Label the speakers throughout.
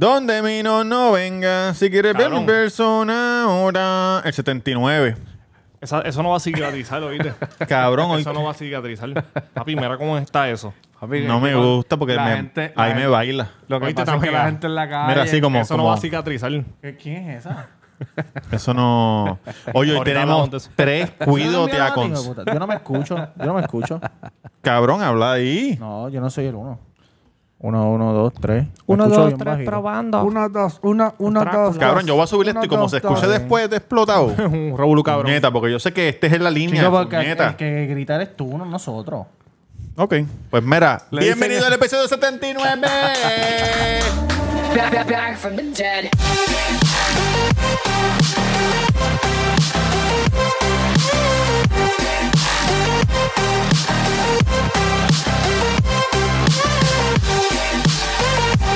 Speaker 1: Donde mi no, no venga, si quieres ver mi
Speaker 2: Cabrón.
Speaker 1: persona ahora. El 79.
Speaker 2: Esa- eso no va a cicatrizar, oíste.
Speaker 1: Cabrón, hoy
Speaker 2: eso no va a cicatrizar. Papi, mira cómo está eso.
Speaker 3: Papi,
Speaker 1: no
Speaker 3: es
Speaker 1: me
Speaker 3: que
Speaker 1: gusta porque
Speaker 3: la
Speaker 1: me-
Speaker 3: gente- la
Speaker 1: ahí me
Speaker 3: gente-
Speaker 1: baila.
Speaker 3: Lo que
Speaker 2: Oíste,
Speaker 3: pasa es que
Speaker 2: también.
Speaker 3: la gente en la calle...
Speaker 1: Mira, así como.
Speaker 2: eso no
Speaker 1: como-
Speaker 2: va a cicatrizar.
Speaker 3: ¿Qué- ¿Quién es esa?
Speaker 1: Eso no. Oye, hoy
Speaker 2: Ahorita hablamos de
Speaker 1: tenemos
Speaker 2: eso.
Speaker 1: tres
Speaker 4: Eso no
Speaker 1: cuido
Speaker 4: es mío, no, Ah, hijo de
Speaker 1: teacons.
Speaker 4: puta. Yo no me escucho, yo no me escucho.
Speaker 1: Cabrón, habla ahí.
Speaker 4: No, yo no soy el uno. Uno, uno, dos, tres. Me
Speaker 5: Uno,
Speaker 4: escucho
Speaker 5: dos,
Speaker 4: bien
Speaker 5: tres,
Speaker 4: bajito.
Speaker 5: probando.
Speaker 3: Una, dos, una, una,
Speaker 5: Otra,
Speaker 3: dos.
Speaker 1: Cabrón, yo voy a subir
Speaker 3: Una,
Speaker 1: esto y como
Speaker 3: dos,
Speaker 1: se escuche
Speaker 3: dos.
Speaker 1: después de explotado.
Speaker 2: Un revolú, cabrón.
Speaker 1: Neta, porque yo sé que este es en la línea.
Speaker 4: Chico, porque el,
Speaker 1: puñeta.
Speaker 4: el que gritar es tú, no nosotros.
Speaker 1: Ok, pues mira,
Speaker 3: Le
Speaker 1: bienvenido
Speaker 3: dicen-
Speaker 1: al episodio 79.
Speaker 6: Back, back, back from the dead.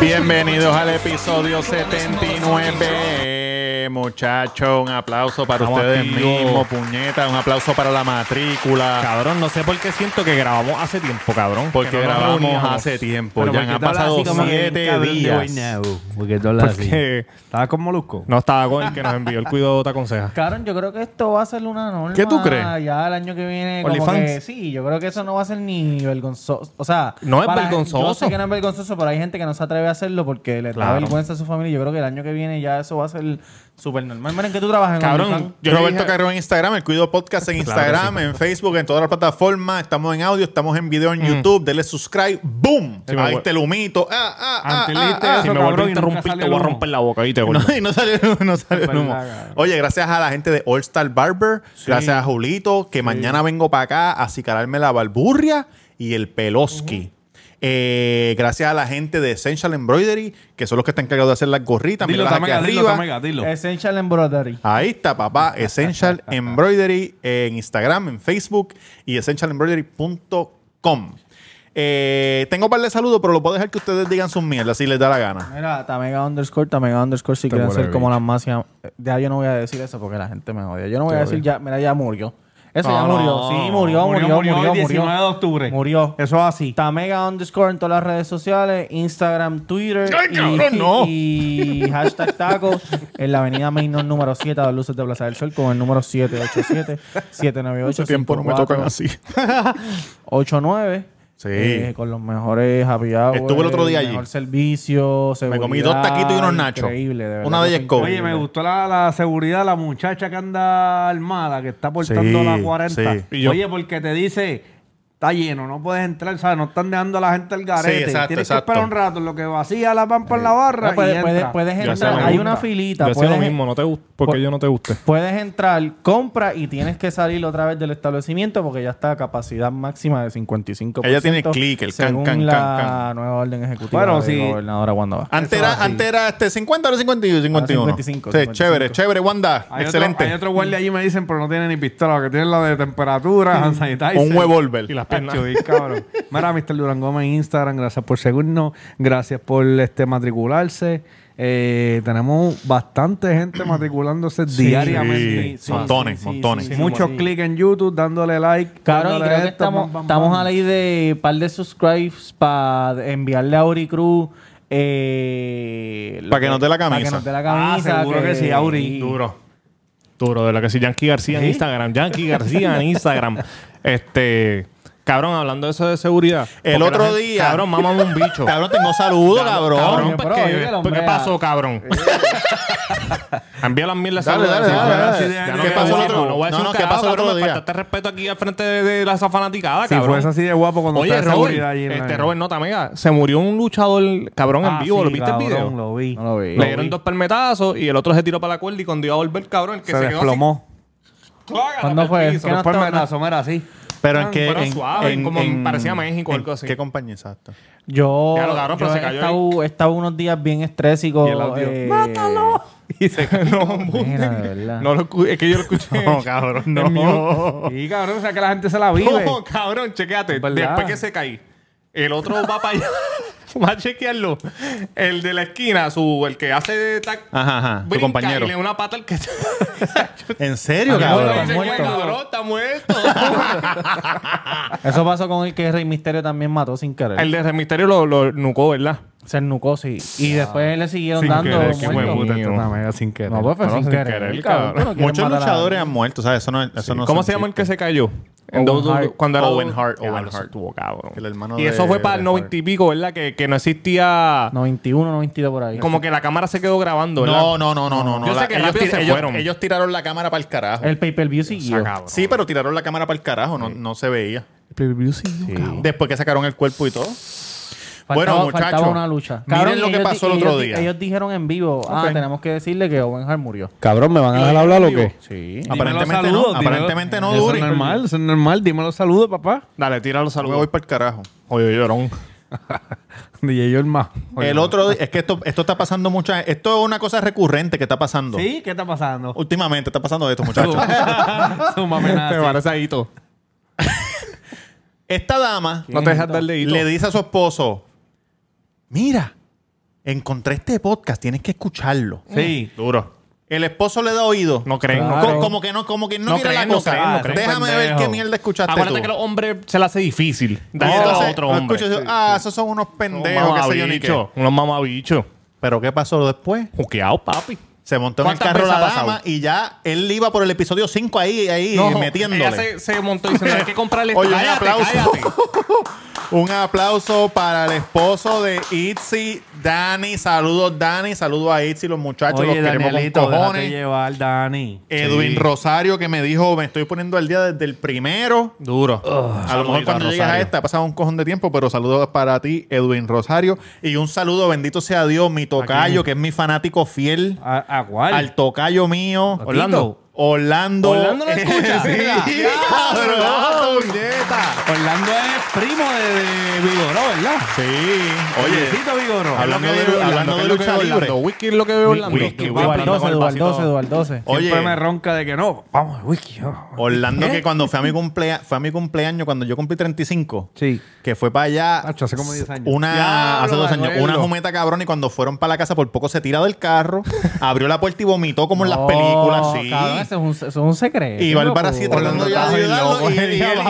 Speaker 1: Bienvenidos al episodio 79. Muchachos, un aplauso para
Speaker 2: Estamos
Speaker 1: ustedes
Speaker 2: activos.
Speaker 1: mismos, puñeta, un aplauso para la matrícula.
Speaker 2: Cabrón, no sé por qué siento que grabamos hace tiempo, cabrón.
Speaker 1: Porque
Speaker 2: Que no nos
Speaker 1: grabamos
Speaker 2: reuníamos.
Speaker 1: hace tiempo.
Speaker 3: Pero
Speaker 1: Ya
Speaker 3: ¿por qué
Speaker 1: han
Speaker 3: tú hablas
Speaker 1: pasado
Speaker 3: así como que,
Speaker 1: siete
Speaker 3: cabrón, de
Speaker 1: días.
Speaker 3: Guaynabo? ¿Por qué tú hablas así?
Speaker 2: Que
Speaker 3: ¿Estabas con Molusco?
Speaker 2: no estaba con el que nos envió el cuidado te aconseja.
Speaker 4: Cabrón, yo creo que esto va a ser una norma.
Speaker 1: ¿Qué tú crees?
Speaker 4: Ya el año que viene. Como
Speaker 2: OnlyFans.
Speaker 4: que, sí, yo creo que eso no va a ser ni vergonzoso. O sea,
Speaker 2: No es
Speaker 4: para-
Speaker 2: vergonzoso.
Speaker 4: Yo sé que no es vergonzoso, pero hay gente que no se atreve a hacerlo porque le da
Speaker 2: Claro.
Speaker 4: vergüenza a su familia. Yo creo que el año que viene ya eso va a ser súper normal. Miren, que tú trabajas en
Speaker 2: Cabrón,
Speaker 4: OnlyFans?
Speaker 2: Yo
Speaker 1: Roberto
Speaker 2: dije-
Speaker 1: Carrón en Instagram, el Cuido Podcast en
Speaker 2: Claro que
Speaker 1: Instagram, en Facebook, en todas las plataformas. Estamos en audio, estamos en video en YouTube. Dele subscribe. ¡Boom!
Speaker 2: Mm. Sí, me
Speaker 1: Ahí
Speaker 2: voy.
Speaker 1: te el humito. ¡Ah, ah, ah,
Speaker 3: Antes
Speaker 1: ah,
Speaker 3: leíste
Speaker 1: ah.
Speaker 3: eso,
Speaker 2: Si me vuelvo a
Speaker 3: cabrón, y nunca
Speaker 2: interrumpir, te
Speaker 3: sale
Speaker 2: voy a
Speaker 3: el humo.
Speaker 2: romper la boca, ¿viste?
Speaker 1: No,
Speaker 2: gordo?
Speaker 1: y no salió, no salió el humo.
Speaker 3: cabrón.
Speaker 1: Oye, gracias a la gente de All Star Barber, gracias a Julito, que mañana vengo para acá a cicararme la balburria y el peloski. Eh, gracias a la gente de Essential Embroidery, que son los que están encargados de hacer las gorritas.
Speaker 3: Dilo, Eh,
Speaker 1: míralas aquí
Speaker 3: Tamega, dilo,
Speaker 1: arriba.
Speaker 3: Tamega, dilo.
Speaker 4: Essential Embroidery.
Speaker 1: Ahí está, papá. Essential Embroidery en Instagram, en Facebook y essentialembroidery.com. Eh, tengo un par de saludos, pero lo puedo dejar que ustedes digan sus mierdas si les da la gana.
Speaker 4: Mira, Tamega underscore, Tamega underscore, si quieren
Speaker 3: huele
Speaker 4: ser como las más... Ya ya yo no voy a decir eso porque la gente me odia. Yo no voy a decir ya, mira, ya murió. Eso
Speaker 3: No,
Speaker 4: ya
Speaker 3: no.
Speaker 4: murió. Sí, murió, murió, murió, murió.
Speaker 3: el 19 de octubre.
Speaker 4: Murió.
Speaker 3: Eso es así.
Speaker 4: Tamega underscore en todas las redes sociales, Instagram, Twitter
Speaker 1: ¡Ay,
Speaker 4: y-
Speaker 1: cabrón, no!
Speaker 4: y hashtag taco en la avenida Mainor número 7 a las luces de Plaza del Sol con el número 787 798
Speaker 1: Hace tiempo no me tocan así.
Speaker 4: 89.
Speaker 1: Sí.
Speaker 4: Eh, con los mejores happy hour,
Speaker 1: Estuve el otro día allí.
Speaker 4: Mejor servicio,
Speaker 1: Me comí
Speaker 4: seguridad,
Speaker 1: dos taquitos y unos nachos.
Speaker 4: Increíble, de verdad.
Speaker 1: Una de
Speaker 4: que
Speaker 1: ellas
Speaker 4: fue
Speaker 1: Coke.
Speaker 3: Oye,
Speaker 4: increíble.
Speaker 3: me gustó la, la seguridad de la muchacha que anda armada, que está portando
Speaker 1: Sí,
Speaker 3: la 40.
Speaker 1: sí.
Speaker 2: Y yo-
Speaker 3: Oye, porque te dice, está lleno, no puedes entrar, ¿sabes? No están dejando a la gente al garete.
Speaker 1: Sí, exacto,
Speaker 3: Tienes
Speaker 1: exacto.
Speaker 3: que esperar un rato, en lo que vacía la pampa en la barra
Speaker 4: No, puedes,
Speaker 3: y
Speaker 4: puedes-
Speaker 3: entra.
Speaker 4: puedes
Speaker 2: Yo hacía
Speaker 4: entrar,
Speaker 2: lo
Speaker 4: hay
Speaker 2: mismo.
Speaker 4: una
Speaker 2: Yo
Speaker 4: filita.
Speaker 2: hacía
Speaker 4: puedes,
Speaker 2: lo mismo, no te gusta. Porque yo no te guste.
Speaker 4: puedes entrar, compra y tienes que salir otra vez del establecimiento porque ya está a capacidad máxima de 55%.
Speaker 1: Ella tiene click, el can,
Speaker 4: según
Speaker 1: can, can,
Speaker 4: la
Speaker 1: can.
Speaker 4: nueva orden ejecutiva
Speaker 3: Bueno,
Speaker 4: de
Speaker 3: sí.
Speaker 4: gobernadora Wanda Vázquez.
Speaker 1: Antes
Speaker 3: Eso
Speaker 1: era,
Speaker 3: así.
Speaker 1: antes era este 50, ahora 51, 51.
Speaker 4: 55,
Speaker 1: Sí,
Speaker 4: 55.
Speaker 1: chévere, chévere, Wanda.
Speaker 3: Hay
Speaker 1: Excelente.
Speaker 3: Otro, hay otro guardia allí me dicen, pero no tiene ni pistola, que tiene la de temperatura, hand sanitizer.
Speaker 1: Un huevolver.
Speaker 2: Y las piernas.
Speaker 3: Pacho, bien cabrón. Mira, Mr. Durán Gómez en Instagram, gracias por seguirnos, gracias por este matricularse. Eh, tenemos bastante gente matriculándose diariamente.
Speaker 1: Ah, Sí, montones, montones.
Speaker 3: Sí, Muchos
Speaker 4: sí.
Speaker 3: clics en YouTube, dándole like.
Speaker 4: Cabrón, y
Speaker 3: dándole
Speaker 4: creo que
Speaker 3: esto,
Speaker 4: estamos,
Speaker 3: bam, bam,
Speaker 4: estamos
Speaker 3: bam.
Speaker 4: a la idea de un par de subscribes para enviarle a Auri Cruz. Eh, lo
Speaker 1: Pa' que nos dé la camisa.
Speaker 4: Para que nos dé la
Speaker 3: Ah,
Speaker 4: camisa.
Speaker 3: seguro que sí, Auri.
Speaker 2: Duro. Duro, de la que sí, Yankee García en Instagram. Yankee García en Instagram. Este. Cabrón, hablando de eso de seguridad.
Speaker 1: El
Speaker 2: porque
Speaker 1: otro
Speaker 2: la gente-
Speaker 1: día-
Speaker 2: Cabrón, mamamos un bicho.
Speaker 1: Cabrón, tengo saludos, cabrón.
Speaker 2: Cabrón,
Speaker 4: Pero,
Speaker 2: pues,
Speaker 4: oye,
Speaker 2: ¿qué,
Speaker 4: que el hombre
Speaker 2: pues, ¿qué
Speaker 4: ha-
Speaker 2: pasó, cabrón? Envía las mil
Speaker 1: Dale, dale, dale, dale.
Speaker 3: ¿Qué
Speaker 1: pasó el otro-
Speaker 2: No voy a
Speaker 1: no,
Speaker 2: decir
Speaker 1: no,
Speaker 2: un
Speaker 1: ¿qué pasó el
Speaker 2: carajo,
Speaker 1: otro
Speaker 2: cabrón. Me
Speaker 1: día?
Speaker 2: faltaste respeto aquí al frente de, de la esa fanaticada,
Speaker 3: Si
Speaker 2: cabrón.
Speaker 3: fuese así de guapo cuando
Speaker 2: Oye,
Speaker 3: está de
Speaker 2: Robert,
Speaker 3: seguridad allí en la-
Speaker 2: este Robert Notamega, se murió un luchador, cabrón,
Speaker 3: Ah,
Speaker 2: en vivo.
Speaker 3: sí,
Speaker 2: ¿Lo viste el
Speaker 3: cabrón,
Speaker 2: video?
Speaker 3: Lo vi.
Speaker 4: No lo vi.
Speaker 2: Le dieron dos palmetazos y el otro se tiró para la cuerda y cuando iba a volver, cabrón, el que
Speaker 3: Se,
Speaker 2: se, quedó así,
Speaker 3: desplomó.
Speaker 2: ¡clágala
Speaker 4: ¿Cuándo
Speaker 2: pa'l
Speaker 4: fue?
Speaker 2: piso.
Speaker 4: ¿Qué no
Speaker 3: Los
Speaker 4: estaba-
Speaker 3: palmetazos, mira, así.
Speaker 1: Pero en qué.
Speaker 2: Fueron
Speaker 1: en-
Speaker 2: suaves,
Speaker 1: en-
Speaker 2: como
Speaker 1: en-
Speaker 2: parecía México o
Speaker 1: en
Speaker 2: algo así.
Speaker 1: ¿Qué compañía exacto?
Speaker 4: Yo,
Speaker 2: Ya lo agarró, pero
Speaker 4: yo
Speaker 2: se
Speaker 4: he,
Speaker 2: cayó
Speaker 4: estado, he estado unos días bien eh, estrésicos.
Speaker 3: Y el audio,
Speaker 4: ¡Mátalo!
Speaker 2: Y se no,
Speaker 4: Mira, de verdad.
Speaker 2: no lo escu- es que yo lo escuché.
Speaker 1: No, cabrón, no.
Speaker 3: Y cabrón, o sea que la gente se la vive.
Speaker 2: No, cabrón, chequéate.
Speaker 3: ¿Verdad?
Speaker 2: Después que se cae, el otro va para allá. Vas a chequearlo. El de la esquina, su, el que hace de tac.
Speaker 1: Ajá, ajá, tu
Speaker 2: brinca
Speaker 1: compañero.
Speaker 2: Y le da una pata al que está.
Speaker 1: ¿En serio,
Speaker 4: Amigo,
Speaker 1: cabrón?
Speaker 4: Está
Speaker 2: Dice, "Güey,
Speaker 4: muerto".
Speaker 2: cabrón, está muerto.
Speaker 4: Eso pasó con el que Rey Misterio también mató sin querer.
Speaker 2: el de Remisterio lo, lo nucó, ¿verdad?
Speaker 4: Se nucó, sí. Y después le siguieron
Speaker 2: Sin
Speaker 4: dando.
Speaker 2: querer, qué
Speaker 4: muertos.
Speaker 2: huevo.
Speaker 3: Puta,
Speaker 2: mío.
Speaker 3: esto está mega sin querer.
Speaker 4: No, pues fue
Speaker 2: No,
Speaker 4: sin,
Speaker 2: sin
Speaker 4: querer,
Speaker 2: querer,
Speaker 4: cabrón.
Speaker 2: cabrón.
Speaker 4: No quieren
Speaker 1: Muchos
Speaker 4: matar a la-
Speaker 1: luchadores han muerto, ¿sabes? Eso no, eso no
Speaker 2: ¿Cómo se llama el que se cayó? En
Speaker 4: Owen
Speaker 2: WWE,
Speaker 4: Hart.
Speaker 2: Cuando era
Speaker 1: Owen Hart,
Speaker 2: Diablo,
Speaker 1: Owen
Speaker 2: eso
Speaker 1: Hart.
Speaker 2: estuvo cabrón.
Speaker 1: El hermano
Speaker 2: y
Speaker 1: de-
Speaker 2: eso fue para el
Speaker 1: de
Speaker 2: 90 y pico, ¿verdad? Que, que no existía.
Speaker 4: 91, 92 por ahí.
Speaker 2: Como que la cámara se quedó grabando, ¿verdad?
Speaker 1: No, no, no, no, no. no.
Speaker 2: Yo sé
Speaker 1: La-
Speaker 2: que
Speaker 1: ellos,
Speaker 2: rápido se
Speaker 1: ellos-
Speaker 2: fueron.
Speaker 1: ellos tiraron la cámara para el carajo.
Speaker 4: El pay-per-view
Speaker 2: O
Speaker 4: siguió.
Speaker 2: sea, cabrón.
Speaker 1: Sí, pero tiraron la cámara para el carajo, no, no se veía.
Speaker 4: El pay-per-view siguió, cabrón.
Speaker 1: Después que sacaron el cuerpo y todo. bueno,
Speaker 4: Faltaba- faltaba
Speaker 1: muchachos.
Speaker 4: una lucha.
Speaker 1: Miren lo que
Speaker 4: ellos di-
Speaker 1: pasó el otro
Speaker 4: ellos di-
Speaker 1: día.
Speaker 4: Ellos dijeron en vivo, ah,
Speaker 2: Ok.
Speaker 4: tenemos que decirle que Owen Hart murió.
Speaker 5: Cabrón, ¿me van a dejar hablar o qué?
Speaker 4: Sí.
Speaker 3: Dime los
Speaker 1: Aparentemente
Speaker 3: saludos,
Speaker 1: no.
Speaker 3: dime los-
Speaker 1: Aparentemente no,
Speaker 3: Eso
Speaker 1: Duri.
Speaker 3: es normal, eso es normal. Dime los saludos, papá.
Speaker 2: Dale, tira los
Speaker 1: Yo Me voy
Speaker 2: saludos.
Speaker 1: para el carajo.
Speaker 2: Oye, llorón.
Speaker 3: DJ yo el más. Oye,
Speaker 1: el otro día- es que esto, esto está pasando muchas. Esto es una cosa recurrente que está pasando.
Speaker 3: ¿Sí? ¿Qué está pasando?
Speaker 1: Últimamente está pasando esto, muchachos.
Speaker 3: Sumame
Speaker 2: Te
Speaker 3: nada.
Speaker 2: parece a Hito.
Speaker 1: Esta dama
Speaker 2: No te dejas darle hito.
Speaker 1: le dice a su esposo: Mira, encontré este podcast, tienes que escucharlo.
Speaker 3: Sí.
Speaker 1: Duro. El esposo le da oído.
Speaker 2: No creen, no
Speaker 1: Co-
Speaker 2: creen.
Speaker 1: Como que no, como que no,
Speaker 2: No
Speaker 1: quiere
Speaker 2: creen,
Speaker 1: la
Speaker 2: no
Speaker 1: cosa.
Speaker 2: creen, no
Speaker 1: Ah,
Speaker 2: creen,
Speaker 1: Déjame ver
Speaker 3: pendejo.
Speaker 1: qué mierda escuchaste
Speaker 2: Acuérdate
Speaker 1: tú.
Speaker 2: que a los hombres se le hace difícil.
Speaker 1: Y
Speaker 2: Dale
Speaker 1: entonces,
Speaker 2: a otro
Speaker 1: lo
Speaker 2: hombre.
Speaker 1: escucho y digo, ah, esos son unos pendejos, qué sé yo ni qué".
Speaker 2: mamabichos. Unos mamabichos.
Speaker 1: Pero ¿qué pasó después?
Speaker 2: Juqueados, papi.
Speaker 1: Se montó en el
Speaker 2: ¿Cuántas
Speaker 1: carro la
Speaker 2: veces ha
Speaker 1: dama
Speaker 2: pasado?
Speaker 1: y ya él iba por el episodio 5 ahí, ahí metiéndole.
Speaker 2: Ella se, se montó diciendo, hay que comprarle
Speaker 1: Oye, un
Speaker 2: Cállate,
Speaker 1: aplauso.
Speaker 2: cállate.
Speaker 1: Un aplauso para el esposo de Itzy, Dani. Saludos, Dani. Saludos a Itzy, los muchachos.
Speaker 3: Oye,
Speaker 1: los queremos
Speaker 3: Danielito,
Speaker 1: con
Speaker 3: déjate
Speaker 1: cojones.
Speaker 3: llevar, Dani.
Speaker 1: Edwin Rosario, que me dijo, me estoy poniendo al día desde el primero.
Speaker 2: Duro.
Speaker 1: A lo mejor cuando llegues a esta, ha pasado un cojón de tiempo, pero saludos para ti, Edwin Rosario. Y un saludo, bendito sea Dios, mi tocayo, que es mi fanático fiel.
Speaker 3: ¿A, a cuál?
Speaker 1: Al tocayo mío.
Speaker 2: Orlando.
Speaker 1: Orlando.
Speaker 2: Orlando lo escucha.
Speaker 1: sí, cabrón. puñeta.
Speaker 3: Orlando es primo de, de Vigoró, ¿verdad?
Speaker 1: Sí. Oye,
Speaker 3: Luisito Vigoró.
Speaker 1: hablando
Speaker 2: ¿Qué
Speaker 1: de,
Speaker 2: es lo que veo
Speaker 1: hablando de
Speaker 2: Orlando? ¿Qué es
Speaker 1: lucha
Speaker 2: lo que veo
Speaker 1: libre.
Speaker 2: Orlando? Whisky es lo que veo Orlando.
Speaker 1: Whisky,
Speaker 2: Estoy
Speaker 1: whisky.
Speaker 4: Dual
Speaker 2: parando
Speaker 4: 12,
Speaker 2: con el
Speaker 4: Dual
Speaker 2: pasito.
Speaker 4: 12, Dual 12.
Speaker 1: Oye,
Speaker 3: Siempre me ronca de que no. Vamos, wiki. oh.
Speaker 1: Orlando que cuando fue a mi cumplea fue a mi cumpleaños cuando yo cumplí 35,
Speaker 3: Sí.
Speaker 1: que fue para allá
Speaker 3: Nacho, hace como 10 años.
Speaker 1: una
Speaker 2: Diablo,
Speaker 1: hace dos
Speaker 2: me
Speaker 1: años,
Speaker 2: acuerdo.
Speaker 1: una jumeta cabrón y cuando fueron para la casa por poco se tira del carro, abrió la puerta y vomitó como en las
Speaker 4: No, Oh,
Speaker 1: películas, sí.
Speaker 4: Cabrón, eso es un, eso es un secreto.
Speaker 1: Y Bárbara así
Speaker 4: loco.
Speaker 1: tratando ya de ayudarlo y él- y él- y él-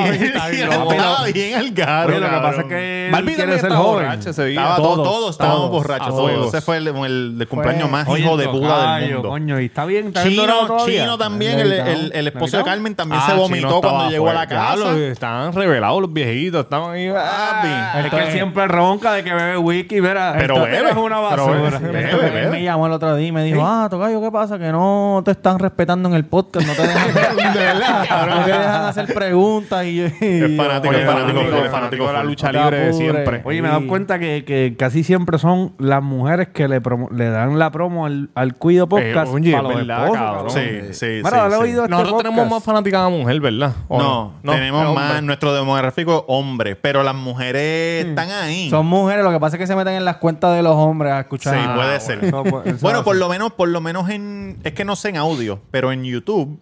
Speaker 1: y él estaba bien al carro.
Speaker 3: Oye, lo que
Speaker 1: cabrón.
Speaker 3: pasa es que él
Speaker 2: Balbi
Speaker 3: quiere
Speaker 2: también
Speaker 3: ser
Speaker 2: estaba
Speaker 3: joven.
Speaker 2: borracho ese día.
Speaker 1: Estaba todo- todos,
Speaker 4: Todos,
Speaker 1: estábamos
Speaker 4: todos,
Speaker 1: borrachos.
Speaker 2: a
Speaker 1: todos.
Speaker 2: fuego.
Speaker 1: Ese fue el, el- el cumpleaños más
Speaker 3: Oye,
Speaker 1: hijo de puta del
Speaker 3: tocayo,
Speaker 1: mundo.
Speaker 3: Coño, y está bien, está bien dorado
Speaker 1: Chino,
Speaker 3: todavía.
Speaker 1: Chino también, el, el- el esposo de
Speaker 3: ¿Nevitao?
Speaker 1: Carmen también
Speaker 2: Ah,
Speaker 1: se
Speaker 2: sí, no
Speaker 1: vomitó
Speaker 2: estaba
Speaker 1: cuando llegó a la
Speaker 2: fuerte.
Speaker 1: casa.
Speaker 2: Diablo, estaban revelados los viejitos. Estaban ahí. ah,
Speaker 3: Es que él siempre ronca de que bebe wiki, verá.
Speaker 1: Pero
Speaker 3: esto
Speaker 1: bebe,
Speaker 3: es una
Speaker 1: pero bebe,
Speaker 3: basura.
Speaker 1: bebe.
Speaker 4: Él me llamó el otro día y me dijo, ah, Tocayo, ¿qué pasa? Que no te están respetando en el podcast, no te dejan, no te dejan hacer preguntas y yo...
Speaker 1: Es fanático,
Speaker 2: Oye,
Speaker 1: es fanático,
Speaker 2: fanático,
Speaker 1: es fanático
Speaker 2: fanático de la lucha
Speaker 4: Está
Speaker 2: libre de
Speaker 4: pobre.
Speaker 2: siempre.
Speaker 3: Oye, me he dado
Speaker 4: Sí.
Speaker 3: cuenta que, que casi siempre son las mujeres que le, promo- le dan la promo al, al Cuido Podcast
Speaker 2: Eh, oye,
Speaker 3: para los
Speaker 2: verdad,
Speaker 3: esposos,
Speaker 2: cabrón.
Speaker 1: Sí, sí,
Speaker 3: Mira,
Speaker 1: sí,
Speaker 3: dale
Speaker 1: sí.
Speaker 3: oído a este
Speaker 2: Nosotros tenemos más
Speaker 3: podcast.
Speaker 2: fanáticas mujer, ¿verdad? ¿O
Speaker 1: No, tenemos
Speaker 2: es hombre.
Speaker 1: más nuestro demográfico hombre, pero las mujeres están ahí.
Speaker 4: Son mujeres, lo que pasa es que se meten en las cuentas de los hombres a
Speaker 1: sí,
Speaker 4: escuchar. Ah,
Speaker 1: puede ser.
Speaker 3: eso puede- eso
Speaker 1: bueno, por
Speaker 3: hace.
Speaker 1: lo menos, por lo menos en es que no sé en audio, pero en YouTube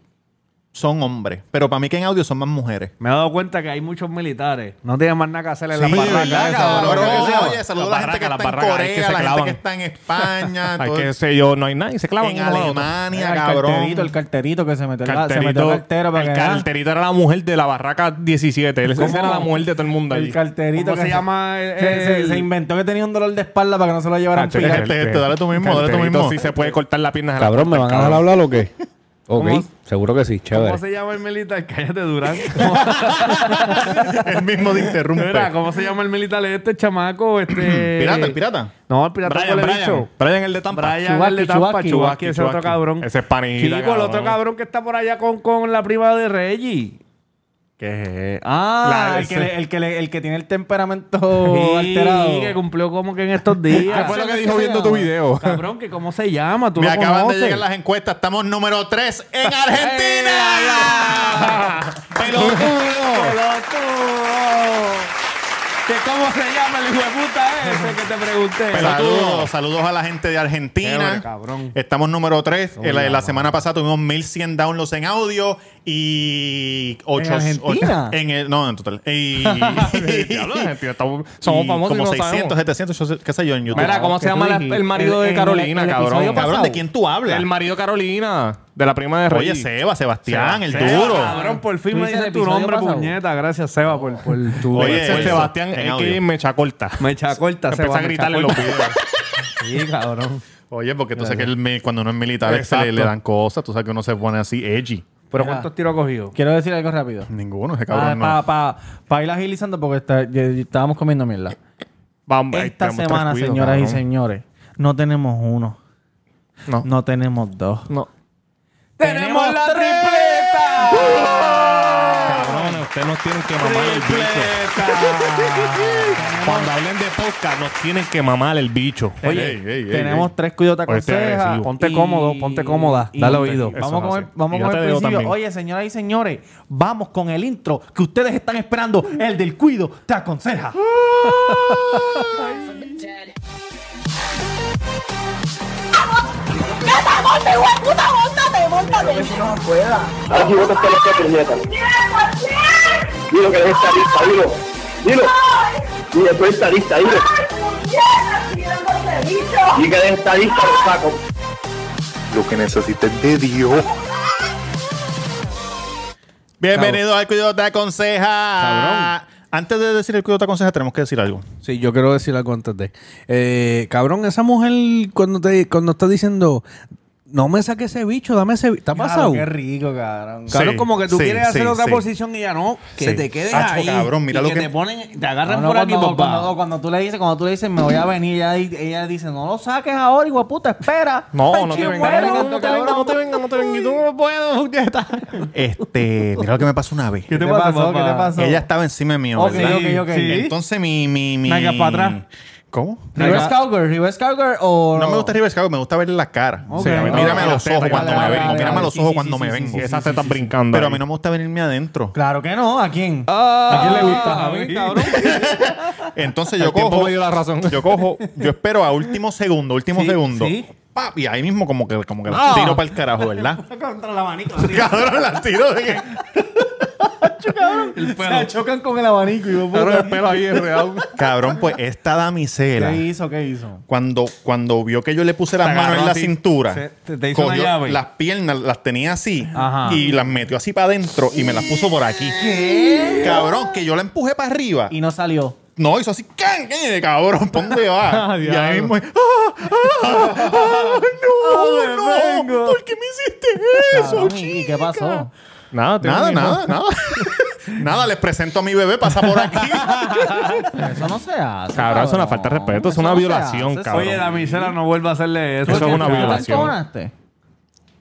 Speaker 1: son hombres, pero para mí que en audio son más mujeres.
Speaker 3: Me he dado cuenta que hay muchos militares. No tienen más nada que hacer en
Speaker 1: Sí,
Speaker 3: la barraca.
Speaker 1: ¿verdad,
Speaker 3: esa,
Speaker 1: cabrón?
Speaker 3: lo que sea.
Speaker 1: Oye, saludos a la gente que está en
Speaker 2: Las barracas, las barracas, hay
Speaker 1: Corea,
Speaker 2: que se
Speaker 1: la gente
Speaker 2: clavan.
Speaker 1: que está en España,
Speaker 2: Hay
Speaker 1: todo-
Speaker 2: que sé yo, no hay nadie. Se clavan
Speaker 1: en
Speaker 2: uno a otro.
Speaker 1: Alemania,
Speaker 4: el
Speaker 1: cabrón. Este,
Speaker 4: carterito, el carterito que se metió, en la- se metió
Speaker 2: Carterito,
Speaker 4: el cartero para
Speaker 2: el
Speaker 4: que vean.
Speaker 2: carterito era la mujer de la barraca 17. Él- Esa era la mujer de todo el mundo allí.
Speaker 4: El carterito
Speaker 3: ¿Cómo
Speaker 4: que
Speaker 3: se llama el-
Speaker 4: se, se-
Speaker 3: el-
Speaker 4: se inventó que tenía un dolor de espalda para que no se lo llevaran
Speaker 2: Cacho,
Speaker 1: Carterito,
Speaker 4: pirar.
Speaker 1: este,
Speaker 2: carterito.
Speaker 1: dale tú mismo, dale tú
Speaker 2: Carterito
Speaker 1: mismo.
Speaker 2: sí se puede cortar la pierna. de la
Speaker 5: Cabrón, ¿me
Speaker 2: puerta,
Speaker 5: van a dejar
Speaker 2: cabrón.
Speaker 5: hablar o qué?
Speaker 3: ¿Cómo-
Speaker 5: Ok, seguro que sí,
Speaker 3: ¿Cómo
Speaker 5: chévere.
Speaker 3: se llama el militar? Cállate, Durán.
Speaker 1: el mismo de interrumpe.
Speaker 3: Mira, ¿cómo se llama el militar este chamaco? Este...
Speaker 1: pirata, el pirata.
Speaker 3: No, el pirata
Speaker 2: Brian,
Speaker 3: fue el
Speaker 2: Brian.
Speaker 3: bicho.
Speaker 2: Brian, el de Tampa.
Speaker 3: Brian,
Speaker 4: Chubaki,
Speaker 3: el de Tampa,
Speaker 4: Chubaki.
Speaker 3: Chubaki, ese otro
Speaker 2: Chubaki.
Speaker 3: cabrón.
Speaker 2: Ese es panita,
Speaker 3: Chico, el otro
Speaker 2: cabrón.
Speaker 3: cabrón que está por allá con, con la prima de Reggie. ¿Qué
Speaker 4: Ah,
Speaker 2: La-
Speaker 4: el, que
Speaker 2: ese-
Speaker 4: le- el, que le- el que tiene el temperamento alterado.
Speaker 3: que cumplió como que en estos días.
Speaker 2: ¿Qué fue lo que dijo viendo tu video?
Speaker 3: Ah, pues, Cabrón, que cómo se llama, tú
Speaker 1: Me
Speaker 3: lo
Speaker 1: acaban de
Speaker 3: conoces.
Speaker 1: llegar las encuestas. Estamos número 3 en Argentina. ¡Pelotudo!
Speaker 3: ¡Pelotudo! ¿Que ¿Cómo se llama el hijo de puta ese que te pregunté?
Speaker 1: Pelotudo. Saludos a la gente de Argentina.
Speaker 3: Chévere, cabrón.
Speaker 1: Estamos número 3. la,
Speaker 3: Hola,
Speaker 1: la semana pasada tuvimos 1100 downloads en audio Y ocho-
Speaker 4: ¿En Argentina?
Speaker 1: ocho- en el- no, en total. Y,
Speaker 2: Diablo, gente, estamos- somos
Speaker 1: y
Speaker 2: famosos
Speaker 1: como
Speaker 2: y no
Speaker 1: 600,
Speaker 2: sabemos.
Speaker 1: 700, yo sé- qué sé yo, en YouTube.
Speaker 2: Mira, ¿cómo
Speaker 4: que
Speaker 2: se llama
Speaker 4: tú
Speaker 2: la-
Speaker 4: dijiste.
Speaker 2: el marido
Speaker 4: En-
Speaker 2: de
Speaker 4: en el-
Speaker 2: Carolina,
Speaker 4: en el
Speaker 2: cabrón?
Speaker 4: episodio
Speaker 1: Cabrón, ¿de quién tú hablas?
Speaker 2: El marido de Carolina, de la prima de Rey.
Speaker 1: Oye, Seba, Sebastián, el
Speaker 2: Seba,
Speaker 1: duro.
Speaker 3: Cabrón, por fin
Speaker 4: ¿Tú
Speaker 3: me
Speaker 4: dices el
Speaker 3: dices tu
Speaker 4: episodio
Speaker 3: nombre,
Speaker 4: pasado?
Speaker 3: puñeta. Gracias, Seba, por, por tu.
Speaker 1: Oye,
Speaker 2: Ese
Speaker 1: eso,
Speaker 2: Sebastián,
Speaker 1: en
Speaker 2: es que
Speaker 1: audio.
Speaker 2: me echa corta.
Speaker 3: me echa corta,
Speaker 2: Empieza
Speaker 3: Seba.
Speaker 2: a
Speaker 3: me
Speaker 2: gritarle en
Speaker 3: echa
Speaker 2: los
Speaker 3: corta.
Speaker 2: videos.
Speaker 3: Sí, cabrón.
Speaker 1: Oye, porque tú sabes que el mi- cuando uno es militar es que le,
Speaker 2: Exacto.
Speaker 1: le dan cosas. Tú sabes que uno se pone así edgy.
Speaker 3: Pero
Speaker 4: Mira.
Speaker 3: ¿cuántos tiros ha cogido?
Speaker 4: Quiero decir algo rápido.
Speaker 2: Mm,
Speaker 1: Ninguno, ese
Speaker 4: Para
Speaker 1: cabrón no.
Speaker 4: ir agilizando porque está- ya- ya estábamos comiendo mierda.
Speaker 2: Vamos, ahí
Speaker 4: Esta
Speaker 2: tenemos tres
Speaker 4: semana,
Speaker 2: cuidos,
Speaker 4: señoras y
Speaker 2: cabrón.
Speaker 4: señores, no tenemos uno,
Speaker 2: No.
Speaker 4: no tenemos dos.
Speaker 2: No.
Speaker 4: ¡Tenemos la
Speaker 2: Cabrones, ustedes nos tienen que mamar el bicho. Cuando hablen de podcast, nos tienen que mamar el bicho.
Speaker 1: Ey, ey, ey,
Speaker 4: Tenemos
Speaker 1: ey.
Speaker 4: tres cuidados
Speaker 2: Oye, este es
Speaker 4: aconseja.
Speaker 2: agresivo.
Speaker 3: Ponte cómodo, ponte cómoda, dale oído.
Speaker 2: Eso
Speaker 4: Vamos
Speaker 2: es
Speaker 4: con el,
Speaker 2: así.
Speaker 4: vamos
Speaker 2: Y yo
Speaker 4: con
Speaker 2: te
Speaker 4: el
Speaker 2: debo
Speaker 4: principio.
Speaker 2: también.
Speaker 4: Oye, señoras y señores, vamos con el intro que ustedes están esperando. El del cuido te aconseja.
Speaker 6: ¡Mata, monta, hijo de puta, montate, montate! no pueda.
Speaker 7: Ahora sí votas por esta puñeta. Dilo que eres estadista, dilo. Dilo. Dilo, tú eres estadista, dilo. Y que eres estadista, lo saco.
Speaker 8: lo que necesites de Dios.
Speaker 1: Bienvenido al Cuidado Te Aconseja. Antes de decir el Cuidado Te Aconseja, tenemos que decir algo.
Speaker 3: Sí, yo quiero decir algo antes de. Eh, cabrón, esa mujer cuando te cuando está diciendo, no me saques ese bicho, dame ese bicho. ¿Te ha pasado?
Speaker 4: Qué rico, cabrón.
Speaker 3: Cabrón,
Speaker 1: Sí,
Speaker 3: como que tú
Speaker 1: sí,
Speaker 3: quieres
Speaker 1: sí,
Speaker 3: hacer otra
Speaker 1: sí.
Speaker 3: posición y ya no, que
Speaker 1: Sí.
Speaker 3: te quedes
Speaker 1: Acho,
Speaker 3: ahí.
Speaker 1: cabrón, mira
Speaker 3: y
Speaker 1: lo que-
Speaker 3: te ponen, te agarran
Speaker 4: No, no,
Speaker 3: por aquí,
Speaker 4: cuando, cuando-
Speaker 3: papá.
Speaker 4: no, cuando tú le dices, cuando tú le dices, me voy a venir, ella, di- ella dice, no lo saques ahora, hijo de puta, espera.
Speaker 2: No,
Speaker 4: Ay,
Speaker 2: no
Speaker 4: qué
Speaker 2: te vengas,
Speaker 4: bueno,
Speaker 2: no, no te
Speaker 4: cabrón.
Speaker 2: vengas, no te vengas, no te vengas. Y tú no puedo, puñeta.
Speaker 1: Este, mira lo que me pasó una vez.
Speaker 4: ¿Qué te
Speaker 3: ¿Qué pasó,
Speaker 4: pasó? ¿Qué
Speaker 3: papá?
Speaker 4: te pasó?
Speaker 1: Ella estaba encima de mí,
Speaker 4: Ok,
Speaker 1: ¿verdad?
Speaker 4: ok, ok.
Speaker 3: Sí.
Speaker 1: Entonces mi, mi, mi.
Speaker 3: Venga, pa' atrás.
Speaker 1: ¿Cómo?
Speaker 4: ¿Reverse Cowgirl? ¿Reverse Cowgirl o...?
Speaker 1: No me gusta River Scout, me gusta verle la cara.
Speaker 4: Ok.
Speaker 1: Sí, a mí-
Speaker 4: No,
Speaker 1: mírame a
Speaker 2: no,
Speaker 1: los
Speaker 2: no,
Speaker 1: ojos
Speaker 2: no,
Speaker 1: cuando
Speaker 2: no,
Speaker 1: me
Speaker 2: no,
Speaker 1: vengo.
Speaker 2: no,
Speaker 1: Mírame a
Speaker 2: no,
Speaker 1: los
Speaker 4: sí,
Speaker 1: ojos
Speaker 4: sí,
Speaker 1: cuando
Speaker 4: sí,
Speaker 1: me
Speaker 4: sí,
Speaker 1: vengo.
Speaker 4: sí,
Speaker 2: Esas tetas brincando.
Speaker 1: Pero a
Speaker 2: ahí.
Speaker 1: mí no me gusta venirme adentro.
Speaker 4: Claro que no. ¿A quién?
Speaker 3: ¿A quién le
Speaker 4: Ah,
Speaker 3: gusta?
Speaker 4: a mí, cabrón.
Speaker 1: Entonces yo
Speaker 2: El tiempo
Speaker 1: cojo.
Speaker 2: me dio la razón.
Speaker 1: Yo cojo, yo espero a último segundo, último
Speaker 3: Sí,
Speaker 1: segundo.
Speaker 3: sí.
Speaker 1: Pap, y ahí mismo como que, como que
Speaker 4: Ah.
Speaker 1: la tiro para el carajo, ¿verdad?
Speaker 4: Contra el abanico.
Speaker 1: Cabrón, la tiro de que.
Speaker 4: Se chocan con el abanico. hijo de puta.
Speaker 2: Cabrón, el pelo ahí enredado.
Speaker 1: Cabrón, pues esta damisela.
Speaker 4: ¿Qué hizo? ¿Qué hizo?
Speaker 1: Cuando, cuando vio que yo le puse las
Speaker 2: Te
Speaker 1: manos
Speaker 2: agarró
Speaker 1: en la
Speaker 2: así.
Speaker 1: cintura,
Speaker 3: Se- te- te hizo una llave.
Speaker 1: las piernas, las tenía así
Speaker 3: Ajá.
Speaker 1: y las metió así para adentro y me las puso por aquí. ¿Qué? Cabrón, que yo la empujé para arriba.
Speaker 4: Y no salió.
Speaker 1: No, hizo así, ¡can! can! Y, Cabrón, ¿pa' ¿dónde va?
Speaker 2: Ah,
Speaker 1: y
Speaker 2: diablo.
Speaker 1: ahí mismo, ¡ah! ¡ah! ¡ah! ¡No!
Speaker 4: Ah, me
Speaker 1: ¡No!
Speaker 4: vengo.
Speaker 1: ¿Por qué me hiciste eso,
Speaker 4: Cabrón, ¿Y
Speaker 1: chica?
Speaker 4: qué pasó?
Speaker 2: Nada, tío,
Speaker 1: Nada,
Speaker 2: mi hijo.
Speaker 1: nada, nada. nada, les presento a mi bebé, pasa por aquí.
Speaker 4: Eso no se hace.
Speaker 2: Cabrón, es una falta de respeto, es
Speaker 4: Eso
Speaker 2: una
Speaker 4: no se
Speaker 2: violación,
Speaker 4: hace, eso-
Speaker 2: cabrón.
Speaker 3: Oye, la misera no vuelva a hacerle eso.
Speaker 2: Eso es una
Speaker 4: ¿Tú te
Speaker 2: violación.
Speaker 4: encojonaste?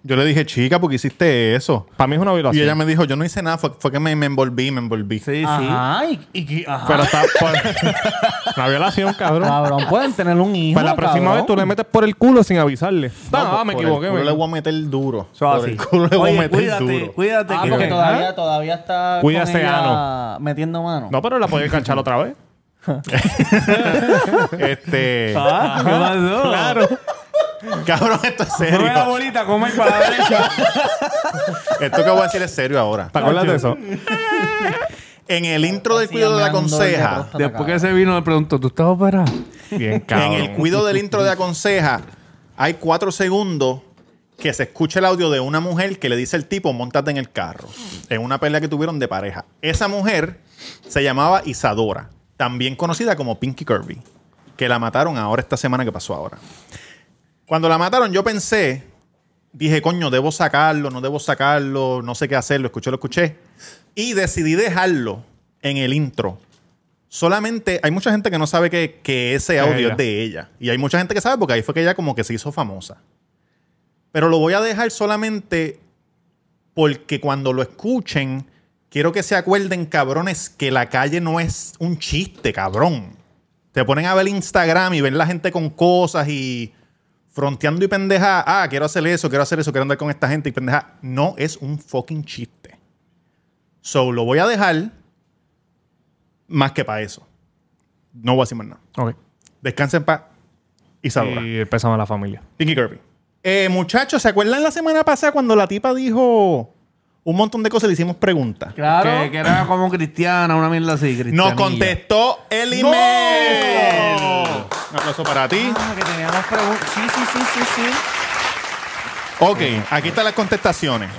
Speaker 1: yo le dije, chica, ¿por qué hiciste eso?
Speaker 2: Para mí es una
Speaker 1: Y
Speaker 2: violación.
Speaker 1: ella me dijo, yo no hice nada, fue, fue que me, me envolví, me envolví.
Speaker 3: Sí, sí.
Speaker 4: Ajá, y, y- ajá.
Speaker 2: Pero está. por- una violación, cabrón.
Speaker 4: Cabrón, pueden tener un hijo.
Speaker 2: Para Pues la próxima
Speaker 4: cabrón.
Speaker 2: vez tú le metes por el culo sin avisarle. Ah, me
Speaker 1: pues, Por
Speaker 2: equivoqué.
Speaker 1: El culo
Speaker 2: me-
Speaker 1: le voy a meter duro.
Speaker 3: Eso
Speaker 1: Por
Speaker 3: así.
Speaker 1: el culo le voy a
Speaker 3: Oye,
Speaker 1: meter
Speaker 3: Cuídate,
Speaker 1: duro.
Speaker 3: cuídate.
Speaker 4: Ah,
Speaker 3: que-
Speaker 4: porque
Speaker 3: ¿Ah?
Speaker 4: todavía, todavía está con
Speaker 2: Cuídase,
Speaker 4: ella metiendo mano.
Speaker 2: No, pero la puedes canchar otra vez.
Speaker 1: Este.
Speaker 3: Ah, ¿Qué pasó? Claro.
Speaker 1: cabrón, esto es
Speaker 3: Come la
Speaker 1: serio.
Speaker 3: bolita, come ahí para la derecha.
Speaker 1: esto que voy a decir es serio ahora.
Speaker 2: ¿Te acuerdas de eso?
Speaker 1: En el intro del
Speaker 4: Sí,
Speaker 1: cuido de
Speaker 4: me
Speaker 1: la
Speaker 4: dan dolor de
Speaker 1: conseja.
Speaker 4: próstata,
Speaker 3: Después que
Speaker 4: cabrón.
Speaker 3: se vino, le preguntó, ¿tú estás operado?
Speaker 2: Bien,
Speaker 1: En
Speaker 2: cabrón.
Speaker 1: el cuido del intro de la conseja, hay cuatro segundos que se escucha el audio de una mujer que le dice al tipo, montate en el carro. En una pelea que tuvieron de pareja. Esa mujer se llamaba Isadora, también conocida como Pinky Kirby, que la mataron ahora esta semana que pasó ahora. Cuando la mataron, yo pensé, dije, coño, debo sacarlo, no debo sacarlo, no sé qué hacer, lo escuché, lo escuché. Y decidí dejarlo en el intro. Solamente hay mucha gente que no sabe que, que ese
Speaker 2: Es
Speaker 1: audio
Speaker 2: ella.
Speaker 1: es de ella. Y hay mucha gente que sabe porque ahí fue que ella como que se hizo famosa. Pero lo voy a dejar solamente porque cuando lo escuchen, quiero que se acuerden, cabrones, que la calle no es un chiste, cabrón. Te ponen a ver Instagram y ven la gente con cosas y fronteando y pendeja. Ah, quiero hacer eso, quiero hacer eso, quiero andar con esta gente y pendeja. No es un fucking chiste. So, lo voy a dejar más que para eso. No voy a decir más nada.
Speaker 2: Ok.
Speaker 1: Descansen para Isadora.
Speaker 2: Y empezamos la familia.
Speaker 1: Pinky Kirby. Eh, muchachos, ¿se acuerdan la semana pasada cuando la tipa dijo, un montón de cosas y le hicimos preguntas.
Speaker 3: Claro. Que, que era como cristiana, una mierda así.
Speaker 1: Nos
Speaker 3: cristianilla.
Speaker 1: contestó el email. Un aplauso para ti.
Speaker 4: Ah, que teníamos preguntas. Sí, sí, sí, sí, sí.
Speaker 1: Ok, aquí están las contestaciones.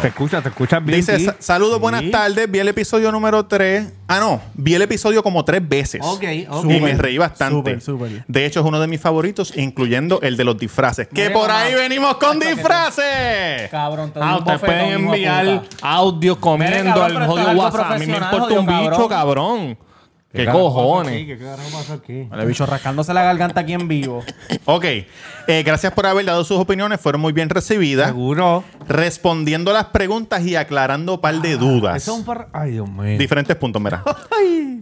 Speaker 3: Te escuchas, te escuchas bien.
Speaker 1: Dice,
Speaker 3: sí.
Speaker 1: "Sa- saludos, buenas tardes. Vi el episodio número 3. Ah, no. Vi el episodio como tres veces.
Speaker 3: Ok, ok.
Speaker 1: Y me reí bastante.
Speaker 4: Súper, súper.
Speaker 1: De hecho, es uno de mis favoritos, incluyendo el de los disfraces. Que
Speaker 4: Mira,
Speaker 1: por
Speaker 4: mamá.
Speaker 1: ahí venimos con disfraces.
Speaker 4: Cabrón, te doy
Speaker 2: Ah,
Speaker 4: un
Speaker 2: ustedes
Speaker 4: bofetón,
Speaker 2: pueden
Speaker 4: hijo de
Speaker 2: enviar
Speaker 4: puta.
Speaker 2: audio
Speaker 4: Mire,
Speaker 2: comiendo
Speaker 4: cabrón,
Speaker 2: al
Speaker 4: pero esto es
Speaker 2: jodido
Speaker 4: algo
Speaker 2: WhatsApp. A mí me
Speaker 4: profesional,
Speaker 2: importa un
Speaker 4: jodido
Speaker 2: bicho, cabrón. ¿Qué, cojones?
Speaker 3: ¿Qué carajo pasó aquí?
Speaker 4: Vale, bicho, rascándose la garganta aquí en vivo.
Speaker 1: Ok. Eh, gracias por haber dado sus opiniones. Fueron muy bien recibidas.
Speaker 3: Seguro.
Speaker 1: Respondiendo las preguntas y aclarando un par de dudas.
Speaker 3: Ah, Eso es un par... Ay, Dios mío.
Speaker 1: Diferentes puntos, mira.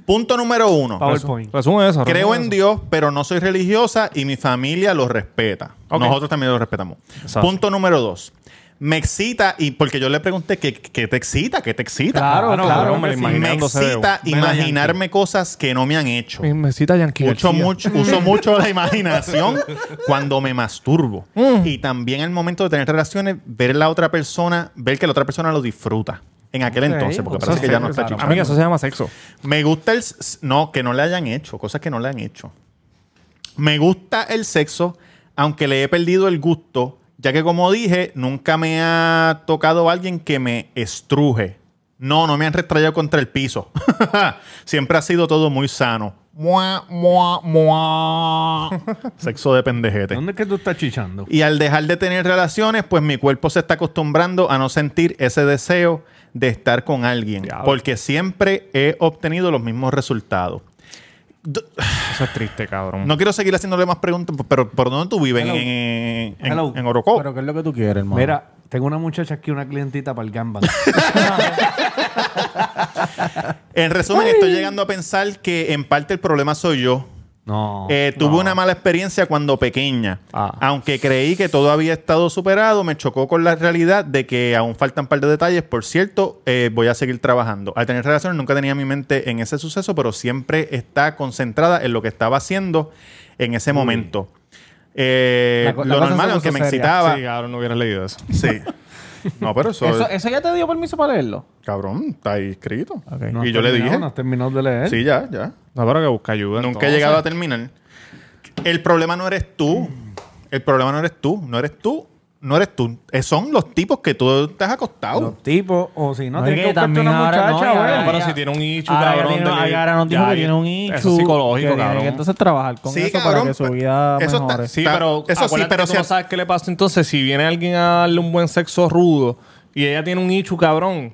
Speaker 1: Punto número uno.
Speaker 3: PowerPoint.
Speaker 2: Resume eso. resume
Speaker 1: Creo en
Speaker 2: eso.
Speaker 1: Dios, pero no soy religiosa y mi familia lo respeta.
Speaker 2: Ok.
Speaker 1: Nosotros también lo respetamos.
Speaker 2: Exacto.
Speaker 1: Punto número dos. Me excita, y porque yo le pregunté qué, qué te excita, qué te excita.
Speaker 4: Claro,
Speaker 2: Claro,
Speaker 4: claro.
Speaker 2: cabrón, me lo
Speaker 1: Me
Speaker 2: imaginándose de-
Speaker 1: excita imaginarme cosas que no me han hecho.
Speaker 2: Mi mesita Yankee
Speaker 1: Uso
Speaker 2: García.
Speaker 1: mucho, uso mucho la imaginación cuando me masturbo. Y también al momento de tener relaciones, ver la otra persona, ver que la otra persona lo disfruta. En aquel
Speaker 3: Ok,
Speaker 1: entonces, porque
Speaker 2: Eso
Speaker 1: parece que
Speaker 2: es
Speaker 1: ya no
Speaker 2: sexo.
Speaker 1: está chichando.
Speaker 2: Amiga, eso se llama sexo.
Speaker 1: Me gusta el... s- No, que no le hayan hecho. Cosas que no le han hecho. Me gusta el sexo, aunque le he perdido el gusto, ya que como dije, nunca me ha tocado alguien que me estruje. No, no me han restrayado contra el piso. Siempre ha sido todo muy sano. Mua, mua, mua. sexo de pendejete.
Speaker 3: ¿Dónde es que tú estás chichando?
Speaker 1: Y al dejar de tener relaciones, pues mi cuerpo se está acostumbrando a no sentir ese deseo de estar con alguien,
Speaker 2: Diablo.
Speaker 1: porque siempre he obtenido los mismos resultados.
Speaker 2: Eso es triste, cabrón.
Speaker 1: No quiero seguir haciéndole más preguntas, pero ¿por dónde tú vives? En,
Speaker 4: Hello.
Speaker 1: en, en-
Speaker 3: Hello.
Speaker 1: en Orocó.
Speaker 4: Pero ¿qué es lo que tú quieres, hermano?
Speaker 3: Mira, tengo una muchacha aquí, una clientita para el Gamban.
Speaker 1: En resumen, estoy llegando a pensar que en parte el problema soy yo.
Speaker 3: no.
Speaker 1: Eh, tuve una mala experiencia cuando pequeña.
Speaker 2: Ah.
Speaker 1: Aunque creí que todo había estado superado, me chocó con la realidad de que aún faltan un par de detalles. Por cierto, eh, voy a seguir trabajando. Al tener relaciones, nunca tenía mi mente en ese suceso, pero siempre está concentrada en lo que estaba haciendo en ese momento. Eh,
Speaker 4: La co- la
Speaker 1: lo
Speaker 4: cosa se
Speaker 1: normal,
Speaker 4: puso
Speaker 1: aunque me
Speaker 4: seria.
Speaker 1: excitaba.
Speaker 2: Sí, cabrón, no hubiera leído eso.
Speaker 1: Sí. No, pero eso,
Speaker 4: ¿Eso, ¿Eso ya te dio permiso para leerlo?
Speaker 1: cabrón, está ahí escrito.
Speaker 3: No has
Speaker 1: y yo le
Speaker 3: terminado,
Speaker 1: dije.
Speaker 3: No has terminado de leer.
Speaker 1: Sí, ya, ya.
Speaker 2: No, pero que busca ayuda.
Speaker 1: Nunca he llegado a terminar. El problema no eres tú. El problema no eres tú. No eres tú. No eres tú. Eh, son los tipos que tú estás acostado.
Speaker 3: Los tipos, o si no,
Speaker 4: No,
Speaker 3: tienes
Speaker 4: y que
Speaker 3: que buscarte
Speaker 4: también
Speaker 3: una
Speaker 4: ahora no,
Speaker 3: muchacha,
Speaker 4: y ahora
Speaker 3: güey.
Speaker 2: Pero
Speaker 4: Ya.
Speaker 2: si tiene un ichu,
Speaker 4: Ahora ya
Speaker 2: cabrón.
Speaker 4: tiene-
Speaker 2: de que-
Speaker 4: ahora nos dijo
Speaker 2: Ya,
Speaker 4: que tiene un ichu.
Speaker 2: Eso es psicológico,
Speaker 4: que tiene que
Speaker 2: cabrón.
Speaker 4: entonces trabajar con
Speaker 1: Sí,
Speaker 4: eso
Speaker 1: cabrón,
Speaker 4: para que su
Speaker 1: pero-
Speaker 4: vida
Speaker 1: eso está-
Speaker 4: mejore.
Speaker 2: Sí,
Speaker 1: Está-
Speaker 2: pero
Speaker 1: eso sí,
Speaker 2: acuérdate
Speaker 1: pero
Speaker 2: que tú
Speaker 1: si
Speaker 2: no
Speaker 1: a-
Speaker 2: sabes qué le pasa entonces si viene alguien a darle un buen sexo rudo y ella tiene un ichu, cabrón.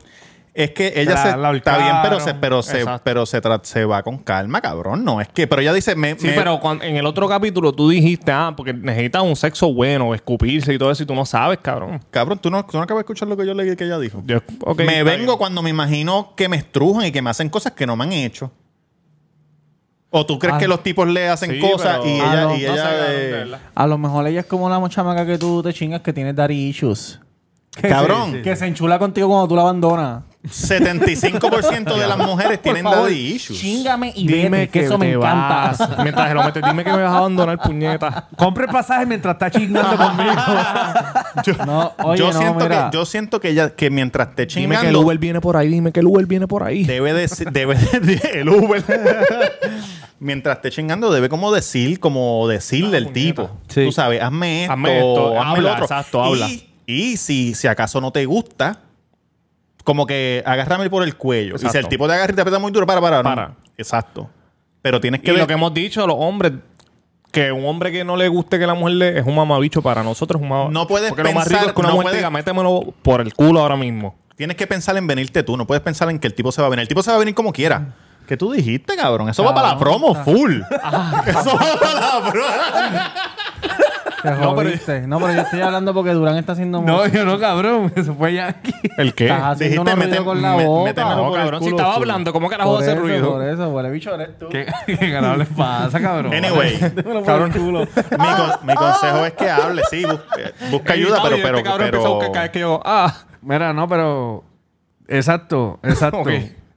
Speaker 1: Es que ella
Speaker 3: La-
Speaker 1: se,
Speaker 3: la
Speaker 1: está bien, pero se,
Speaker 3: ahorcaron.
Speaker 1: pero se,
Speaker 2: Exacto.
Speaker 1: pero se, tra- se va con calma, cabrón. No, es que, pero ella dice, me,
Speaker 2: Sí,
Speaker 1: me-
Speaker 2: pero cuan- en el otro capítulo tú dijiste, ah, porque necesitas un sexo bueno, escupirse y todo eso, y tú no sabes, cabrón.
Speaker 1: cabrón, tú no, tú no acabas de escuchar lo que yo leí que ella dijo.
Speaker 2: Yo- ok,
Speaker 1: me
Speaker 2: está
Speaker 1: vengo
Speaker 2: bien.
Speaker 1: cuando me imagino que me estrujan y que me hacen cosas que no me han hecho. O tú crees
Speaker 4: Ah.
Speaker 1: que los tipos le hacen
Speaker 2: Sí,
Speaker 1: cosas
Speaker 2: pero-
Speaker 1: y
Speaker 4: Ah,
Speaker 1: ella,
Speaker 4: no,
Speaker 1: y
Speaker 2: No sé,
Speaker 1: ella
Speaker 2: cabrón,
Speaker 1: de-
Speaker 2: de verdad.
Speaker 4: A lo mejor ella es como la chamaca que tú te chingas que tiene daddy issues. Que
Speaker 1: Cabrón.
Speaker 4: se- que se enchula contigo cuando tú la abandonas.
Speaker 1: 75% de las mujeres tienen
Speaker 4: Por favor,
Speaker 1: daddy issues.
Speaker 4: Chingame y vete, que, eso me
Speaker 2: te
Speaker 4: encanta.
Speaker 2: vas. Mientras te lo metes, dime que me vas a abandonar, puñeta.
Speaker 3: Compre el pasaje mientras está chingando conmigo.
Speaker 4: No, oye,
Speaker 1: yo,
Speaker 4: no,
Speaker 1: siento
Speaker 4: mira.
Speaker 1: que, yo siento que ella, que mientras esté
Speaker 2: Dime que el
Speaker 1: chingando,
Speaker 2: Uber viene por ahí, dime que el Uber viene por ahí.
Speaker 1: debe decir, debe de- el Uber. mientras esté chingando, debe como decir, como decirle al tipo.
Speaker 3: Sí.
Speaker 1: Tú sabes, hazme esto, hazme,
Speaker 2: Ah, Hazme esto,
Speaker 1: lo
Speaker 2: habla,
Speaker 1: otro.
Speaker 2: exacto,
Speaker 1: y,
Speaker 2: habla.
Speaker 1: Y si, si acaso no te gusta, como que agárrame por el cuello. Y si el
Speaker 2: Exacto.
Speaker 1: tipo te agarra y te aprieta muy duro, para, para, no.
Speaker 2: Para.
Speaker 1: Exacto. Pero tienes que
Speaker 2: y
Speaker 1: ver-
Speaker 2: lo que hemos dicho, los hombres, que un hombre que no le guste que la mujer le es un mamabicho para nosotros. es Un mamabicho.
Speaker 1: No puedes
Speaker 2: Porque lo más
Speaker 1: pensar,
Speaker 2: rico es que una
Speaker 1: no
Speaker 2: mujer
Speaker 1: puedes-
Speaker 2: diga, métemelo por el culo ahora mismo.
Speaker 1: Tienes que pensar en venirte tú, no puedes pensar en que el tipo se va a venir. El tipo se va a venir como quiera. Mm. ¿Qué tú dijiste, cabrón? Eso va para la promo full. Eso va para la promo.
Speaker 4: Te
Speaker 2: No, pero-
Speaker 4: jodiste. No, pero yo estoy hablando porque Durán está haciendo
Speaker 3: no,
Speaker 4: música.
Speaker 3: yo no, cabrón. Eso fue Yankee.
Speaker 2: ¿El qué?
Speaker 4: Estás haciendo
Speaker 1: Dijiste, mete-
Speaker 4: unos ruidos con la
Speaker 1: me-
Speaker 4: boca.
Speaker 1: métemelo
Speaker 2: No,
Speaker 1: por el
Speaker 2: cabrón, si
Speaker 1: culo,
Speaker 2: estaba
Speaker 1: sí.
Speaker 2: hablando, ¿cómo carajo
Speaker 4: Por
Speaker 2: hace
Speaker 4: eso, por
Speaker 2: ruido?
Speaker 4: eso. Huele bicho, eres tú.
Speaker 3: ¿Qué, qué carajo les pasa, cabrón?
Speaker 1: Anyway,
Speaker 4: Cabrón. Culo.
Speaker 1: mi, con- mi consejo es que hable, sí, bus- eh, busca, ayuda,
Speaker 2: Y
Speaker 1: pero,
Speaker 2: este
Speaker 1: pero,
Speaker 2: cabrón empezó a buscar cada vez
Speaker 1: pero-
Speaker 2: que yo, ah,
Speaker 3: Mira, no, pero. Exacto, exacto.
Speaker 2: Ok.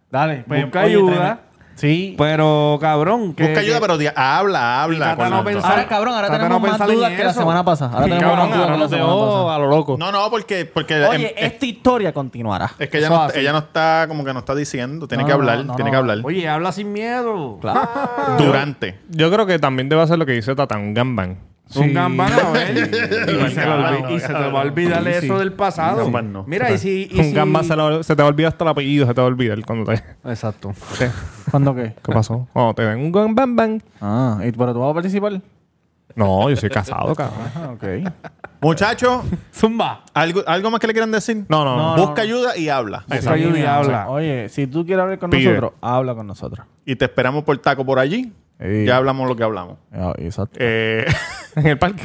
Speaker 4: Dale. pues,
Speaker 3: Busca
Speaker 4: oye,
Speaker 3: ayuda.
Speaker 4: tremendo. Sí.
Speaker 1: Pues,
Speaker 3: Pero, cabrón, que.
Speaker 1: Busca ayuda,
Speaker 3: que-
Speaker 1: pero di- habla, habla.
Speaker 3: Tata
Speaker 1: con
Speaker 3: no
Speaker 1: los-
Speaker 3: pensaba-
Speaker 4: ahora, cabrón, ahora
Speaker 3: Tata
Speaker 4: tenemos
Speaker 3: no
Speaker 4: más
Speaker 3: pensaba
Speaker 4: dudas
Speaker 3: en
Speaker 4: que la
Speaker 3: eso.
Speaker 4: semana pasada. Ahora tenemos
Speaker 2: Cabrón,
Speaker 4: más dudas
Speaker 2: ahora
Speaker 4: que la
Speaker 2: nos
Speaker 4: semana
Speaker 2: dejó
Speaker 4: pasada.
Speaker 2: a lo loco.
Speaker 1: No, no, porque, porque em,
Speaker 4: Oye, esta historia continuará.
Speaker 1: es que ella
Speaker 3: eso
Speaker 1: no,
Speaker 3: así.
Speaker 1: ella no está, como que no está diciendo, tiene
Speaker 4: No,
Speaker 1: que
Speaker 4: no,
Speaker 1: hablar,
Speaker 4: no,
Speaker 1: tiene
Speaker 4: no.
Speaker 1: que hablar.
Speaker 3: Oye, habla sin miedo.
Speaker 1: Durante.
Speaker 2: Yo creo que también debe hacer lo que dice Tatán, un gambán.
Speaker 3: Un gambán a ver. Y se te va a
Speaker 2: Gambán,
Speaker 3: olvi- y se te va a olvidar eso del pasado.
Speaker 1: Gambán no.
Speaker 3: Mira, y si. y
Speaker 2: un
Speaker 3: si-
Speaker 2: gambán se, lo- se te va a olvidar hasta el apellido, se te va a olvidar cuando te...
Speaker 3: Exacto.
Speaker 4: ¿Cuándo qué?
Speaker 2: ¿Qué pasó? Cuando te den un gambán, bang.
Speaker 4: Ah, ¿y pero tú vas a participar?
Speaker 2: No, yo soy casado, cabrón.
Speaker 4: Ah, ok.
Speaker 1: Muchachos,
Speaker 3: Zumba.
Speaker 1: ¿algo, ¿algo más que le quieran decir?
Speaker 2: No, no, no.
Speaker 1: Busca ayuda y habla.
Speaker 3: Eso ayuda y habla.
Speaker 4: Oye, si tú quieres hablar con
Speaker 2: Pide.
Speaker 4: nosotros, habla con nosotros.
Speaker 1: Y te esperamos por taco por allí.
Speaker 4: Sí.
Speaker 1: Ya hablamos lo que hablamos.
Speaker 4: Ah, Exacto.
Speaker 1: Eh,
Speaker 2: en el parque.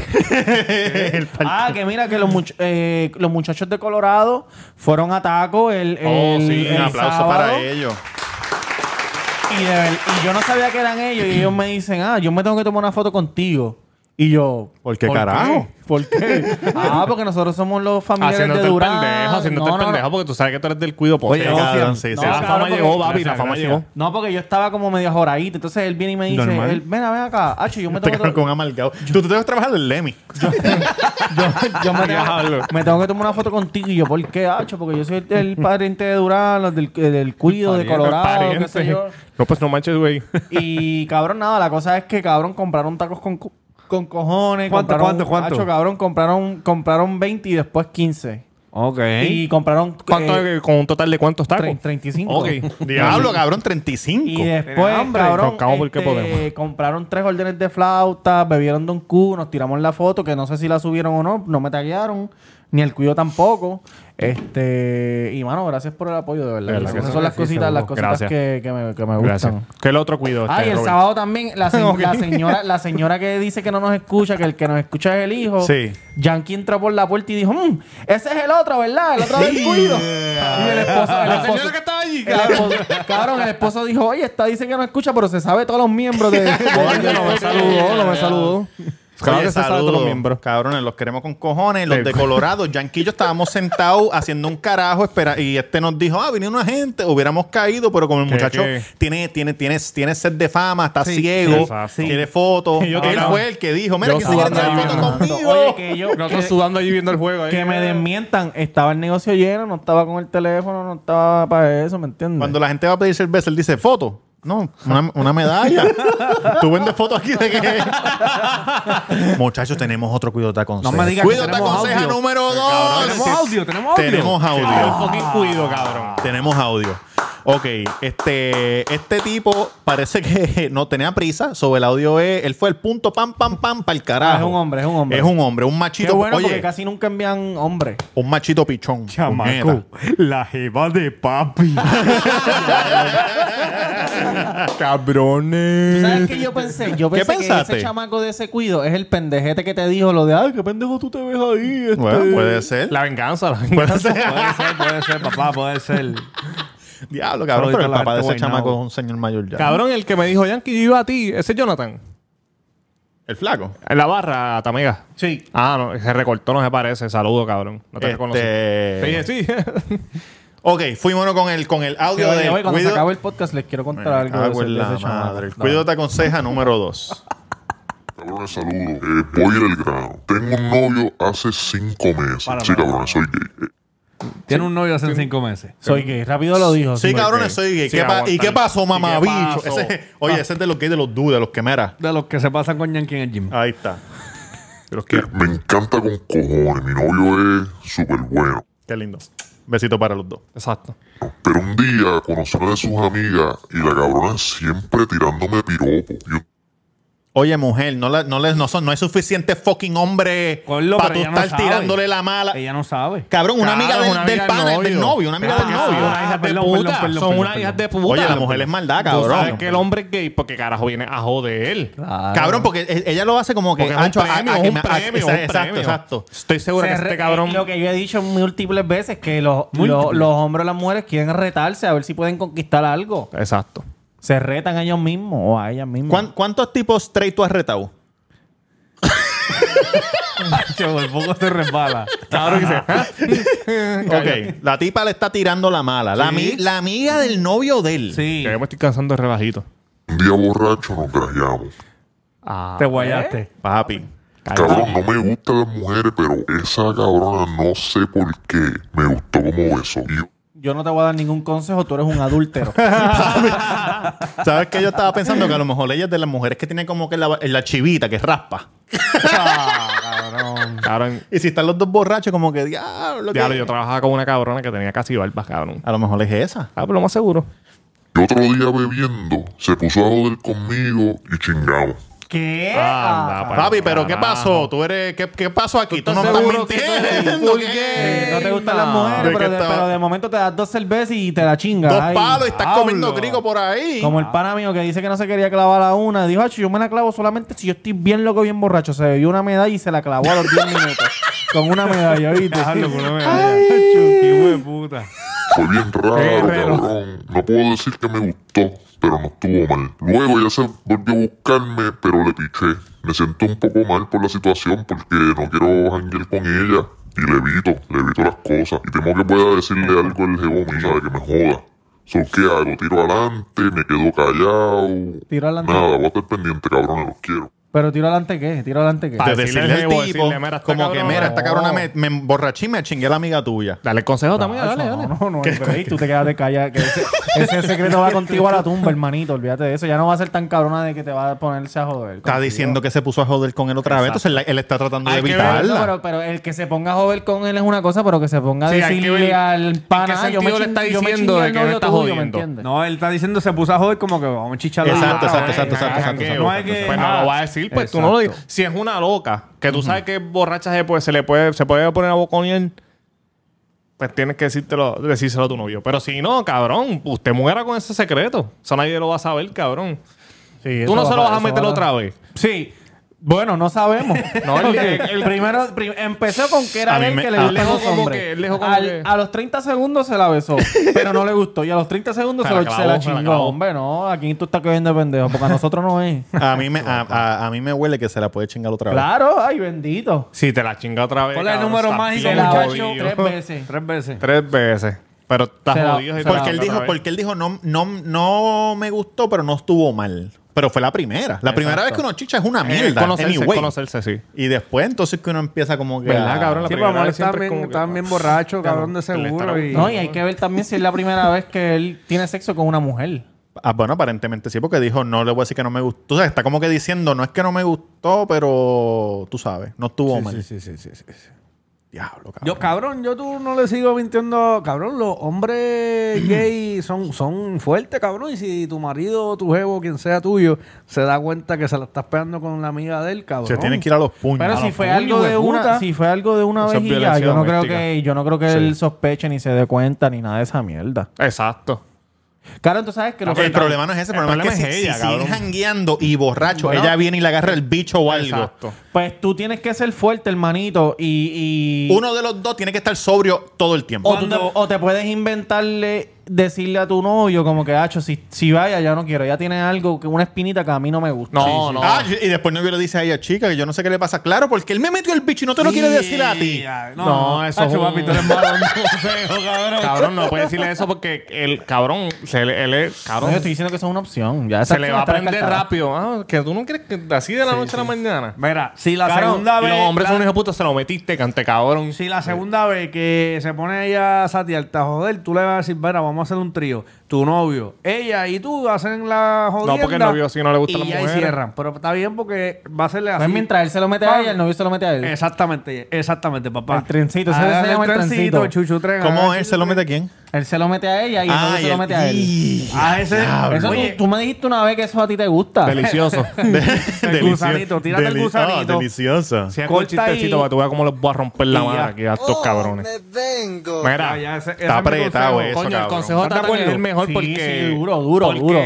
Speaker 4: Ah, que mira que los, much- eh, los muchachos de Colorado fueron a taco el,
Speaker 1: oh,
Speaker 4: el-
Speaker 1: sí, un
Speaker 4: el
Speaker 1: aplauso
Speaker 4: sábado.
Speaker 1: para ellos.
Speaker 4: Y, de ver- y yo no sabía que eran ellos. Y ellos me dicen, ah, yo me tengo que tomar una foto contigo. Y yo...
Speaker 1: ¿Por qué carajo?
Speaker 4: ¿Por qué? ah, porque nosotros somos los familiares
Speaker 2: Haciéndote
Speaker 4: de
Speaker 2: el
Speaker 4: Durán.
Speaker 2: pendejo, haciéndote el pendejo, porque tú sabes que tú eres del cuido
Speaker 1: Oye,
Speaker 2: poste,
Speaker 1: cabrón,
Speaker 2: cabrón.
Speaker 1: sí,
Speaker 4: no,
Speaker 1: sí.
Speaker 2: La
Speaker 4: cabrón,
Speaker 2: fama
Speaker 4: porque-
Speaker 2: llegó, papi, la
Speaker 3: Gracias,
Speaker 2: fama
Speaker 3: gracias.
Speaker 2: llegó.
Speaker 4: No, porque yo estaba como medio joradito. Entonces él viene y me dice,
Speaker 1: Normal.
Speaker 4: él, ven, ven acá. Acho, yo me
Speaker 1: Te
Speaker 4: tengo
Speaker 1: quedaron
Speaker 4: que...
Speaker 1: con amargado. Tú te debes trabajar el Lemmy.
Speaker 4: yo me,
Speaker 2: Diablo.
Speaker 4: tengo, me tengo que tomar una foto contigo. Y yo, ¿por qué, Acho? Porque yo soy el, el pariente de Durán, los del, eh, del cuido, de Colorado, qué sé
Speaker 2: Pariente.
Speaker 4: yo.
Speaker 2: No, pues no manches, güey.
Speaker 4: Y cabrón, nada, la cosa es que cabrón compraron tacos con, co- con cojones.
Speaker 3: ¿Cuánto,
Speaker 4: compraron-
Speaker 3: cuánto, cuánto?
Speaker 4: Hacho, cabrón, compraron, compraron 20 y después 15.
Speaker 3: Ok.
Speaker 4: Y compraron.
Speaker 2: ¿Eh? ¿Cuánto,
Speaker 4: eh,
Speaker 2: con un total de cuántos tacos?
Speaker 4: tre- 35.
Speaker 2: Ok.
Speaker 1: Diablo, cabrón,
Speaker 4: Y
Speaker 1: 35.
Speaker 4: después,
Speaker 3: hambre?
Speaker 4: cabrón,
Speaker 2: Nos cagamos porque
Speaker 4: este,
Speaker 2: podemos.
Speaker 4: compraron tres órdenes de flauta, bebieron Don Q, nos tiramos la foto, que no sé si la subieron o no, no me taguearon, ni el cuido tampoco. Este, y mano, gracias por el apoyo, de verdad.
Speaker 2: De verdad que
Speaker 4: Esas
Speaker 2: sí,
Speaker 4: son las
Speaker 2: sí,
Speaker 4: cositas, las
Speaker 2: seguro.
Speaker 4: cositas
Speaker 2: Gracias.
Speaker 4: que, que me, que me
Speaker 2: Gracias.
Speaker 4: gustan.
Speaker 2: ¿Qué el otro cuido? Este,
Speaker 4: Ah, y el
Speaker 2: Robert?
Speaker 4: sábado también, la, se- la señora, la señora que dice que no nos escucha, que el que nos escucha es el hijo.
Speaker 1: Sí.
Speaker 4: Yankee entró por la puerta y dijo, "Mm, ese es el otro, ¿verdad? El otro del cuido. Y el esposo, el esposo-
Speaker 2: estaba allí.
Speaker 4: el esposo- cabrón, el esposo dijo, oye, esta dice que no escucha, pero se sabe todos los miembros de... de- de- no me saludó, no me saludó.
Speaker 2: Claro que se sabe a todos
Speaker 1: saludos,
Speaker 2: los miembros.
Speaker 1: Cabrones, los queremos con cojones. Los
Speaker 2: Sí.
Speaker 1: de Colorado, Yanquillo, estábamos sentados haciendo un carajo. Espera, y este nos dijo, ah, viene una gente. Hubiéramos caído, pero como el
Speaker 2: ¿Qué,
Speaker 1: muchacho
Speaker 2: qué?
Speaker 1: tiene, tiene, tiene, tiene sed de fama, está
Speaker 2: sí,
Speaker 1: ciego,
Speaker 2: exacto.
Speaker 1: quiere fotos.
Speaker 2: Y yo
Speaker 1: Él
Speaker 2: tirado.
Speaker 1: fue el que dijo, mira,
Speaker 2: Yo
Speaker 1: que si quieren
Speaker 2: sudando
Speaker 1: tener
Speaker 2: ahí,
Speaker 1: fotos
Speaker 2: mano.
Speaker 1: conmigo.
Speaker 4: Oye, que yo...
Speaker 2: Nosotros
Speaker 4: que-
Speaker 2: sudando allí viendo el juego. ahí.
Speaker 4: que me desmientan, estaba el negocio lleno, no estaba con el teléfono, no estaba para eso, ¿me entiendes?
Speaker 1: Cuando la gente va a pedir cerveza, él dice, foto. No, una, una medalla. Tú vendes fotos aquí de que. Muchachos, tenemos otro Cuido Te Aconseja.
Speaker 3: No me digas que
Speaker 1: Cuido Te
Speaker 3: tenemos
Speaker 1: Aconseja
Speaker 3: audio.
Speaker 1: número
Speaker 3: tenemos
Speaker 1: 2.
Speaker 3: audio, tenemos audio.
Speaker 1: Tenemos
Speaker 2: El
Speaker 1: audio.
Speaker 2: fucking cuido, cabrón.
Speaker 1: Tenemos audio. Ok, este, este tipo parece que no tenía prisa sobre el audio. es- Él fue el punto pam, pam, pam, para el carajo.
Speaker 4: Ah, es un hombre, es un hombre.
Speaker 1: Es un hombre, un
Speaker 4: Qué
Speaker 1: machito.
Speaker 4: bueno,
Speaker 1: oye,
Speaker 4: porque casi nunca envían hombres.
Speaker 1: un machito pichón. puñeta.
Speaker 3: Chamaco, la jeva de papi.
Speaker 4: ¿Tú
Speaker 2: Cabrones.
Speaker 4: ¿Sabes qué yo pensé? Yo
Speaker 1: ¿Qué
Speaker 4: pensé
Speaker 1: pensaste?
Speaker 4: que ese chamaco de ese cuido es el pendejete que te dijo lo de, ay, qué pendejo tú te ves ahí. este".
Speaker 1: Bueno, puede ser.
Speaker 2: La venganza, la venganza.
Speaker 1: Puede ser.
Speaker 3: puede ser, puede ser, papá, puede ser.
Speaker 1: Diablo, cabrón,
Speaker 3: Ahorita
Speaker 1: pero el
Speaker 3: la
Speaker 1: papá de
Speaker 3: gente
Speaker 1: ese
Speaker 3: guaynao.
Speaker 1: chamaco es un señor mayor ya.
Speaker 2: Cabrón, el que me dijo, Yankee, yo iba a ti. Ese es Jonathan.
Speaker 1: El flaco.
Speaker 2: En la barra, Tamega.
Speaker 4: Sí.
Speaker 2: Ah, no, se recortó, no se parece. Saludo, cabrón. No te
Speaker 1: Este-
Speaker 2: reconocí. Te dije, sí.
Speaker 1: Ok, fuimos con el, con el audio
Speaker 4: Oye,
Speaker 1: de
Speaker 4: oye, cuando se
Speaker 1: Cuido-
Speaker 4: acabe el podcast les quiero
Speaker 1: Me
Speaker 4: contar algo de
Speaker 1: cago
Speaker 4: ese,
Speaker 1: en
Speaker 4: de ese
Speaker 1: la
Speaker 4: chamaco.
Speaker 1: madre. El
Speaker 4: No.
Speaker 1: Cuido te aconseja número 2.
Speaker 8: Cabrones, saludo. Eh, voy a ir al grano. Tengo un novio hace cinco meses. sí, cabrones, soy gay. Eh,
Speaker 3: Tiene un novio hace cinco meses.
Speaker 4: Soy gay. Rápido lo dijo.
Speaker 1: Sí, cabrones, soy gay.
Speaker 2: Sí,
Speaker 1: ¿Qué pa-
Speaker 2: aguantar.
Speaker 1: ¿Y qué pasó,
Speaker 2: ¿Y qué
Speaker 1: mamabicho?
Speaker 2: pasó?
Speaker 1: Ese- Oye, ese es de los gays de los dudes, de los quemeras.
Speaker 3: De los que se pasan con Yankee en el gym.
Speaker 1: Ahí está. Yo los
Speaker 8: eh,
Speaker 1: quiero.
Speaker 8: me encanta con cojones. Mi novio es súper bueno.
Speaker 1: Qué lindo. Besito para los dos.
Speaker 2: Exacto.
Speaker 8: Pero un día conocí a una de sus amigas y la cabrona siempre tirándome piropo. Y un
Speaker 1: Oye, mujer, no, la- no, les, no, son, no hay suficiente fucking hombre
Speaker 3: Con lo-
Speaker 1: para
Speaker 3: pero
Speaker 1: tú
Speaker 3: ella no
Speaker 1: estar
Speaker 3: sabe.
Speaker 1: tirándole la mala.
Speaker 3: Ella no sabe.
Speaker 1: Cabrón, una amiga
Speaker 2: Claro,
Speaker 1: del,
Speaker 2: una
Speaker 1: del
Speaker 2: amiga del
Speaker 1: pana, del
Speaker 2: novio.
Speaker 1: novio, una amiga del
Speaker 2: Ah,
Speaker 1: novio.
Speaker 2: Son unas hijas de
Speaker 3: perdón, perdón,
Speaker 2: puta.
Speaker 3: perdón,
Speaker 2: Son
Speaker 3: perdón,
Speaker 2: unas hijas de puta.
Speaker 1: Oye, la mujer es maldad,
Speaker 2: Tú sabes
Speaker 1: cabrón.
Speaker 2: que el hombre es gay porque carajo viene a joder.
Speaker 1: Cabrón, porque e- ella lo hace como que...
Speaker 2: Porque ah, es un
Speaker 1: ancho, a- a-
Speaker 2: premio,
Speaker 1: a-
Speaker 2: es un
Speaker 1: a-
Speaker 2: premio, es un
Speaker 1: Exacto,
Speaker 2: premio.
Speaker 1: exacto.
Speaker 2: Estoy seguro que
Speaker 4: Se
Speaker 2: este
Speaker 4: re-
Speaker 2: cabrón...
Speaker 4: Lo que yo he dicho múltiples veces, que los, los, los hombres o las mujeres quieren retarse a ver si pueden conquistar algo.
Speaker 2: Exacto.
Speaker 4: Se retan a ellos
Speaker 1: Mm.
Speaker 4: mismos o a ellas mismas.
Speaker 1: ¿Cuán- ¿Cuántos tipos straight tú has retado?
Speaker 3: el poco se resbala.
Speaker 2: Cabrón que se.
Speaker 1: Ok, la tipa le está tirando la mala. La, ami- la amiga del novio de él.
Speaker 3: Sí.
Speaker 2: Ya yo me estoy cansando de rebajito.
Speaker 8: Un día borracho nos grajeamos.
Speaker 4: Ah,
Speaker 3: Te
Speaker 4: ¿eh?
Speaker 3: guayaste.
Speaker 1: Papi.
Speaker 8: Cabrón, no me gustan las mujeres, pero esa cabrona no sé por qué me gustó como eso. Y
Speaker 4: Yo no te voy a dar ningún consejo, tú eres un adúltero.
Speaker 1: ¿Sabes qué? Yo estaba pensando que a lo mejor ella es de las mujeres que tiene como que la, la chivita, que raspa.
Speaker 2: Cabrón.
Speaker 1: Y si están los dos borrachos, como que diablo.
Speaker 2: Diablo,
Speaker 1: que-".
Speaker 2: yo trabajaba con una cabrona que tenía casi barba, cabrón.
Speaker 1: A lo mejor es esa.
Speaker 2: Ah, pero lo más seguro.
Speaker 8: y otro día bebiendo, se puso a joder conmigo y chingamos.
Speaker 4: ¿Qué?
Speaker 2: Anda, Ah, para
Speaker 1: Papi, pero ¿qué
Speaker 2: carajo.
Speaker 1: pasó? ¿Tú eres, qué, ¿Qué pasó aquí? Tú, no me estás
Speaker 4: seguro que
Speaker 1: mintiendo. ¿qué?
Speaker 4: no te gustan las
Speaker 1: ¿De
Speaker 4: mujeres,
Speaker 1: qué
Speaker 4: pero de,
Speaker 1: estaba?
Speaker 4: pero de momento te das dos cervezas y te la chingas.
Speaker 1: Dos
Speaker 4: Ay,
Speaker 1: palos y estás
Speaker 4: diablo.
Speaker 1: comiendo grigo por ahí.
Speaker 4: Como el pana mío que dice que no se quería clavar a una. Dijo, "Acho, yo me la clavo solamente si yo estoy bien loco, bien borracho. Se bebió una medalla y se la clavó a los 10 minutos. Con una medalla, ¿viste?
Speaker 3: Hijo de puta.
Speaker 8: Fue bien raro, cabrón. No puedo decir que me gustó, pero no estuvo mal. Luego ya se volvió a buscarme, pero le piché. Me siento un poco mal por la situación porque no quiero janguear con ella. Y le evito, le evito las cosas. Y temo que pueda decirle algo al jevo mío, sabe que me joda. So, ¿qué hago? ¿Tiro adelante? ¿Me quedo callado?
Speaker 4: Tiro adelante.
Speaker 8: Nada, voy a estar pendiente, cabrones, los quiero.
Speaker 4: Pero tiro adelante qué, tiro adelante qué.
Speaker 2: Pa-
Speaker 1: de
Speaker 2: decirle
Speaker 1: decirle al
Speaker 2: jevo,
Speaker 1: tipo,
Speaker 2: decirle, "Mira, esta
Speaker 1: como
Speaker 2: cabrona,
Speaker 1: que mira, esta
Speaker 2: no".
Speaker 1: cabrona me, me emborraché y me chingué a la amiga tuya.
Speaker 2: Dale el consejo también,
Speaker 4: Acho,
Speaker 2: dale, dale.
Speaker 4: No, no, no, hay break, tú te quedas de calla. que ese, ese secreto va contigo a la tumba, hermanito. Olvídate de eso. Ya no va a ser tan cabrona de que te va a ponerse a joder.
Speaker 1: Está
Speaker 4: contigo.
Speaker 1: diciendo que se puso a joder con él otra vez. Entonces él, él está tratando
Speaker 2: Hay
Speaker 1: de
Speaker 2: que
Speaker 1: evitarla.
Speaker 4: No, pero, pero el que se ponga a joder con él es una cosa, pero que se ponga a
Speaker 2: Sí, hay que
Speaker 4: decirle
Speaker 2: ver
Speaker 4: al pana.
Speaker 2: qué
Speaker 4: "Ah, yo me
Speaker 2: sentido le está
Speaker 4: chin- yo me
Speaker 2: diciendo
Speaker 4: chingué
Speaker 2: de
Speaker 4: al
Speaker 2: que no
Speaker 4: novio
Speaker 2: está
Speaker 4: tuyo", ¿me
Speaker 2: jodiendo.
Speaker 4: entiendes?
Speaker 3: No, él está diciendo se puso a joder como que vamos a chicharla.
Speaker 1: Exacto,
Speaker 3: Ah,
Speaker 1: exacto,
Speaker 3: eh,
Speaker 1: exacto, exacto,
Speaker 3: jangueo.
Speaker 1: exacto.
Speaker 3: No hay que...
Speaker 2: Pues no
Speaker 3: ah,
Speaker 2: lo va a decir, pues tú no lo digas. Si es una loca, que tú sabes que es borracha, se, puede, se le puede, se puede poner a boconear, pues tienes que decírtelo, decírselo a tu novio. Pero si no, cabrón, usted muera con ese secreto. Eso nadie lo va a saber, cabrón.
Speaker 4: Sí,
Speaker 2: Tú
Speaker 4: eso
Speaker 2: no
Speaker 4: va
Speaker 2: se
Speaker 4: pa-
Speaker 2: lo vas a
Speaker 4: eso
Speaker 2: meter
Speaker 4: va-
Speaker 2: otra vez.
Speaker 4: Sí. Bueno, no sabemos.
Speaker 2: No, el-
Speaker 4: Ok,
Speaker 2: el- el-
Speaker 4: primero prim- empezó con que era
Speaker 1: A mí
Speaker 4: él
Speaker 1: me-
Speaker 4: que le
Speaker 1: a-
Speaker 4: dio
Speaker 2: lejos
Speaker 4: los
Speaker 2: como
Speaker 4: hombres.
Speaker 2: que- lejos como
Speaker 4: Al-
Speaker 2: que-
Speaker 4: A los 30 segundos se la besó, pero no le gustó. Y a los 30 segundos
Speaker 2: Se
Speaker 4: se,
Speaker 2: la
Speaker 4: lo- se
Speaker 2: clavó,
Speaker 4: la
Speaker 2: se la
Speaker 4: chingó.
Speaker 2: clavó.
Speaker 4: Hombre, no, aquí tú estás cogiendo de pendejo, porque a nosotros no es.
Speaker 1: A mí, me, a, a- a mí me huele que se la puede chingar otra vez.
Speaker 4: Claro, ay, bendito.
Speaker 2: Si te la chinga otra vez.
Speaker 3: ¿Cuál es el
Speaker 2: cabrón,
Speaker 3: número
Speaker 2: estás
Speaker 3: mágico?
Speaker 4: Se
Speaker 2: bien
Speaker 4: la
Speaker 3: muchacho,
Speaker 4: ocho
Speaker 2: jodido.
Speaker 4: tres veces.
Speaker 3: Tres veces.
Speaker 2: Tres veces. Pero estás
Speaker 4: Se la-
Speaker 2: jodido. si
Speaker 4: se
Speaker 2: te la
Speaker 1: Porque él
Speaker 2: otra
Speaker 1: dijo,
Speaker 2: vez.
Speaker 1: porque él dijo no, no, no me gustó, pero no estuvo mal. Pero fue la primera. La primera vez que uno chicha es una
Speaker 2: Eh,
Speaker 1: mierda.
Speaker 2: conocerse,
Speaker 1: anyway.
Speaker 2: conocerse, sí.
Speaker 1: Y después entonces que uno empieza como que.
Speaker 2: ¿Verdad,
Speaker 1: a-
Speaker 2: cabrón? La
Speaker 3: Sí,
Speaker 2: primera
Speaker 3: pero amor,
Speaker 2: vez
Speaker 3: está
Speaker 2: siempre es
Speaker 3: bien,
Speaker 2: como que- pues,
Speaker 3: está bien borracho, cabrón, de
Speaker 2: que le estará
Speaker 3: seguro. y-
Speaker 2: gustando.
Speaker 4: No, y hay que ver también si es la primera vez que él tiene sexo con una mujer.
Speaker 1: Ah, bueno, aparentemente sí, porque dijo, no le voy a decir que no me gustó. O sea, está como que diciendo, no es que no me gustó, pero tú sabes, no estuvo mal.
Speaker 3: Sí, sí, sí, sí, sí.
Speaker 1: Diablo, cabrón.
Speaker 3: Yo, cabrón, yo tú no le sigo mintiendo. Cabrón, los hombres gay son, son fuertes, cabrón. Y si tu marido, tu jevo, quien sea tuyo, se da cuenta que se la estás pegando con la amiga del cabrón.
Speaker 1: Se tienen que ir a los puños.
Speaker 4: Pero
Speaker 1: A
Speaker 4: si
Speaker 1: los
Speaker 4: fue
Speaker 1: puños.
Speaker 4: algo
Speaker 3: puños,
Speaker 4: de
Speaker 3: hijueputa.
Speaker 4: una, si fue algo de una
Speaker 2: Eso es
Speaker 4: vez y ya,
Speaker 2: violencia
Speaker 4: yo no creo
Speaker 2: doméstica.
Speaker 4: que, yo no creo que él sospeche ni se dé cuenta ni nada de esa mierda.
Speaker 2: Exacto.
Speaker 4: Claro, tú sabes que los
Speaker 1: El problema no es ese, el
Speaker 2: El
Speaker 1: problema, es
Speaker 2: problema
Speaker 1: que
Speaker 2: es
Speaker 1: si,
Speaker 2: ella,
Speaker 1: si
Speaker 2: cabrón.
Speaker 1: siguen jangueando y borracho,
Speaker 4: Bueno.
Speaker 1: ella viene y le agarra el bicho o algo.
Speaker 2: Exacto.
Speaker 4: Pues tú tienes que ser fuerte, hermanito, y... y-
Speaker 1: Uno de los dos tiene que estar sobrio todo el tiempo.
Speaker 4: o, tú te, o te puedes inventarle, decirle a tu novio como que, hacho, si, si vaya, ya no quiero. Ya tiene algo, que una espinita que a mí no me gusta.
Speaker 2: No,
Speaker 4: Sí, sí.
Speaker 2: no.
Speaker 1: Ah, y y después el novio le dice a ella, chica, que yo no sé qué le pasa. Claro, porque él me metió el bicho y no te lo quiere decir a ti.
Speaker 3: No,
Speaker 2: No,
Speaker 4: Ah,
Speaker 2: eso es
Speaker 3: Hacho,
Speaker 2: un-
Speaker 3: papi, tú eres malo, no sé, cabrón.
Speaker 2: Cabrón, no puede decirle eso porque el cabrón, se le, él es-
Speaker 4: No,
Speaker 2: cabrón,
Speaker 4: yo estoy diciendo que eso es una opción. Ya esa
Speaker 2: se le
Speaker 4: opción
Speaker 2: va a
Speaker 4: está
Speaker 2: prender
Speaker 4: descartada.
Speaker 2: rápido. Ah, que tú no quieres que así de la noche a la mañana.
Speaker 3: Mira, si la
Speaker 2: Cabrón,
Speaker 3: segunda
Speaker 2: y
Speaker 3: vez.
Speaker 2: los hombres
Speaker 3: la-
Speaker 2: son unos puta, se lo metiste, cante cabrón.
Speaker 3: Si la segunda vez que se pone ella a satearte a joder, tú le vas a decir, mira, vamos a hacer un trío. Tu novio, ella y tú hacen la jodienda.
Speaker 2: No, porque el novio sí no le gustan
Speaker 3: y
Speaker 2: las
Speaker 3: ya ahí
Speaker 2: mujeres.
Speaker 3: cierran. Pero está bien porque va a serle así.
Speaker 4: Pues mientras él se lo mete a
Speaker 3: Vamos.
Speaker 4: ella, el novio se lo mete a él.
Speaker 3: Exactamente, exactamente, papá.
Speaker 4: El trencito, ese
Speaker 3: Agarra
Speaker 4: se llama el trencito.
Speaker 3: chuchu tren.
Speaker 1: ¿Cómo
Speaker 3: agarra
Speaker 1: él
Speaker 3: el
Speaker 1: se lo
Speaker 3: chuchu
Speaker 1: mete a quién?
Speaker 4: Él se lo mete a ella y el novio
Speaker 1: Ah,
Speaker 4: se lo
Speaker 1: el-
Speaker 4: mete a él.
Speaker 1: y-
Speaker 3: tren. Ah, ese.
Speaker 4: Eso tú,
Speaker 3: Oye,
Speaker 4: tú me dijiste una vez que eso a ti te gusta.
Speaker 2: Delicioso.
Speaker 1: Delicioso.
Speaker 3: gusanito, tírate el
Speaker 1: Deli-
Speaker 3: gusanito.
Speaker 1: Ah, delicioso.
Speaker 2: Si hago el
Speaker 3: Corta
Speaker 2: chistecito
Speaker 3: ahí.
Speaker 2: para que tú veas cómo les voy a romper la
Speaker 3: Y
Speaker 2: mano
Speaker 3: ya.
Speaker 2: aquí a estos cabrones. Mira,
Speaker 3: ya, ya, ese- ese es
Speaker 1: Está
Speaker 3: mi
Speaker 1: apretado
Speaker 3: consejo.
Speaker 1: eso,
Speaker 2: coño, el
Speaker 1: cabrón.
Speaker 2: consejo
Speaker 3: ¿Estás de
Speaker 2: trata de
Speaker 3: acuerdo?
Speaker 2: ser mejor
Speaker 4: Sí,
Speaker 2: porque...
Speaker 4: sí, duro, duro,
Speaker 2: porque-
Speaker 4: duro.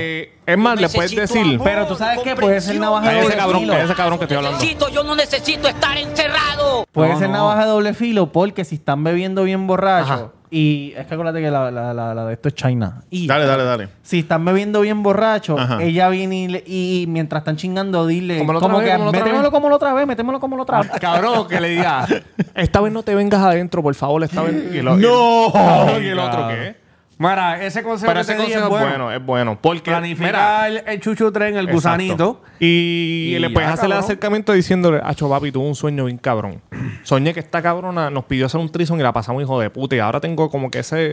Speaker 2: Es más, le puedes decir...
Speaker 4: Pero tú sabes que puede ser navaja de
Speaker 2: Cállate,
Speaker 4: doble
Speaker 2: Ah, cabrón,
Speaker 4: filo.
Speaker 2: cállate, cabrón que estoy hablando.
Speaker 6: yo no necesito estar encerrado.
Speaker 4: Puede
Speaker 3: No,
Speaker 4: ser
Speaker 3: no.
Speaker 4: navaja de doble filo porque si están bebiendo bien borrachos, Y es que acuérdate que la, la- la- la de esto es China. Y
Speaker 1: Dale, dale, dale.
Speaker 4: si están bebiendo bien borracho,
Speaker 1: Ajá.
Speaker 4: ella viene y, le- y mientras están chingando, dile
Speaker 2: Como la
Speaker 4: como,
Speaker 2: otra vez,
Speaker 4: que
Speaker 2: como la otra vez.
Speaker 4: métemelo como la otra vez, métemelo como la otra vez.
Speaker 2: Cabrón, que le diga, esta vez no te vengas adentro, por favor, esta vez. Y lo- y-
Speaker 1: ¡No!
Speaker 2: ¿Y el otro qué?
Speaker 3: Mira, ese consejo
Speaker 2: Pero ese
Speaker 3: que te di
Speaker 2: consejo es bueno. es bueno. Porque, mira,
Speaker 3: Planificar el- el chuchu tren, el
Speaker 2: Exacto.
Speaker 3: gusanito.
Speaker 2: Y,
Speaker 3: Y
Speaker 2: le puedes
Speaker 3: ya,
Speaker 2: hacer el
Speaker 3: cabrón.
Speaker 2: acercamiento diciéndole, Acho, papi, tuve un sueño bien cabrón. Soñé que esta cabrona nos pidió hacer un trison y la pasamos hijo de puta. Y ahora tengo como que ese.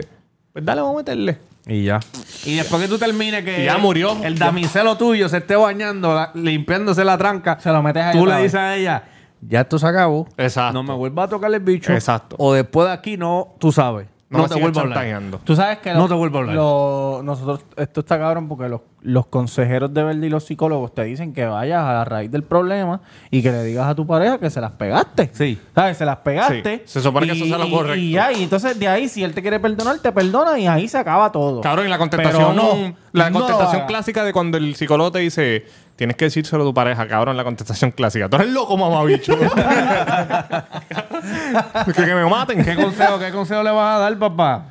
Speaker 2: Pues dale, vamos a meterle.
Speaker 3: Y ya. Y después que tú termines que
Speaker 2: Y ya murió.
Speaker 3: el damiselo tuyo se esté bañando, la- limpiándose la tranca,
Speaker 4: Se lo metes a
Speaker 3: tú
Speaker 4: ella
Speaker 3: le
Speaker 4: otra
Speaker 3: dices a ella, ya esto se acabó.
Speaker 2: Exacto.
Speaker 3: No me vuelvas a tocar el bicho.
Speaker 2: Exacto.
Speaker 3: O después de aquí no, tú sabes.
Speaker 2: No
Speaker 3: No,
Speaker 2: me
Speaker 3: te
Speaker 2: sigas
Speaker 3: vuelvo a hablar.
Speaker 2: chantajeando.
Speaker 4: Tú sabes que
Speaker 3: No
Speaker 4: lo-
Speaker 3: te vuelvo a hablar.
Speaker 4: lo- nosotros, esto está cabrón porque los, los consejeros de verde y los psicólogos te dicen que vayas a la raíz del problema y que le digas a tu pareja que se las pegaste.
Speaker 3: Sí.
Speaker 4: ¿Sabes? Se las pegaste.
Speaker 2: Sí. Se supone que
Speaker 4: Y-
Speaker 2: eso sea lo
Speaker 4: y-
Speaker 2: correcto.
Speaker 4: Y ya, y entonces de ahí, si él te quiere perdonar, te perdona y ahí se acaba todo.
Speaker 2: Cabrón, y la contestación.
Speaker 4: Pero no,
Speaker 2: la
Speaker 4: no lo
Speaker 2: contestación
Speaker 4: hagas.
Speaker 2: clásica de cuando el psicólogo te dice, tienes que decírselo a tu pareja, cabrón, la contestación clásica. Tú eres loco, mamabicho. que, que me maten.
Speaker 3: ¿Qué consejo, ¿Qué consejo le vas a dar, papá?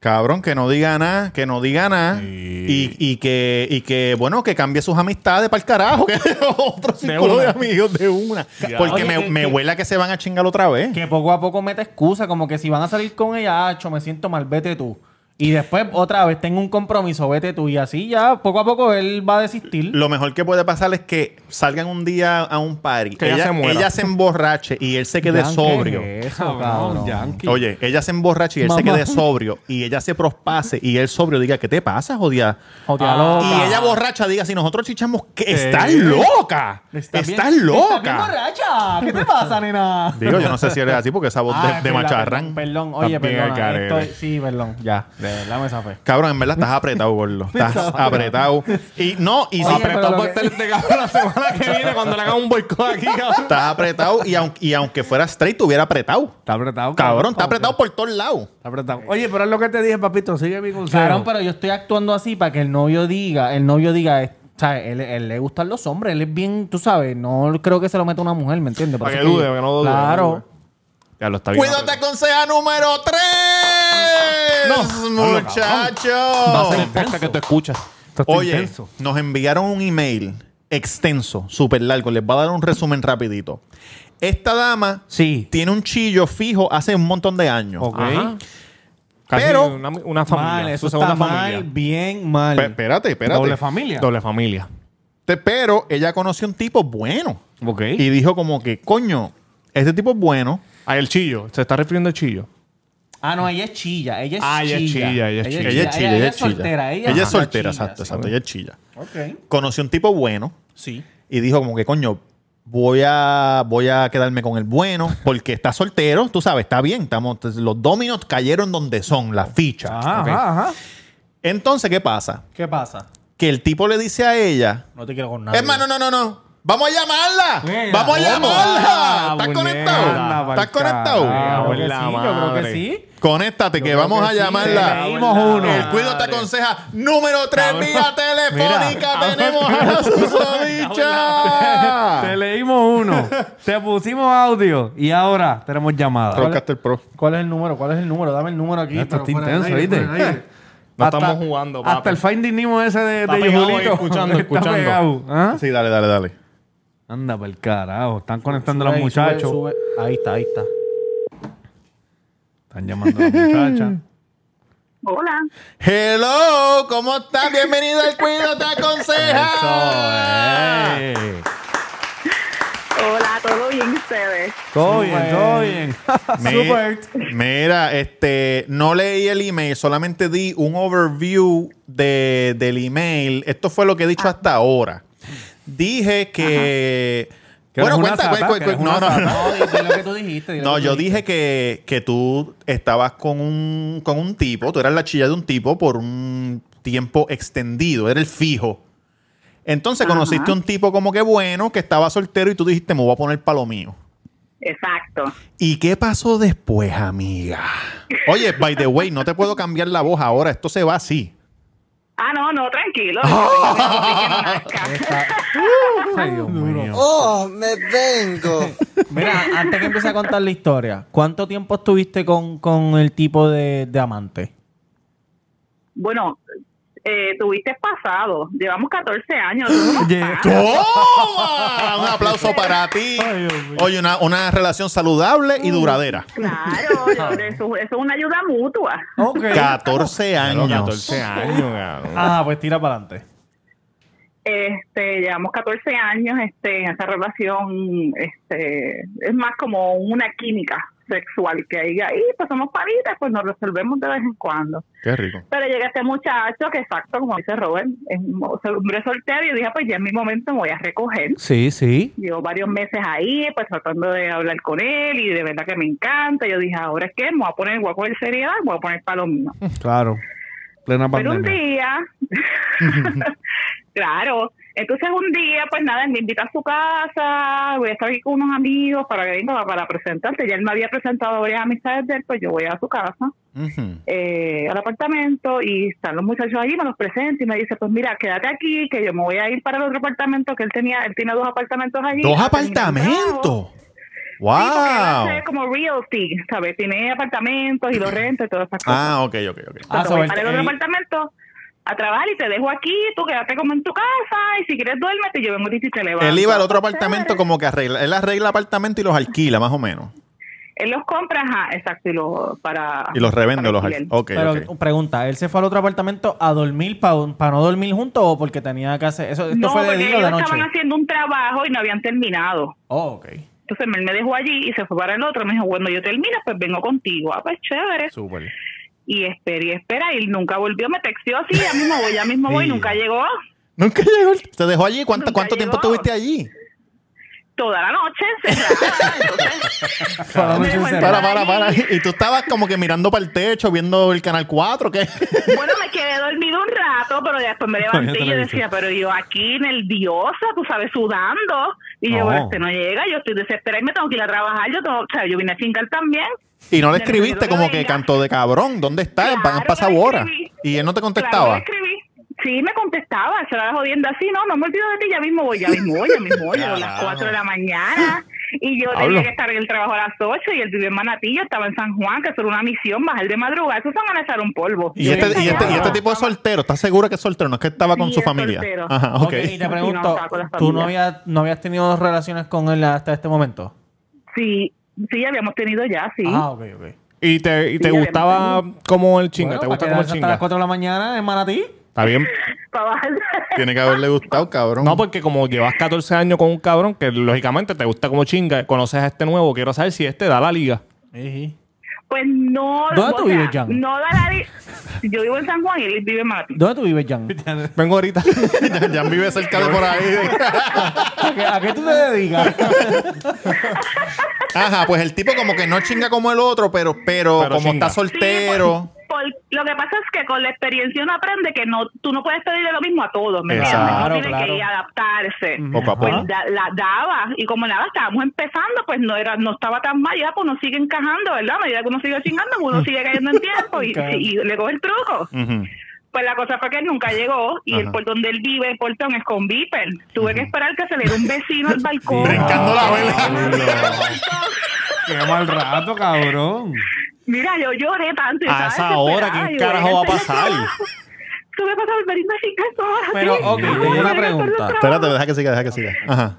Speaker 1: Cabrón, que no diga nada, que no diga nada. Y, y que, y que, bueno, que cambie sus amistades para el carajo. Que otro círculo de,
Speaker 2: una.
Speaker 1: amigos de una. Porque
Speaker 4: Oye,
Speaker 1: me,
Speaker 4: que-
Speaker 1: me
Speaker 4: que-
Speaker 1: huela que se van a chingar otra vez.
Speaker 4: Que poco a poco mete excusa, como que si van a salir con ella, acho, me siento mal, vete tú. Y después, otra vez, tengo un compromiso, vete tú. Y así ya, poco a poco, él va a desistir.
Speaker 1: Lo mejor que puede pasar es que salgan un día a un party.
Speaker 2: Que ella se muera.
Speaker 1: ella se emborrache y él se quede
Speaker 4: Yankee,
Speaker 1: sobrio.
Speaker 4: eso, cabrón.
Speaker 1: Oye, ella se emborrache y él se
Speaker 4: Mamá.
Speaker 1: quede sobrio. Y ella se prospase y él sobrio diga, ¿qué te pasa, jodida?
Speaker 4: Jodida
Speaker 1: Ah.
Speaker 4: loca.
Speaker 1: Y ella borracha diga, si nosotros chichamos, que estás loca. Estás
Speaker 4: Estás bien
Speaker 1: loca.
Speaker 4: borracha. ¿Qué te pasa, nena?
Speaker 1: Digo, yo no sé si eres así porque esa voz
Speaker 4: Ah,
Speaker 1: de,
Speaker 4: es
Speaker 1: de
Speaker 4: verdad,
Speaker 1: macharrán.
Speaker 4: Perdón, perdón, oye,
Speaker 2: También al
Speaker 4: perdón.
Speaker 2: carete.
Speaker 4: sí, perdón, ya. De verdad me zafé.
Speaker 1: Cabrón, en verdad estás apretado, gordo. Estás apretado. Y no, y
Speaker 4: Oye,
Speaker 1: si
Speaker 4: pero
Speaker 2: Apretado
Speaker 4: lo
Speaker 2: por
Speaker 4: que-
Speaker 2: estar de cabrón la semana que viene cuando le hagan un boicot aquí, cabrón.
Speaker 1: estás apretado y, aunque, y aunque fuera straight, tuviera apretado.
Speaker 3: Está apretado.
Speaker 1: Cabrón, está apretado por todos lados.
Speaker 3: Está apretado. Oye, pero es lo que te dije, papito. Sigue mi consejo.
Speaker 4: Cabrón, pero yo estoy actuando así para que el novio diga, el novio diga, eh, ¿sabes? Él, él le gustan los hombres, él es bien, tú sabes, no creo que se lo meta una mujer, ¿me entiendes?
Speaker 2: Para
Speaker 4: Por
Speaker 2: que
Speaker 4: eso
Speaker 2: dude, para que no dude.
Speaker 4: Claro.
Speaker 2: Ya lo está bien.
Speaker 1: Cuídate con sea número 3.
Speaker 2: Va a ser el
Speaker 1: muchachos.
Speaker 2: podcast que tú escuchas.
Speaker 3: Esto está
Speaker 1: Oye,
Speaker 3: intenso.
Speaker 1: nos enviaron un email extenso, súper largo. Les voy a dar un resumen rapidito. Esta dama
Speaker 3: Sí.
Speaker 1: tiene un chillo fijo hace un montón de años.
Speaker 3: Ok.
Speaker 2: Ajá. Casi
Speaker 1: Pero-
Speaker 2: una, una familia.
Speaker 4: Mal, eso
Speaker 2: su segunda
Speaker 4: está mal,
Speaker 2: familia.
Speaker 4: bien mal.
Speaker 1: Ah, Pe- espérate, espérate.
Speaker 3: Doble familia.
Speaker 2: Doble familia.
Speaker 1: Te- Pero ella conoció un tipo bueno.
Speaker 3: Ok.
Speaker 1: Y dijo como que, coño, este tipo es bueno.
Speaker 2: Ah, el chillo. Se está refiriendo al chillo.
Speaker 4: Ah, no, ella es chilla, ella es
Speaker 2: Ah, ella
Speaker 4: chilla.
Speaker 2: es chilla, ella es chilla.
Speaker 1: Ella es chilla, ella es chilla.
Speaker 4: soltera, ella,
Speaker 1: es
Speaker 4: ajá,
Speaker 1: soltera,
Speaker 4: chilla,
Speaker 1: exacto,
Speaker 4: sí.
Speaker 1: exacto. Ella es chilla.
Speaker 4: Ok.
Speaker 1: Conoció un tipo bueno.
Speaker 4: Sí.
Speaker 1: y dijo como que coño voy a voy a quedarme con el bueno porque está soltero tú sabes está bien estamos los dominos cayeron donde son las fichas
Speaker 2: Ah.
Speaker 3: Ajá,
Speaker 1: Ok.
Speaker 3: ajá, ajá.
Speaker 1: entonces qué pasa
Speaker 4: ¿Qué pasa?
Speaker 1: que el tipo le dice a ella
Speaker 4: No te quiero con nada.
Speaker 1: hermano no no no vamos a llamarla
Speaker 3: Mira,
Speaker 1: vamos a
Speaker 3: ¿cómo?
Speaker 1: llamarla
Speaker 2: Ah,
Speaker 1: estás
Speaker 2: puñeta,
Speaker 3: anda
Speaker 1: conectado
Speaker 3: pa'l
Speaker 1: estás conectado Ah,
Speaker 3: carajo.
Speaker 4: Yo creo que
Speaker 2: Ah, La
Speaker 4: sí, yo creo
Speaker 2: madre.
Speaker 4: que sí.
Speaker 1: conéctate que vamos a
Speaker 4: sí,
Speaker 1: llamarla
Speaker 4: le leímos uno.
Speaker 1: el cuido te aconseja número 3
Speaker 2: Cabrón.
Speaker 1: vía telefónica
Speaker 2: Mira.
Speaker 1: tenemos a la
Speaker 2: Ah.
Speaker 1: susodicha
Speaker 3: Te leímos uno, te pusimos audio y ahora tenemos llamada.
Speaker 1: Rockcaster Pro
Speaker 4: ¿Cuál es el número? ¿Cuál es el número? Dame el número aquí.
Speaker 3: Esto
Speaker 4: pero
Speaker 3: está
Speaker 4: fuera del
Speaker 3: intenso,
Speaker 4: aire,
Speaker 3: ¿viste?
Speaker 4: fuera del aire.
Speaker 2: No estamos jugando, papi.
Speaker 3: Hasta el Finding Nemo ese de,
Speaker 2: Está
Speaker 3: de
Speaker 2: pegado ahí,
Speaker 3: Yulito.
Speaker 2: escuchando,
Speaker 3: Está
Speaker 2: escuchando.
Speaker 3: pegado, ¿ah?
Speaker 1: sí dale dale dale
Speaker 3: Anda para el carajo. Están conectando a los
Speaker 4: Ahí,
Speaker 3: muchachos.
Speaker 4: sube, sube. Ahí está, ahí está.
Speaker 3: Están llamando a las muchachas.
Speaker 6: Hola.
Speaker 1: Hello, ¿cómo estás? Bienvenido al Cuido Te Aconseja.
Speaker 3: Ey,
Speaker 6: Hola, ¿todo bien ustedes?
Speaker 3: Todo bien, todo bien.
Speaker 1: Mi- Mira, este, no leí el email, solamente di un overview de, del email. Esto fue lo que he
Speaker 3: Ah.
Speaker 1: dicho hasta ahora. Dije que.
Speaker 3: Que
Speaker 1: Bueno,
Speaker 3: eres una
Speaker 1: cuenta,
Speaker 3: sata,
Speaker 1: cu- cu-
Speaker 3: que eres
Speaker 1: cu-
Speaker 3: una
Speaker 1: no, no,
Speaker 3: sata.
Speaker 1: no.
Speaker 4: No, dile lo que tú dijiste. dile lo
Speaker 1: No,
Speaker 4: que tú
Speaker 1: yo
Speaker 4: dijiste.
Speaker 1: dije que, que tú estabas con un, con un tipo, tú eras la chilla de un tipo por un tiempo extendido, era el fijo. Entonces conociste un tipo como que bueno, que estaba soltero y tú dijiste, me voy a poner palo mío.
Speaker 6: Exacto.
Speaker 1: ¿Y qué pasó después, amiga? Oye, by the way, no te puedo cambiar la voz ahora, esto se va así.
Speaker 9: Ah, no, no, tranquilo. Yo
Speaker 3: Ay, Dios mío.
Speaker 10: ¡Oh, me vengo!
Speaker 4: Mira, antes que empiece a contar la historia, ¿cuánto tiempo estuviste con, con el tipo de, de amante?
Speaker 9: Bueno, eh, tuviste pasado. Llevamos 14 años. somos unos panas.
Speaker 1: ¡Toma! Un aplauso para ti. Oye, una, una relación saludable y duradera.
Speaker 9: Claro, yo- eso, eso es una ayuda mutua.
Speaker 4: Ok.
Speaker 1: 14 años.
Speaker 2: 14 años, cabrón.
Speaker 4: Ah, pues tira para adelante.
Speaker 9: Este, llevamos 14 años este, en esa relación. Este, es más como una química sexual que hay ahí. Pues somos paritas, pues nos resolvemos de vez en cuando.
Speaker 2: Qué rico.
Speaker 9: Pero llega este muchacho que, exacto, como dice Robert, es un hombre soltero y yo dije, pues ya es mi momento, me voy a recoger.
Speaker 3: Sí, sí.
Speaker 9: Llevo varios meses ahí, pues tratando de hablar con él y de verdad que me encanta. Yo dije, ahora es que me voy a poner, voy a coger seriedad, me voy a poner palo mío.
Speaker 3: Claro. Plena
Speaker 9: Pero un
Speaker 3: pandemia.
Speaker 9: día, claro, entonces un día, pues nada, él me invita a su casa, voy a estar aquí con unos amigos para que venga para presentarte. Ya él me había presentado varias amistades de él, pues yo voy a su casa
Speaker 1: Ujú.
Speaker 9: eh, al apartamento y están los muchachos allí, me los presenta y me dice, pues mira, quédate aquí, que yo me voy a ir para el otro apartamento, que él tenía, él tiene dos apartamentos allí.
Speaker 1: Dos
Speaker 9: Ha terminado el trabajo.
Speaker 1: apartamentos.
Speaker 9: Sí, porque él
Speaker 1: ¡Wow!
Speaker 9: hace como realty, ¿sabes? Tiene apartamentos y los renta y todas esas cosas.
Speaker 1: Ah, ok, ok, ok.
Speaker 4: Ah,
Speaker 9: Entonces, voy
Speaker 4: sobre
Speaker 9: para
Speaker 4: el-
Speaker 9: el otro
Speaker 4: el-
Speaker 9: apartamento a trabajar y te dejo aquí, tú quédate como en tu casa y si quieres duérmete, yo vengo ahorita y te levanto.
Speaker 1: Él iba al otro
Speaker 9: Ah,
Speaker 1: apartamento
Speaker 9: chévere.
Speaker 1: como que arregla. Él arregla apartamento y los alquila, más o menos.
Speaker 9: Él los compra, ajá, exacto, y los para...
Speaker 1: Y los revende,
Speaker 9: para
Speaker 1: los
Speaker 9: alquiler.
Speaker 1: alquila. Ok,
Speaker 4: Pero
Speaker 1: ok.
Speaker 4: pregunta, ¿él se fue al otro apartamento a dormir para no dormir juntos o porque tenía que hacer eso? ¿Esto
Speaker 9: No,
Speaker 4: fue de
Speaker 9: porque
Speaker 4: día o
Speaker 9: ellos
Speaker 4: de noche?
Speaker 9: estaban haciendo un trabajo y no habían terminado.
Speaker 4: Oh, ok.
Speaker 9: Entonces él me dejó allí y se fue para el otro. Me dijo, bueno, yo termino, pues vengo contigo. Ah, pues chévere.
Speaker 4: Súper.
Speaker 9: Y espera y espera. Y él nunca volvió, me texteó así, ya mismo voy, ya mismo voy.
Speaker 4: Sí.
Speaker 9: Nunca llegó
Speaker 1: Nunca llegó. el- ¿Te dejó allí? ¿Cuánto,
Speaker 9: Nunca
Speaker 1: cuánto tiempo
Speaker 9: llegó.
Speaker 1: estuviste allí?
Speaker 9: toda la noche encerrada. Entonces,
Speaker 4: Toda la
Speaker 9: me
Speaker 4: noche
Speaker 9: dejó
Speaker 4: encerrada.
Speaker 1: Para,
Speaker 9: entrar
Speaker 1: para, para.
Speaker 9: allí.
Speaker 1: Y tú estabas como que mirando para el techo, viendo el canal 4, ¿qué?
Speaker 9: Bueno, me quedé dormido un rato, pero después me levanté y yo decía, pero yo aquí nerviosa, tú sabes, sudando. Y yo,
Speaker 3: No.
Speaker 9: bueno, este no llega, yo estoy desesperada y me tengo que ir a trabajar. Yo tengo, o sea, yo vine a chingar también.
Speaker 1: Y no le
Speaker 9: Yo no
Speaker 1: escribiste
Speaker 9: quiero que
Speaker 1: como que
Speaker 9: venga.
Speaker 1: canto de cabrón, ¿dónde está?
Speaker 9: Claro
Speaker 1: Van a pasar
Speaker 9: que le
Speaker 1: horas.
Speaker 9: escribí.
Speaker 1: Y él no te
Speaker 9: Claro, le
Speaker 1: contestaba.
Speaker 9: escribí. Sí, me contestaba, se la jodiendo así, no, no me olvido de ti, ya mismo voy, ya mismo voy, ya mismo voy, a las 4 de la mañana. Y yo
Speaker 2: Hablo.
Speaker 9: tenía que estar en el trabajo a las 8 y él vive en Manatillo, estaba en San Juan, que eso era una misión, bajar de madrugada, eso se van a echar un polvo.
Speaker 1: Y este, y, este, y este
Speaker 9: Claro.
Speaker 1: tipo es soltero, ¿estás segura que es soltero? No es que estaba con
Speaker 9: Sí,
Speaker 1: su
Speaker 9: es
Speaker 1: familia.
Speaker 9: soltero.
Speaker 1: Ajá, ok.
Speaker 4: Ok, y te
Speaker 9: Sí,
Speaker 4: pregunto,
Speaker 9: no, estaba con la
Speaker 4: ¿tú no
Speaker 9: familia.
Speaker 4: habías, no habías tenido relaciones con él hasta este momento?
Speaker 9: Sí, sí, habíamos tenido ya, sí.
Speaker 4: Ah, ok, ok.
Speaker 2: ¿Y te, y te
Speaker 9: Sí,
Speaker 2: gustaba como el chinga?
Speaker 4: Bueno,
Speaker 2: ¿Te
Speaker 4: para
Speaker 2: gusta como el
Speaker 4: quedarse hasta las
Speaker 2: chinga?
Speaker 4: 4 de la mañana en Manatí?
Speaker 2: Está bien.
Speaker 9: Para bajar.
Speaker 1: Tiene que haberle gustado, cabrón.
Speaker 2: No, porque como llevas 14 años con un cabrón que lógicamente te gusta como chinga, conoces a este nuevo, quiero saber si este da la liga.
Speaker 9: Pues no.
Speaker 4: ¿Dónde
Speaker 9: o
Speaker 4: tú
Speaker 9: sea,
Speaker 4: vives, Jan?
Speaker 9: No da la. di- Yo vivo en San Juan y él vive en Manatillo.
Speaker 4: ¿Dónde tú vives, Jan?
Speaker 2: Vengo ahorita.
Speaker 1: ya vive cerca de por ahí.
Speaker 4: ¿A qué, a qué tú te dedicas?
Speaker 1: Ajá, pues el tipo como que no chinga como el otro, pero, pero,
Speaker 2: Pero
Speaker 1: como
Speaker 2: chinga.
Speaker 1: está soltero.
Speaker 9: Sí, pues, por- por- lo que pasa es que con la experiencia uno aprende que no, tú no puedes pedirle lo mismo a todos, ¿me entiendes?
Speaker 1: Exacto.
Speaker 9: Uno
Speaker 4: Claro,
Speaker 9: tiene
Speaker 4: claro.
Speaker 9: que adaptarse.
Speaker 1: Poco a
Speaker 9: Pues
Speaker 1: poco.
Speaker 9: da- la daba y como nada, estábamos empezando, pues no era no estaba tan mal, ya pues uno sigue encajando, ¿verdad? A medida que uno sigue chingando, pues, uno sigue cayendo en tiempo y, y le coge el truco.
Speaker 1: Ujú.
Speaker 9: Pues la cosa fue que él nunca llegó y el
Speaker 1: Ajá.
Speaker 9: por donde él vive, el portón es con Viper. Tuve que esperar que se le diera un vecino al balcón.
Speaker 1: Brincando la vela.
Speaker 3: Qué mal rato, cabrón.
Speaker 9: Mira, yo lloré tanto. yo
Speaker 2: A
Speaker 9: estaba
Speaker 2: esa hora,
Speaker 9: desesperada,
Speaker 2: ¿quién
Speaker 9: yo,
Speaker 2: carajo va a pasar?
Speaker 9: Tú me vas a volver a chingar todas las
Speaker 4: Pero,
Speaker 9: veces.
Speaker 4: ok,
Speaker 9: Ay,
Speaker 4: tengo una
Speaker 9: voy a perder el
Speaker 4: pregunta.
Speaker 9: trabajo.
Speaker 1: Espérate, deja que siga, deja que siga. Ajá.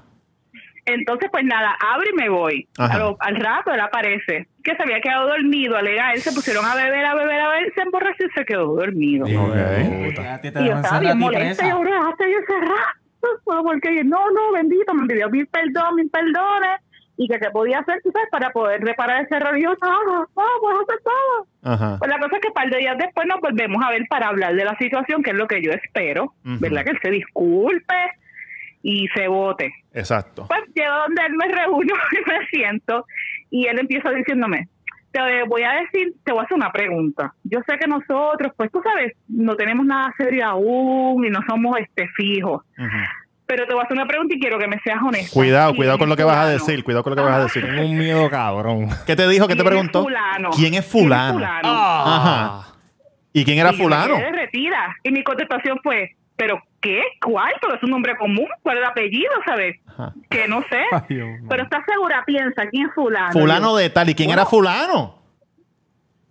Speaker 9: Entonces, pues nada, abro y me voy.
Speaker 1: Ajá.
Speaker 9: A lo- al rato él aparece, que se había quedado dormido, alega, él se pusieron a beber, a beber, a beber, se emborrachó y se quedó dormido. Y yo estaba bien molesta, yo bro, dejaste yo cerrar. Bueno, porque yo, no, no, bendito, me pidió mil perdón, mil perdones, y que qué podía hacer, tú sabes, para poder reparar ese error. Y yo, no, no, puedo hacer todo.
Speaker 1: Ajá.
Speaker 9: Pues la cosa es que un par de días después nos volvemos a ver para hablar de la situación, que es lo que yo espero,
Speaker 1: Ujú.
Speaker 9: ¿verdad? Que él se disculpe y se vote.
Speaker 1: Exacto.
Speaker 9: Pues llego donde él me reúno y me siento y él empieza diciéndome, te voy a decir, te voy a hacer una pregunta. Yo sé que nosotros, pues tú sabes, no tenemos nada serio aún y no somos este fijos,
Speaker 1: Ujú.
Speaker 9: pero te voy a hacer una pregunta y quiero que me seas honesto.
Speaker 1: Cuidado,
Speaker 9: ¿Quién
Speaker 1: cuidado con
Speaker 9: es
Speaker 1: lo que vas a
Speaker 9: fulano?
Speaker 1: decir. Cuidado con lo que vas a decir.
Speaker 2: Tengo un miedo cabrón.
Speaker 1: ¿Qué te dijo? ¿Qué te
Speaker 9: ¿Quién es
Speaker 1: preguntó?
Speaker 9: fulano?
Speaker 2: Ah.
Speaker 1: ¿Quién es fulano?
Speaker 9: ¿Quién es fulano?
Speaker 1: Ajá. ¿Y quién era
Speaker 9: Y yo me
Speaker 1: fulano?
Speaker 9: quedé decida. Y mi contestación fue, ¿pero qué? ¿Cuál? Porque es un nombre común. ¿Cuál es el apellido, sabes? Que no sé. Pero está segura, piensa, ¿quién es fulano?
Speaker 1: Fulano de tal. ¿Y quién era fulano?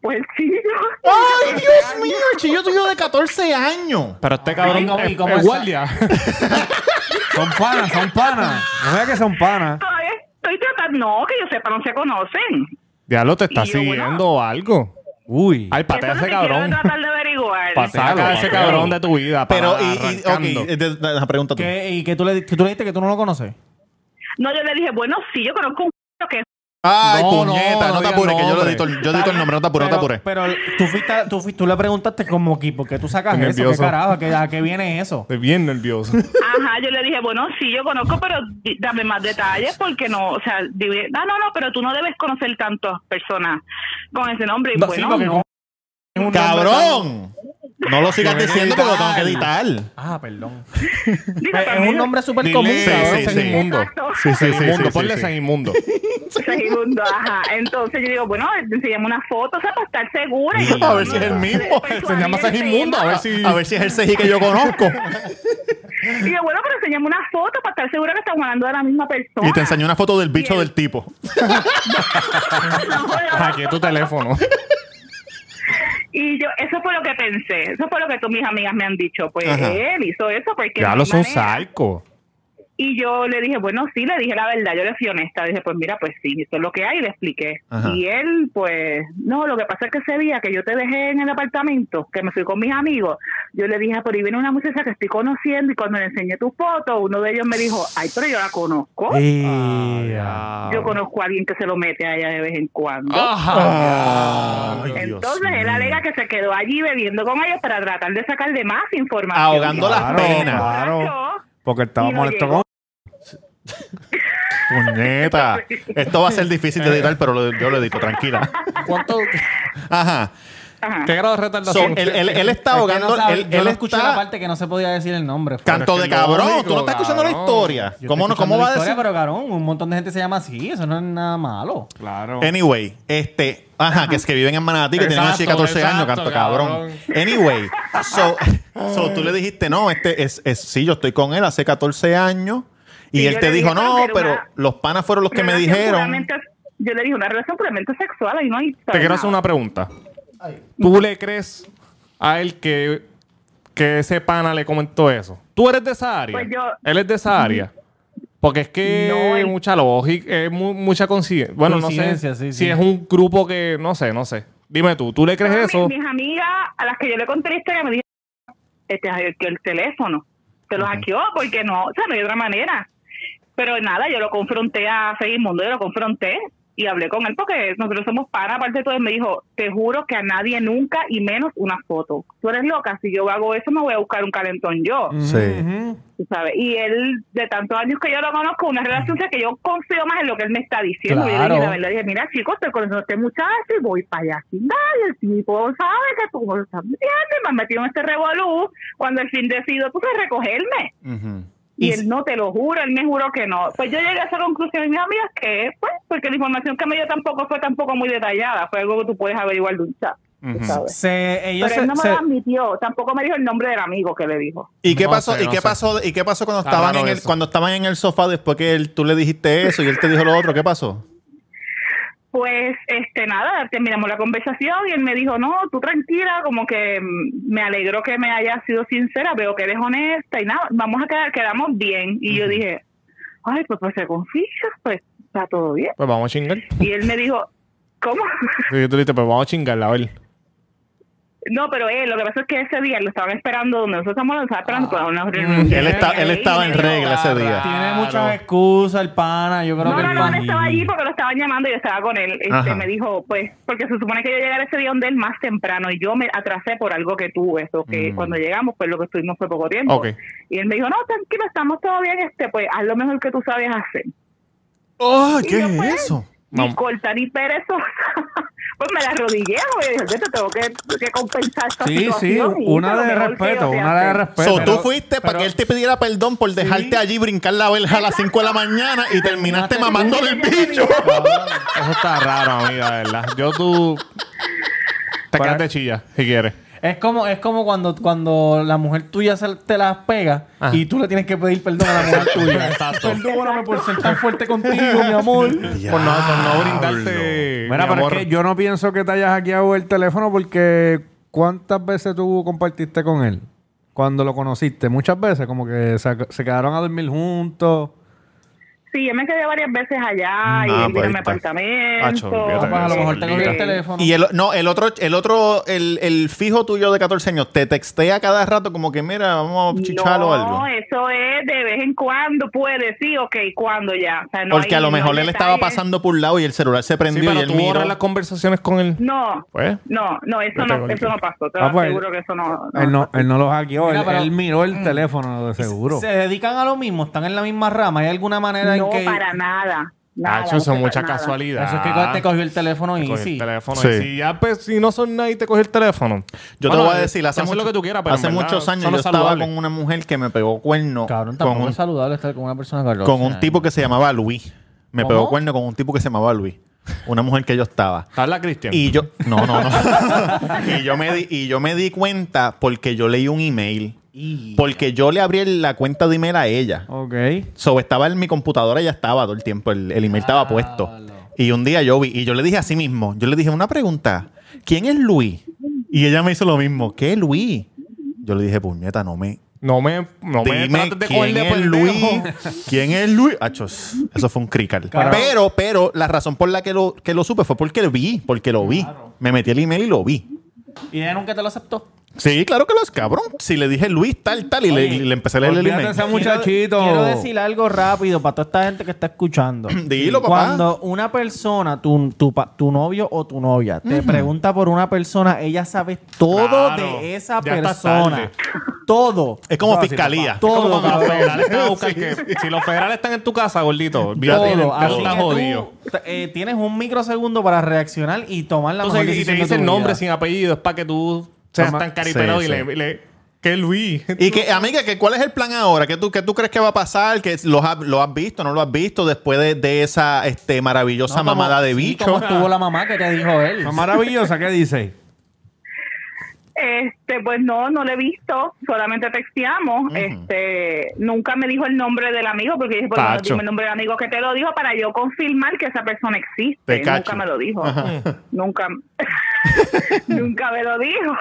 Speaker 9: Pues sí, yo.
Speaker 1: ¡Ay, Dios mío! El chillo tuyo de 14 años.
Speaker 2: Pero este cabrón
Speaker 4: ¿cómo-
Speaker 2: es,
Speaker 4: y cómo
Speaker 2: es
Speaker 4: esa-
Speaker 2: guardia.
Speaker 3: Son panas, son panas. No veas que son panas.
Speaker 9: Todavía estoy tratando... No, que yo sepa, no se conocen.
Speaker 2: Diablo, te está
Speaker 9: Y yo, bueno.
Speaker 2: siguiendo o algo.
Speaker 3: Uy.
Speaker 2: Ay, patea a
Speaker 9: Eso
Speaker 2: ese
Speaker 9: es lo que quiero
Speaker 2: cabrón.
Speaker 9: tratar de averiguar.
Speaker 2: Saca a ese cabrón de tu vida.
Speaker 1: Pero,
Speaker 2: para
Speaker 1: y, y,
Speaker 2: arrancando.
Speaker 1: ok, eh, de- de- de- la pregunta tú.
Speaker 4: ¿Qué- ¿Y que tú, le, que tú le dijiste que tú no lo conoces?
Speaker 9: No, yo le dije, bueno, sí, yo conozco un que
Speaker 1: Ay,
Speaker 2: No, no,
Speaker 1: puñeta, no,
Speaker 2: no
Speaker 1: te
Speaker 2: digas
Speaker 1: apures, que yo lo
Speaker 2: nombre.
Speaker 1: edito, el- yo edito el nombre, no te apures, no te apures.
Speaker 4: Pero tú, fuiste, a- tú, fuiste- tú le preguntaste como que, ¿por qué tú sacas
Speaker 2: Estoy
Speaker 4: eso?
Speaker 2: nervioso.
Speaker 4: ¿Qué carajo? ¿A qué, a qué viene eso?
Speaker 2: Estoy bien nervioso.
Speaker 9: Ajá, yo le dije, bueno, sí, yo conozco, pero di- dame más detalles porque no, o sea, dije, no, no, no, pero tú no debes conocer tantas personas con ese nombre. Y
Speaker 4: No, sí,
Speaker 9: bueno,
Speaker 4: porque
Speaker 9: no.
Speaker 4: como- es un nombre
Speaker 1: ¡Cabrón! No lo sigas
Speaker 4: Lo voy a
Speaker 1: diciendo porque lo tengo que
Speaker 4: editar.
Speaker 1: editar.
Speaker 4: tan- Ah, perdón.
Speaker 9: Digo,
Speaker 4: Pues, Es
Speaker 9: también-
Speaker 4: un nombre súper
Speaker 2: Dile-
Speaker 4: común,
Speaker 2: sí,
Speaker 4: cabrón.
Speaker 2: sí,
Speaker 4: San
Speaker 2: sí.
Speaker 4: Inmundo.
Speaker 9: Exacto.
Speaker 2: Sí, sí,
Speaker 1: sí,
Speaker 2: inmundo.
Speaker 1: sí,
Speaker 2: Ponle
Speaker 1: sí.
Speaker 2: San Inmundo.
Speaker 9: Segundo, ajá. Entonces yo digo, bueno, enseñame una foto, o sea, para estar segura. Y yo,
Speaker 1: A ver si es el mismo.
Speaker 9: Persuadir
Speaker 2: Se llama
Speaker 9: el
Speaker 2: San Inmundo. Pues A
Speaker 9: tema.
Speaker 2: ver si.
Speaker 1: A ver si es el CGI que yo conozco.
Speaker 9: Y yo, bueno, pero enseñame una foto para estar segura que estamos hablando de la misma persona.
Speaker 1: Y te enseñó una foto del bicho
Speaker 9: Bien.
Speaker 1: del tipo.
Speaker 9: No, no, no.
Speaker 2: Aquí tu teléfono.
Speaker 9: Y yo, eso fue lo que pensé. Eso fue lo que tú, mis amigas me han dicho. Pues
Speaker 1: Ajá.
Speaker 9: él hizo eso pues, porque.
Speaker 2: Ya
Speaker 9: no
Speaker 2: lo
Speaker 9: hay
Speaker 2: son
Speaker 9: manera.
Speaker 2: psycho.
Speaker 9: Y yo le dije, bueno, sí, le dije la verdad, yo le fui honesta. Le dije, pues mira, pues sí, esto es lo que hay, y le expliqué.
Speaker 1: Ajá.
Speaker 9: Y él, pues, no, lo que pasa es que ese día que yo te dejé en el apartamento, que me fui con mis amigos, yo le dije, por ahí viene una muchacha que estoy conociendo, y cuando le enseñé tu foto, uno de ellos me dijo, ay, pero yo la conozco.
Speaker 2: Ah,
Speaker 9: Yo conozco a alguien que se lo mete a ella de vez en cuando.
Speaker 1: Ah. Ay, Dios
Speaker 9: Entonces él
Speaker 1: mío.
Speaker 9: alega que se quedó allí bebiendo con ellos para tratar de sacarle más información.
Speaker 1: Ahogando las
Speaker 9: Claro,
Speaker 1: penas.
Speaker 9: borracho.
Speaker 3: Porque estaba
Speaker 9: Y no
Speaker 3: molesto
Speaker 9: llegó.
Speaker 3: con.
Speaker 1: Puñeta. Esto va a ser difícil de editar, pero lo- yo lo edito, tranquila.
Speaker 2: ¿Cuánto?
Speaker 1: Ajá.
Speaker 9: Ajá.
Speaker 2: ¿Qué grado de
Speaker 1: So,
Speaker 2: retardación?
Speaker 1: él, él- él está
Speaker 4: Es que no
Speaker 1: ahogando.
Speaker 4: sabe-
Speaker 1: él
Speaker 4: yo
Speaker 1: él
Speaker 4: no escuché la
Speaker 1: está.
Speaker 4: parte que no se podía decir el nombre. fue.
Speaker 1: Canto
Speaker 2: Pero
Speaker 1: de
Speaker 2: es que
Speaker 1: cabrón.
Speaker 2: lógico,
Speaker 1: Tú no estás escuchando la
Speaker 2: cabrón.
Speaker 1: historia.
Speaker 4: Yo
Speaker 1: ¿Cómo, no,
Speaker 4: estoy
Speaker 1: ¿Cómo va
Speaker 4: escuchando la
Speaker 1: a
Speaker 4: historia,
Speaker 1: decir?
Speaker 4: Pero, cabrón, un montón de gente se llama así. Eso no es nada malo.
Speaker 2: Claro.
Speaker 1: Anyway, este, ajá, que es que viven en Manatí, que tienen una chica de 14
Speaker 2: Exacto,
Speaker 1: años, canto
Speaker 2: exacto,
Speaker 1: cabrón. Anyway, so, so tú le dijiste, no, este es, es, sí, yo estoy con él hace 14 años. Y
Speaker 9: Sí,
Speaker 1: él
Speaker 9: yo
Speaker 1: te
Speaker 9: le
Speaker 1: dijo,
Speaker 9: dije,
Speaker 1: no,
Speaker 9: pero
Speaker 1: pero
Speaker 9: una
Speaker 1: los panas fueron los que me
Speaker 9: Relación
Speaker 1: dijeron.
Speaker 9: puramente- Yo le dije una relación puramente sexual ahí no hay.
Speaker 2: este, Te quiero hacer una pregunta. ¿Tú le crees a él que, que ese pana le comentó eso? ¿Tú eres de esa área?
Speaker 9: Pues yo-
Speaker 2: Él es de esa área. Porque es que
Speaker 9: No,
Speaker 2: hay
Speaker 9: él-
Speaker 2: mucha lógica, es mu- mucha coincidencia. Bueno, no sé
Speaker 4: Coincidencia, sí,
Speaker 2: si
Speaker 4: sí.
Speaker 2: es un grupo que, no sé, no sé. Dime tú, ¿tú le crees
Speaker 9: Mi-
Speaker 2: eso?
Speaker 9: Mis, amigas a las que yo le conté la historia me dijeron, este hackeó el teléfono. Te lo hackeó porque no, o sea, no hay otra manera. Pero nada, yo lo confronté a Seguimundo, yo lo confronté y hablé con él porque nosotros somos para, aparte de todo, él me dijo, te juro que a nadie nunca y menos una foto. Tú eres loca, si yo hago eso me voy a buscar un calentón yo.
Speaker 1: Sí.
Speaker 9: tú sabes. Y él, de tantos años que yo lo conozco, una relación, o sea, que yo confío más en lo que él me está diciendo. Y yo le
Speaker 4: Claro.
Speaker 9: dije, la verdad, dije, mira, chicos, te conozco a este muchacho y voy para allá sin nadie. El tipo sabe que tú no lo estás metiendo, y me has metido en este revolú. Cuando el fin decido, tú sabes recogerme.
Speaker 1: Ujú.
Speaker 9: Y él no te lo juro, él me juró que no. Pues yo llegué a esa conclusión y mis amigas que, pues, porque la información que me dio tampoco fue tampoco muy detallada, fue algo que tú puedes averiguar de un chat. tú sabes.
Speaker 4: Se, ellos
Speaker 9: Pero
Speaker 4: se-
Speaker 9: él no me
Speaker 4: se-
Speaker 9: lo admitió, tampoco me dijo el nombre del amigo que le dijo.
Speaker 1: ¿Y qué
Speaker 2: No
Speaker 1: pasó?
Speaker 2: sé,
Speaker 1: ¿Y
Speaker 2: no
Speaker 1: qué
Speaker 2: sé.
Speaker 1: pasó? ¿Y qué pasó cuando
Speaker 2: Está
Speaker 1: estaban
Speaker 2: raro
Speaker 1: en el
Speaker 2: eso.
Speaker 1: cuando estaban en el sofá después que él, tú le dijiste eso y él te dijo lo otro? ¿Qué pasó?
Speaker 9: Pues, este, nada, terminamos la conversación y él me dijo, no, tú tranquila, como que mm, me alegro que me hayas sido sincera, veo que eres honesta y nada, vamos a quedar, quedamos bien. Y yo dije, ay, pues, pues se confía, pues está todo bien.
Speaker 2: Pues vamos a chingar.
Speaker 9: Y él me dijo, ¿cómo?
Speaker 2: Sí, tú le dices, pues vamos a chingarla, a ver.
Speaker 9: no, pero él, lo que pasa es que ese día lo estaban esperando donde nosotros estamos, lo estaban esperando para una
Speaker 1: Él,
Speaker 9: reunión.
Speaker 1: está- él
Speaker 9: Ahí
Speaker 1: estaba en
Speaker 9: me dijo,
Speaker 1: regla ese día.
Speaker 4: Tiene muchas excusas el pana. Yo creo
Speaker 9: No,
Speaker 4: que
Speaker 9: no,
Speaker 4: el
Speaker 9: no, él
Speaker 4: pana-
Speaker 9: estaba allí porque lo estaban llamando y yo estaba con él. Este,
Speaker 1: Ajá.
Speaker 9: me dijo, pues, porque se supone que yo llegara ese día donde él más temprano y yo me atrasé por algo que tuve, eso que cuando llegamos, pues lo que estuvimos fue poco tiempo.
Speaker 2: Ok.
Speaker 9: Y él me dijo, no, tranquilo, estamos todo bien, este, pues, haz lo mejor que tú sabes hacer.
Speaker 1: ¡Oh,
Speaker 9: Y
Speaker 1: qué
Speaker 9: yo,
Speaker 1: es
Speaker 9: pues,
Speaker 1: eso!
Speaker 9: Ni
Speaker 2: Mam-
Speaker 9: corta ni perezosa. pues me la arrodillé, porque yo dije, yo te tengo que, que compensar esta
Speaker 3: Sí, sí,
Speaker 9: situación. y
Speaker 3: una
Speaker 9: hice lo
Speaker 3: de
Speaker 9: mejor que
Speaker 3: respeto,
Speaker 9: yo sé
Speaker 3: una de
Speaker 9: hacer.
Speaker 2: Pues,
Speaker 3: respeto.
Speaker 1: so,
Speaker 3: Pero-
Speaker 1: tú fuiste para
Speaker 3: pero-
Speaker 1: que él te pidiera perdón por dejarte allí brincar la verja a las 5 de la mañana y terminaste mamándole el bicho. Ah.
Speaker 2: Eso está raro, amiga, de verdad. Yo tú. Te quedas de chilla, si quieres.
Speaker 4: Es como, es como cuando, cuando la mujer tuya se- te las pega
Speaker 2: Ajá.
Speaker 4: y tú le tienes que pedir perdón a la mujer tuya. Perdóname por ser tan fuerte contigo, mi amor.
Speaker 2: Por no, por no brindarte.
Speaker 3: Mira,
Speaker 2: mi
Speaker 3: pero
Speaker 2: amor.
Speaker 3: es que yo no pienso que te hayas hackeado el teléfono porque ¿cuántas veces tú compartiste con él? Cuando lo conociste, muchas veces, como que se, se quedaron a dormir juntos.
Speaker 9: Sí, yo me quedé varias veces allá y
Speaker 1: Ah,
Speaker 9: él vino
Speaker 1: pues
Speaker 9: a
Speaker 1: ahí
Speaker 9: mi
Speaker 1: está.
Speaker 2: Acho,
Speaker 9: apartamento.
Speaker 2: olvídate
Speaker 4: Ah, pues, a lo
Speaker 2: Eso,
Speaker 4: mejor te cogió el
Speaker 9: olvídate.
Speaker 4: teléfono.
Speaker 1: Y el, no, el otro, el otro, el, el fijo tuyo de 14 años, te textea cada rato como que mira, vamos a chicharlo o algo.
Speaker 9: No, eh, eso es de vez en cuando puede, sí, ok, cuando ya. O sea, no
Speaker 1: Porque a
Speaker 9: hay-
Speaker 1: lo
Speaker 9: no
Speaker 1: mejor
Speaker 9: hay
Speaker 1: él estaba
Speaker 9: detalles.
Speaker 1: pasando por un lado y el celular se
Speaker 2: Sí,
Speaker 1: prendió y
Speaker 2: pero
Speaker 1: él
Speaker 2: tú borras
Speaker 1: miró.
Speaker 2: las conversaciones con él.
Speaker 9: No,
Speaker 2: Pues.
Speaker 9: no, no, eso
Speaker 2: Yo
Speaker 9: no,
Speaker 2: tengo
Speaker 9: eso no pasó. Te
Speaker 3: Ah, pues,
Speaker 9: aseguro que eso no. no.
Speaker 3: Él no, él no lo hackeó,
Speaker 4: Mira,
Speaker 3: él,
Speaker 4: pero-
Speaker 3: él miró el teléfono de seguro.
Speaker 4: Se dedican a lo mismo, están en la misma rama. ¿Hay alguna manera
Speaker 9: No,
Speaker 4: en que.
Speaker 9: para nada. nada
Speaker 2: Ah, eso es
Speaker 9: no
Speaker 2: mucha
Speaker 9: para nada.
Speaker 2: casualidad.
Speaker 4: Eso es que te cogió el teléfono
Speaker 2: Te
Speaker 4: y
Speaker 2: cogió el
Speaker 4: sí.
Speaker 2: teléfono.
Speaker 1: Sí.
Speaker 2: Y si ya, pues, si no son nadie, te coge el teléfono.
Speaker 1: Yo
Speaker 2: Bueno,
Speaker 1: te voy a decir, hace,
Speaker 2: haces
Speaker 1: mucho-
Speaker 2: lo que tú quieras, pero
Speaker 1: hace
Speaker 2: en verdad,
Speaker 1: muchos años
Speaker 2: eso no
Speaker 1: yo
Speaker 2: es
Speaker 1: estaba
Speaker 2: saludable.
Speaker 1: con una mujer que me pegó cuerno
Speaker 4: Cabrón,
Speaker 1: con,
Speaker 4: tampoco
Speaker 1: un-
Speaker 4: es saludable estar con una persona que
Speaker 1: con un tipo que se llamaba Luis. Me
Speaker 4: ¿Cómo?
Speaker 1: pegó cuerno con un tipo que se llamaba Luis. Una mujer que yo estaba.
Speaker 2: Habla Cristian.
Speaker 1: Y yo, no, no, no. y, yo me di, y yo me di cuenta porque yo leí un email. Porque yo le abrí la cuenta de email a ella.
Speaker 3: Ok.
Speaker 1: So, estaba en mi computadora, ya estaba todo el tiempo, el, el email estaba puesto. Y un día yo vi, y yo le dije a sí mismo, yo le dije una pregunta, ¿quién es Luis? Y ella me hizo lo mismo, ¿qué Luis? Yo le dije, puñeta, no me...
Speaker 2: No me, no me
Speaker 1: Dime
Speaker 2: trates de
Speaker 1: quién
Speaker 2: cogerle
Speaker 1: es
Speaker 2: pendejo.
Speaker 1: Luis. ¿Quién es Luis? Achos, eso fue un crical.
Speaker 4: Claro.
Speaker 1: Pero, pero, la razón por la que lo, que lo supe fue porque lo vi, porque lo vi. Me metí el email y lo vi.
Speaker 4: Y ella nunca te lo aceptó.
Speaker 1: Sí, claro que lo es, cabrón. Si le dije Luis, tal, tal, y, le,
Speaker 4: Oye,
Speaker 1: y le empecé a leer el
Speaker 3: olvídate
Speaker 1: email.
Speaker 3: esa muchachito.
Speaker 4: Quiero, quiero decir algo rápido para toda esta gente que está escuchando.
Speaker 1: Dilo, papá.
Speaker 4: Cuando una persona, tu, tu, pa- tu novio o tu novia, te pregunta por una persona, ella sabe todo
Speaker 2: Claro.
Speaker 4: de esa
Speaker 2: Ya estás
Speaker 4: persona.
Speaker 2: tarde.
Speaker 4: Todo.
Speaker 1: Es como fiscalía.
Speaker 2: Es como
Speaker 4: Todo,
Speaker 2: cuando los
Speaker 4: cabrón.
Speaker 2: federales te van a buscar que- Si los federales están en tu casa, gordito, olvídate.
Speaker 4: Todo.
Speaker 2: Tú
Speaker 4: Así que
Speaker 2: estás
Speaker 4: tú,
Speaker 2: jodido.
Speaker 4: t- eh, tienes un microsegundo para reaccionar y tomar la mejor
Speaker 2: Entonces, y te
Speaker 4: decisión de
Speaker 2: dice
Speaker 4: tu
Speaker 2: el nombre
Speaker 4: vida.
Speaker 2: sin apellido, es para que tú seas
Speaker 3: Toma-
Speaker 2: tan cariperado
Speaker 1: Sí,
Speaker 2: y
Speaker 1: sí.
Speaker 2: le, le- ¿Qué Luis?
Speaker 1: Y que, amiga, que ¿cuál es el plan ahora? ¿Qué tú, qué tú crees que va a pasar? ¿Que lo, ha- lo has visto, no lo has visto después de, de esa este, maravillosa
Speaker 4: No, como-
Speaker 1: mamada de
Speaker 4: sí,
Speaker 1: bicho?
Speaker 4: como estuvo la mamá que te dijo él?
Speaker 3: Está maravillosa, ¿qué dice?
Speaker 9: Este, pues no, no lo he visto, solamente texteamos. Este, nunca me dijo el nombre del amigo, porque dije, pues no
Speaker 2: Tacho.
Speaker 9: dime el nombre del amigo que te lo dijo para yo confirmar que esa persona existe.
Speaker 1: Te
Speaker 9: nunca
Speaker 1: cacho.
Speaker 9: me lo dijo. Nunca, nunca me lo dijo.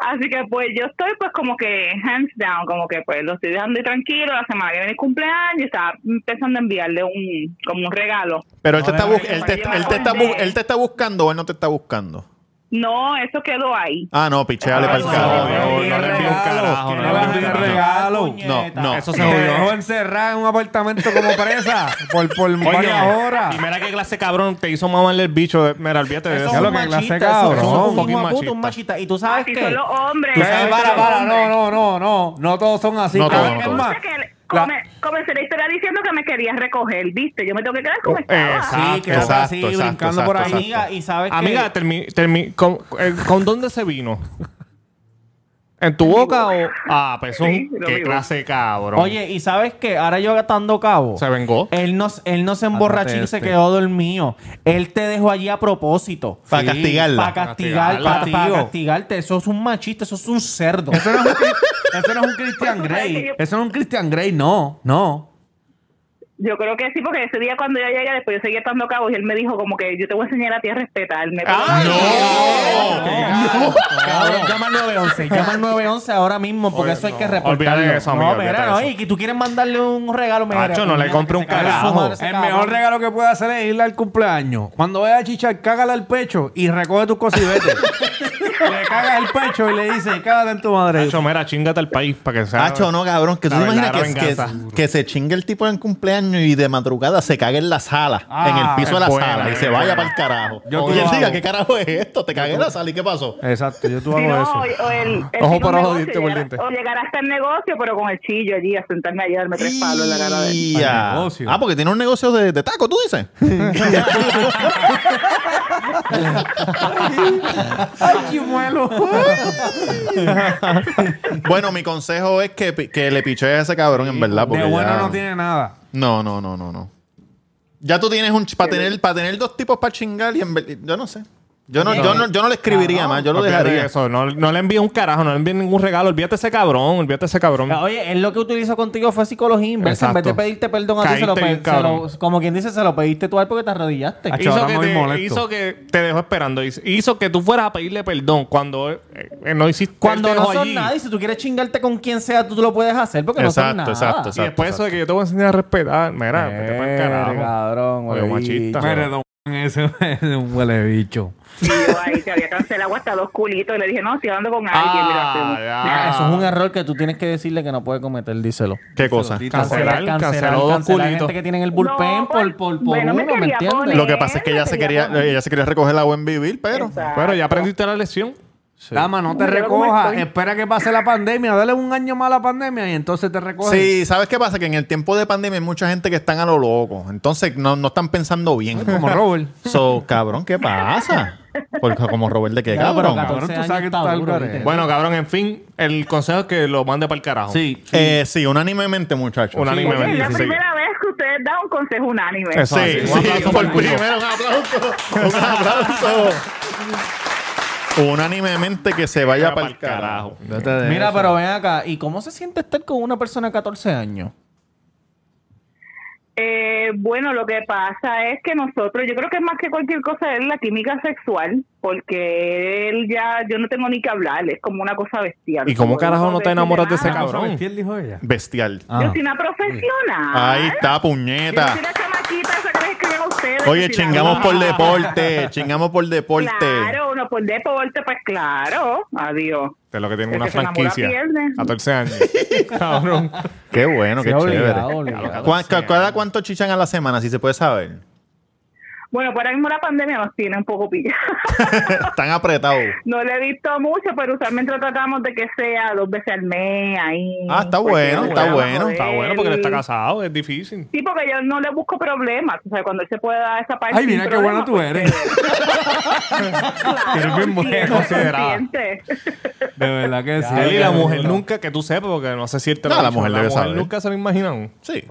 Speaker 9: Así que pues yo estoy pues como que hands down, como que pues lo estoy dejando ahí tranquilo, la semana que viene es cumpleaños, estaba pensando en enviarle un, como un regalo.
Speaker 1: Pero él te, está,
Speaker 9: no,
Speaker 1: bus-
Speaker 9: no,
Speaker 1: él,
Speaker 9: no,
Speaker 1: te,
Speaker 9: no,
Speaker 1: él te
Speaker 9: no,
Speaker 1: está
Speaker 9: no,
Speaker 1: bu-
Speaker 9: no.
Speaker 1: él te está buscando o él no te está buscando.
Speaker 9: No, eso quedó ahí.
Speaker 1: Ah, no, pichéale para el
Speaker 9: no,
Speaker 1: carajo.
Speaker 2: no, no, no,
Speaker 3: envío
Speaker 2: no, no, no,
Speaker 3: que no le
Speaker 2: no,
Speaker 3: envío
Speaker 2: no,
Speaker 3: un
Speaker 2: no.
Speaker 3: regalo.
Speaker 1: No, no.
Speaker 2: Eso
Speaker 3: Te
Speaker 2: se jodió.
Speaker 3: dejó encerrada en un apartamento como presa por, por varias horas.
Speaker 2: Y mira qué clase cabrón te hizo mamarle el bicho. de- Mira, olvídate de
Speaker 4: Eso
Speaker 2: eso.
Speaker 4: es
Speaker 3: Ya
Speaker 4: un
Speaker 3: lo que clase
Speaker 4: machista,
Speaker 3: cabrón.
Speaker 4: eso es
Speaker 2: Fucking
Speaker 4: un hijo de puta,
Speaker 2: machista.
Speaker 4: un machista. Y tú sabes
Speaker 9: Así
Speaker 4: qué?
Speaker 9: son los hombres.
Speaker 3: Tú
Speaker 9: así
Speaker 3: sabes,
Speaker 9: son
Speaker 3: para,
Speaker 9: los
Speaker 3: para,
Speaker 9: hombres.
Speaker 3: no, no, no, no. No todos son así.
Speaker 1: No
Speaker 9: A mí
Speaker 1: todos,
Speaker 9: me
Speaker 1: no
Speaker 9: gusta
Speaker 1: todos.
Speaker 9: que él-
Speaker 3: La-
Speaker 9: come- comencé la historia diciendo que me querías recoger, ¿viste? Yo me tengo que quedar como
Speaker 2: Oh,
Speaker 9: estaba.
Speaker 2: exacto.
Speaker 4: Sí, quedó
Speaker 1: Exacto,
Speaker 4: así,
Speaker 1: exacto,
Speaker 4: brincando por ahí.
Speaker 1: exacto,
Speaker 4: Amiga, y sabes que-
Speaker 2: Amiga, termi- termi- con, eh, ¿con dónde se vino? ¿En tu boca o...? Ah, pues es
Speaker 9: Sí,
Speaker 2: un...
Speaker 9: lo
Speaker 2: Qué
Speaker 9: digo.
Speaker 2: clase cabrón.
Speaker 4: Oye, y sabes que ahora yo gastando cabo.
Speaker 2: ¿Se vengó?
Speaker 4: Él no, él no se emborrachó y
Speaker 3: Ándate
Speaker 4: se
Speaker 3: este.
Speaker 4: quedó dormido. Él te dejó allí a propósito.
Speaker 1: Para castigarla.
Speaker 4: Para castigar,
Speaker 2: Castigarla.
Speaker 4: para
Speaker 2: Castigo.
Speaker 4: castigarte. Eso es un machista, eso es un cerdo.
Speaker 3: Eso no es un, cri- eso no es un Christian Grey. Eso no es un Christian Grey, no. No.
Speaker 9: Yo creo que sí, porque ese día cuando yo llegué, después yo seguía estando cabos y él me dijo como que yo te voy a enseñar a ti a respetarme.
Speaker 2: ¡Ah,
Speaker 4: Oh, No. Cabrón, llama al 911, llama al 911 ahora mismo porque eso hay que reportarlo.
Speaker 2: Olvídate de eso, amigo,
Speaker 4: no,
Speaker 2: olvídate
Speaker 4: espera,
Speaker 2: de
Speaker 4: no,
Speaker 2: eso.
Speaker 4: y que tú quieres mandarle un regalo, mira,
Speaker 2: Macho, no le
Speaker 4: puñeta,
Speaker 2: compre
Speaker 4: que
Speaker 2: un
Speaker 4: se cague en su
Speaker 2: carajo.
Speaker 4: madre ese
Speaker 3: El
Speaker 4: cabrón.
Speaker 3: mejor regalo que puede hacer es irle al cumpleaños. Cuando vaya a chichar, cágale al pecho y recoge tus cosas y vete. le cagas el pecho y le dices, cágate en tu madre.
Speaker 2: Hacho, mira, chingate al país para que sea...
Speaker 1: Hacho, no, cabrón. Que tú
Speaker 2: La
Speaker 1: te imaginas que,
Speaker 2: verdadera
Speaker 1: que,
Speaker 2: venganza.
Speaker 1: que se chingue el tipo en cumpleaños y de madrugada se cague en la sala,
Speaker 3: Ah,
Speaker 1: en el piso de la
Speaker 2: es buena,
Speaker 1: sala y
Speaker 2: es
Speaker 1: se vaya
Speaker 2: buena.
Speaker 1: para el carajo.
Speaker 3: Yo
Speaker 1: y
Speaker 3: tú
Speaker 1: él
Speaker 3: lo
Speaker 1: diga,
Speaker 3: hago.
Speaker 1: ¿qué carajo es esto? Te cagué en la sala y ¿qué pasó?
Speaker 3: Exacto, yo tú
Speaker 9: Si
Speaker 3: hago
Speaker 9: no,
Speaker 3: eso.
Speaker 9: o, o el, el
Speaker 2: Ojo
Speaker 9: tipo
Speaker 2: por ojo,
Speaker 9: negocio,
Speaker 2: diente por
Speaker 9: llegar-
Speaker 2: diente.
Speaker 9: o llegar hasta el negocio, pero con el chillo allí, a sentarme allá a darme tres palos en la cara de él.
Speaker 1: Ya.
Speaker 3: Al negocio.
Speaker 1: Ah, porque tiene un negocio de, de taco, tú dices.
Speaker 3: Ay, chimuelo.
Speaker 1: bueno, mi consejo es que, pi- que le piché a ese cabrón, en verdad. Porque
Speaker 3: De bueno
Speaker 1: ya-
Speaker 3: no tiene nada.
Speaker 1: No, no, no, no, no. Ya tú tienes un... Para tener, para tener dos tipos para chingar y en verdad... Yo no sé. Yo no, yo no, yo no le escribiría más, yo lo
Speaker 2: Olvídate de
Speaker 1: dejaría.
Speaker 2: Eso. No, no le envíes un carajo, no le envíes ningún regalo. Olvídate ese cabrón, olvídate ese cabrón.
Speaker 4: Ah, Oye, él lo que utilizó contigo fue psicología inversa. En vez de
Speaker 2: Exacto.
Speaker 4: pedirte perdón a ti, se
Speaker 2: Caíste
Speaker 4: lo, pe-
Speaker 2: bien,
Speaker 4: se
Speaker 2: cabrón.
Speaker 4: lo- como quien dice, se lo pediste tú a él porque te arrodillaste.
Speaker 3: Acho,
Speaker 2: hizo,
Speaker 3: ahora
Speaker 2: que
Speaker 3: muy
Speaker 2: te,
Speaker 3: molesto.
Speaker 2: hizo que te dejó esperando. Hizo- Hizo que tú fueras a pedirle perdón cuando eh, eh, no hiciste
Speaker 4: Cuando
Speaker 2: él te
Speaker 4: no
Speaker 2: dejó
Speaker 4: son
Speaker 2: allí.
Speaker 4: nadie, si tú quieres chingarte con quien sea, tú, tú lo puedes hacer porque no son
Speaker 1: Exacto,
Speaker 4: nada.
Speaker 1: exacto,
Speaker 2: Y después eso de que yo te voy a enseñar a respetar. Mira, vete pa'l
Speaker 4: Eh,
Speaker 2: carajo.
Speaker 4: cabrón,
Speaker 2: Oye, machista.
Speaker 3: Mire, don ese es un huele bicho.
Speaker 9: Y yo ahí te había cancelado hasta dos culitos. Y le dije, no, estoy hablando con alguien.
Speaker 2: Ah,
Speaker 9: mira,
Speaker 4: Ah,
Speaker 2: ya.
Speaker 4: Eso es un error que tú tienes que decirle que no puede cometer, díselo.
Speaker 1: ¿Qué cosa?
Speaker 2: Cancelar,
Speaker 4: cancelar,
Speaker 2: cancelar dos
Speaker 4: cancelar
Speaker 2: culitos.
Speaker 4: gente que tienen el bullpen
Speaker 9: No, pues,
Speaker 4: por, por, por
Speaker 9: bueno, me
Speaker 4: uno, ¿me
Speaker 9: quería
Speaker 4: entiendes?
Speaker 9: poner-
Speaker 1: Lo que pasa es que ella se quería, ella se quería recoger la buen vivir, pero.
Speaker 9: Exacto.
Speaker 2: Pero ya aprendiste la lección.
Speaker 3: Dama, no te
Speaker 9: Mira cómo
Speaker 3: recojas.
Speaker 9: estoy.
Speaker 3: Espera que pase la pandemia. Dale un año más a la pandemia y entonces te recoges.
Speaker 1: Sí, ¿sabes qué pasa? Que en el tiempo de pandemia hay mucha gente que están a lo loco. Entonces no, no están pensando bien.
Speaker 3: Como Robert.
Speaker 1: So, cabrón, ¿qué pasa? Porque como Robert de qué,
Speaker 4: Claro, pero
Speaker 1: cabrón.
Speaker 4: 14
Speaker 3: Cabrón, tú sabes
Speaker 4: años
Speaker 3: que
Speaker 4: está
Speaker 3: está
Speaker 4: duro,
Speaker 3: duro,
Speaker 4: ¿viste?
Speaker 3: eh.
Speaker 2: Bueno, cabrón, en fin, el consejo es que lo mande para el carajo.
Speaker 3: Sí.
Speaker 1: Eh, sí, unánimemente, muchachos.
Speaker 9: Oye,
Speaker 2: Unánime.
Speaker 9: es la
Speaker 2: sí, sí.
Speaker 9: primera vez que ustedes dan un consejo unánime.
Speaker 2: Eso
Speaker 1: Sí,
Speaker 2: así.
Speaker 1: sí,
Speaker 2: Un aplauso
Speaker 1: por
Speaker 2: por culo.
Speaker 1: primero un aplauso. Un aplauso. Unánimemente que se vaya para el carajo.
Speaker 4: Mira, pero ven acá. ¿Y cómo se siente estar con una persona de 14 años?
Speaker 9: Eh, bueno, lo que pasa es que nosotros, yo creo que más que cualquier cosa es la química sexual, porque él ya, yo no tengo ni que hablar, es como una cosa bestial.
Speaker 2: ¿Y cómo carajo no te enamoras de ese
Speaker 9: nada.
Speaker 2: cabrón?
Speaker 3: ¿Quién dijo ella?
Speaker 1: Bestial.
Speaker 9: Yo soy una profesional.
Speaker 1: Ahí está,
Speaker 9: Yo soy
Speaker 1: puñeta.
Speaker 9: la chamaquita esa que les escriben a
Speaker 1: Oye,
Speaker 9: ustedes. Yo soy la-
Speaker 1: chingamos por deporte. Chingamos por deporte.
Speaker 9: Claro, uno por deporte, pues claro. Adiós.
Speaker 2: De lo que tiene
Speaker 9: El
Speaker 2: una
Speaker 9: que se enamora
Speaker 2: franquicia.
Speaker 9: pierde.
Speaker 2: 14 años. cabrón.
Speaker 1: Qué bueno, qué
Speaker 4: Sí, obligado,
Speaker 1: chévere.
Speaker 4: obligado.
Speaker 1: ¿Cuá- ca- ¿Cada cuánto chichan a la semana, si se puede saber?
Speaker 9: Bueno, por ahora mismo la pandemia nos tiene un poco pillados.
Speaker 1: Están apretados.
Speaker 9: no le he visto mucho, pero usualmente tratamos de que sea dos veces al mes ahí.
Speaker 1: Ah, está
Speaker 9: Porque
Speaker 1: bueno,
Speaker 9: no
Speaker 1: está
Speaker 9: podemos
Speaker 1: bueno.
Speaker 9: joder.
Speaker 2: Está bueno porque él está casado, es difícil.
Speaker 9: Sí, porque yo no le busco problemas. O sea, cuando él se pueda dar esa parte.
Speaker 3: Ay,
Speaker 9: sin
Speaker 3: mira qué
Speaker 9: problema,
Speaker 3: bueno tú
Speaker 9: pues,
Speaker 3: eres.
Speaker 9: Claro,
Speaker 3: Eres bien
Speaker 9: sí,
Speaker 3: buena,
Speaker 9: es muy
Speaker 2: considerada.
Speaker 9: consciente.
Speaker 3: De verdad que sí.
Speaker 2: él y la mujer nunca, que tú sepas, porque no sé si él te lo
Speaker 1: No,
Speaker 2: ha
Speaker 1: la
Speaker 2: dicho,
Speaker 1: mujer debe saber.
Speaker 2: nunca se lo imaginaron.
Speaker 1: Sí.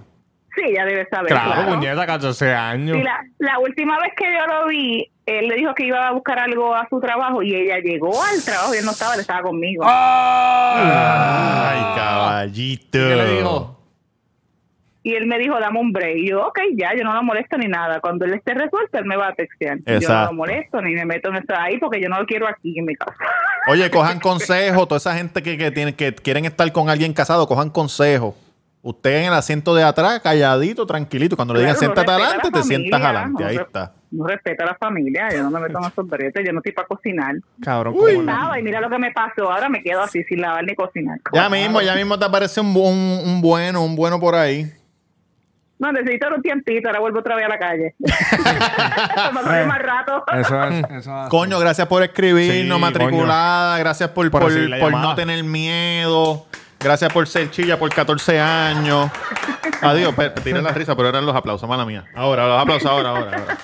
Speaker 9: Sí, ya debe saber.
Speaker 2: Claro,
Speaker 9: claro.
Speaker 2: puñeta, 14 años.
Speaker 9: Sí, la, la última vez que yo lo vi, él le dijo que iba a buscar algo a su trabajo y ella llegó al trabajo y él no estaba, él estaba conmigo.
Speaker 3: Ah.
Speaker 1: Ay, caballito.
Speaker 2: ¿Qué le dijo?
Speaker 9: Y él me dijo, dame un break. Y yo, ok, ya, yo no lo molesto ni nada. Cuando él esté resuelto, él me va a textear. Yo no
Speaker 1: Exacto.
Speaker 9: lo molesto ni me meto en eso ahí porque yo no lo quiero aquí en mi casa.
Speaker 1: Oye, cojan consejo. Toda esa gente que, que, tiene, que quieren estar con alguien casado, cojan consejo. Usted en el asiento de atrás, calladito, tranquilito. Cuando le digan
Speaker 9: Claro, uno
Speaker 1: siéntate
Speaker 9: respeta
Speaker 1: adelante,
Speaker 9: la
Speaker 1: te sientas
Speaker 9: familia,
Speaker 1: adelante.
Speaker 9: uno
Speaker 1: Ahí
Speaker 9: re-
Speaker 1: está.
Speaker 9: No respeta a la familia, yo no me meto en esos bretes, yo no estoy para cocinar. Pues
Speaker 2: Cabrón, ¿cómo no?
Speaker 9: Nada, y mira lo que me pasó. Ahora me quedo así sin lavar ni cocinar.
Speaker 1: Ya mismo, ya mismo te aparece un, bu- un- un bueno, un bueno por ahí.
Speaker 9: No, necesito un tiempito, ahora vuelvo otra vez a la calle. me aburrí más rato.
Speaker 3: Eso es.
Speaker 4: Mm.
Speaker 3: Eso es.
Speaker 1: Coño, gracias por escribirnos,
Speaker 2: Sí,
Speaker 1: matriculada. Gracias por,
Speaker 2: Por
Speaker 1: por-
Speaker 2: recibir la
Speaker 1: por
Speaker 2: llamada.
Speaker 1: no tener miedo. Gracias por ser chilla por 14 años. Adiós, per- tiré la risa, pero eran los aplausos, mala mía. Ahora, los aplausos, ahora, ahora. ahora.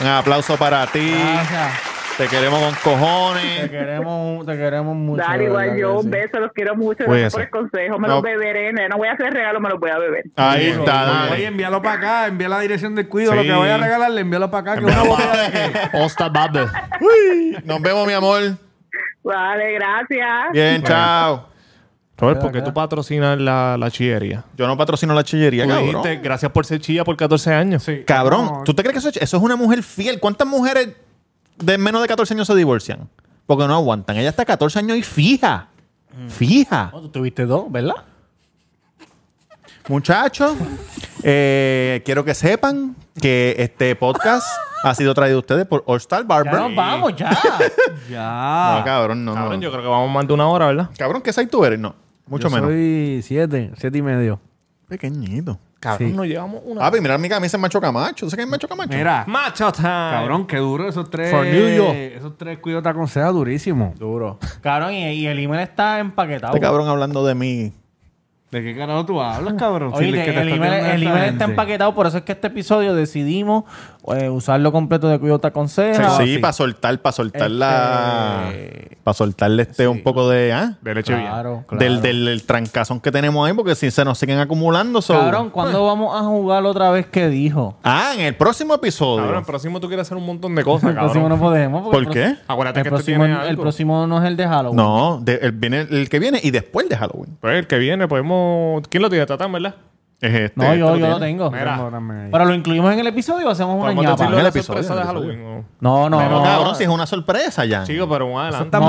Speaker 1: Un aplauso para ti.
Speaker 4: Gracias.
Speaker 1: Te queremos con
Speaker 4: Te
Speaker 1: cojones.
Speaker 4: queremos, te queremos mucho. de
Speaker 9: Dale, igual
Speaker 4: verdad
Speaker 9: yo,
Speaker 4: que
Speaker 9: un
Speaker 4: sí.
Speaker 9: beso, los quiero mucho. Gracias
Speaker 1: Cuídese.
Speaker 9: por el consejo, me
Speaker 1: No.
Speaker 9: los beberé, nena. no voy a hacer regalo, me los voy a beber.
Speaker 1: Ahí está,
Speaker 3: Oye,
Speaker 1: dale.
Speaker 3: envíalo para acá, envía la dirección del cuido,
Speaker 2: Sí.
Speaker 3: lo que vaya a regalar, le envíalo para acá, que una botella de qué.
Speaker 2: Ostar Babel.
Speaker 1: Nos vemos, mi amor.
Speaker 9: Vale, gracias.
Speaker 1: Bien, chao.
Speaker 2: Robert, ¿por qué tú patrocinas la, la chillería?
Speaker 1: Yo no patrocino la chillería,
Speaker 2: Tú
Speaker 1: cabrón.
Speaker 2: dijiste, gracias por ser chilla por 14 años. Sí.
Speaker 1: Cabrón,
Speaker 3: No.
Speaker 1: ¿tú te crees que eso, es- eso es una mujer fiel? ¿Cuántas mujeres de menos de 14 años se divorcian? Porque no aguantan. Ella está 14 años y fija. Fija.
Speaker 4: No, tú tuviste dos, ¿verdad?
Speaker 1: Muchachos, eh, quiero que sepan que este podcast ha sido traído a ustedes por All Star Barber.
Speaker 4: Ya nos vamos, ya.
Speaker 3: Ya.
Speaker 1: No, cabrón, no,
Speaker 2: Cabrón,
Speaker 1: no.
Speaker 2: yo creo que vamos más de una hora, ¿verdad?
Speaker 1: Cabrón, ¿qué size tú eres? No, mucho
Speaker 3: Yo
Speaker 1: menos.
Speaker 3: Soy siete, siete y medio.
Speaker 1: Pequeñito.
Speaker 2: Cabrón,
Speaker 3: Sí.
Speaker 2: nos llevamos una
Speaker 1: Ah, pero mira mi camisa en Macho Camacho. ¿Tú sabes qué es Macho Camacho?
Speaker 2: Ah.
Speaker 3: Mira,
Speaker 2: Macho time.
Speaker 3: cabrón, qué duro esos tres.
Speaker 2: For New York.
Speaker 3: Esos tres cuidos te aconseja durísimo.
Speaker 2: oh.
Speaker 4: Duro. Cabrón, y, y el email está empaquetado.
Speaker 1: Este cabrón hablando de mí.
Speaker 3: ¿De qué carajo tú hablas, cabrón?
Speaker 4: Oye,
Speaker 3: Si
Speaker 4: que
Speaker 3: que te
Speaker 4: el, email,
Speaker 3: tirando esta
Speaker 4: el email
Speaker 3: gente.
Speaker 4: está empaquetado, por eso es que este episodio decidimos eh, usarlo completo de Cuidado te aconseja.
Speaker 1: sí, para soltar, para soltar la. Para soltarle este un poco de. ¿ah?
Speaker 2: De leche bien.
Speaker 4: Claro, claro.
Speaker 1: Del, del, del trancazón que tenemos ahí, porque si se nos siguen acumulando. so-
Speaker 4: Cabrón, ¿cuándo vamos a jugar otra vez que dijo?
Speaker 1: Ah, en el próximo episodio.
Speaker 2: Cabrón, el próximo tú quieres hacer un montón de cosas,
Speaker 4: El próximo
Speaker 2: cabrón.
Speaker 4: no podemos. porque
Speaker 1: ¿Por
Speaker 4: el
Speaker 1: qué?
Speaker 4: próximo-
Speaker 2: Acuérdate
Speaker 4: El
Speaker 2: que este
Speaker 4: próximo,
Speaker 2: tiene
Speaker 4: el
Speaker 2: algo.
Speaker 4: próximo no es el de Halloween.
Speaker 1: No, de- el, viene el que viene y después de Halloween.
Speaker 2: Pues el que viene podemos... ¿Quién lo tiene? Tatán, ¿verdad?
Speaker 1: Es este.
Speaker 4: No,
Speaker 1: este
Speaker 4: yo, yo
Speaker 1: tiene.
Speaker 4: lo tengo.
Speaker 2: Mira.
Speaker 4: Pero lo incluimos en el episodio o hacemos una
Speaker 2: Podemos
Speaker 4: ñapa.
Speaker 2: decirlo
Speaker 1: en
Speaker 2: de
Speaker 1: el
Speaker 2: la
Speaker 1: episodio,
Speaker 2: sorpresa
Speaker 1: en
Speaker 2: de
Speaker 1: el
Speaker 2: Halloween. ¿no?
Speaker 4: No, no,
Speaker 1: Pero,
Speaker 4: no.
Speaker 1: cabrón, si es una sorpresa ya.
Speaker 2: Chico, pero un adelante.
Speaker 3: tan
Speaker 2: No,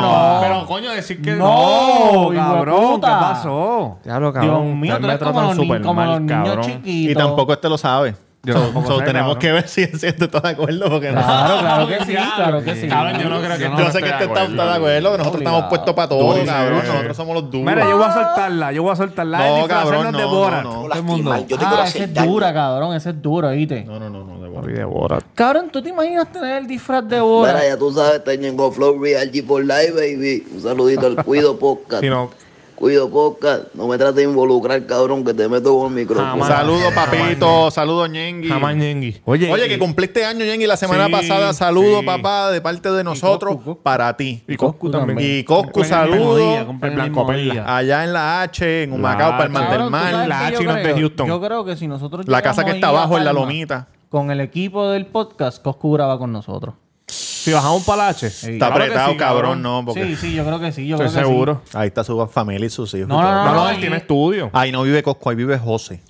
Speaker 2: no.
Speaker 3: cabrón.
Speaker 2: Pero coño, decir que...
Speaker 4: No,
Speaker 3: ¡Oh,
Speaker 4: hijo de
Speaker 3: cabrón! ¿Qué
Speaker 4: puta.
Speaker 3: pasó?
Speaker 5: Diablo,
Speaker 4: Dios
Speaker 5: cabrón.
Speaker 4: mío,
Speaker 2: Ustedes
Speaker 4: tú
Speaker 2: me
Speaker 4: eres como
Speaker 2: tratan
Speaker 4: los, ni-
Speaker 2: súper
Speaker 4: como
Speaker 2: mal,
Speaker 4: los niños
Speaker 2: cabrón.
Speaker 4: chiquitos.
Speaker 1: Y tampoco este lo sabe.
Speaker 3: Yo
Speaker 1: So-
Speaker 3: tampoco
Speaker 1: so
Speaker 3: sé,
Speaker 1: tenemos
Speaker 3: cabrón.
Speaker 1: que ver si, si este está de acuerdo. Porque no.
Speaker 4: Claro, claro que sí, claro que sí.
Speaker 2: Cabrón, yo no creo que...
Speaker 3: Yo no
Speaker 1: yo
Speaker 2: esto
Speaker 1: sé que este está,
Speaker 2: esté de acuerdo.
Speaker 1: está de acuerdo, que nosotros estamos
Speaker 4: Obligado.
Speaker 1: puestos para todo,
Speaker 2: Durísimo,
Speaker 1: cabrón.
Speaker 2: sí.
Speaker 1: Nosotros somos los duros.
Speaker 3: Mira, yo voy a soltarla, yo voy a soltarla.
Speaker 1: No,
Speaker 3: Es disfrazarnos
Speaker 1: cabrón, no,
Speaker 3: de
Speaker 1: no,
Speaker 3: Borat.
Speaker 1: no.
Speaker 3: Todo el mundo.
Speaker 7: Yo te quiero
Speaker 4: Ah, esa
Speaker 7: hacer
Speaker 4: es
Speaker 7: daño.
Speaker 4: dura, cabrón. Esa es dura, ¿viste?
Speaker 1: No, no, no, no, de verdad.
Speaker 2: Ay, de Borat.
Speaker 4: Cabrón, ¿tú te imaginas tener el disfraz de Bora?
Speaker 7: Mira, ya tú sabes, te llegó Flow Real G for Life, baby. Un saludito al Cuido Podcast.
Speaker 2: Si no...
Speaker 7: Cuido Podcast, no me trates de involucrar, cabrón, que te meto con el micrófono.
Speaker 2: Jamás.
Speaker 1: Saludos, papito. Saludos, Ñengui.
Speaker 2: Jamás Ñengui.
Speaker 1: Oye, que cumpliste año, Ñengui, la semana
Speaker 2: Sí,
Speaker 1: pasada. Saludos,
Speaker 2: sí.
Speaker 1: papá, de parte de nosotros, para ti.
Speaker 2: Y Coscu también.
Speaker 1: Y Coscu,
Speaker 3: Compren el mismo día,
Speaker 1: saludos.
Speaker 3: compren
Speaker 2: El
Speaker 3: el mismo
Speaker 2: Blanco Perla.
Speaker 3: día.
Speaker 1: Allá en la H, en Humacao,
Speaker 2: La
Speaker 1: Palmas
Speaker 2: H.
Speaker 1: del
Speaker 4: Cabrón, ¿tú sabes
Speaker 1: Mar.
Speaker 2: la
Speaker 4: qué yo
Speaker 2: H no es de
Speaker 4: creo?
Speaker 2: Houston.
Speaker 4: Yo creo que si nosotros
Speaker 1: La casa que
Speaker 4: llegamos
Speaker 1: está
Speaker 4: ahí a
Speaker 1: abajo en la
Speaker 4: Palma
Speaker 1: lomita.
Speaker 4: Con el equipo del podcast, Coscu graba con nosotros.
Speaker 2: Si bajamos para la H.
Speaker 1: Está apretado, cabrón, no, porque
Speaker 4: Sí, sí, yo creo que sí. Yo
Speaker 2: Estoy
Speaker 4: creo que
Speaker 2: seguro.
Speaker 1: ahí está su familia y sus hijos. y
Speaker 4: No, no,
Speaker 1: todo.
Speaker 2: No, no,
Speaker 4: y-
Speaker 2: él tiene estudio.
Speaker 1: Ahí no vive Cosco, ahí vive José.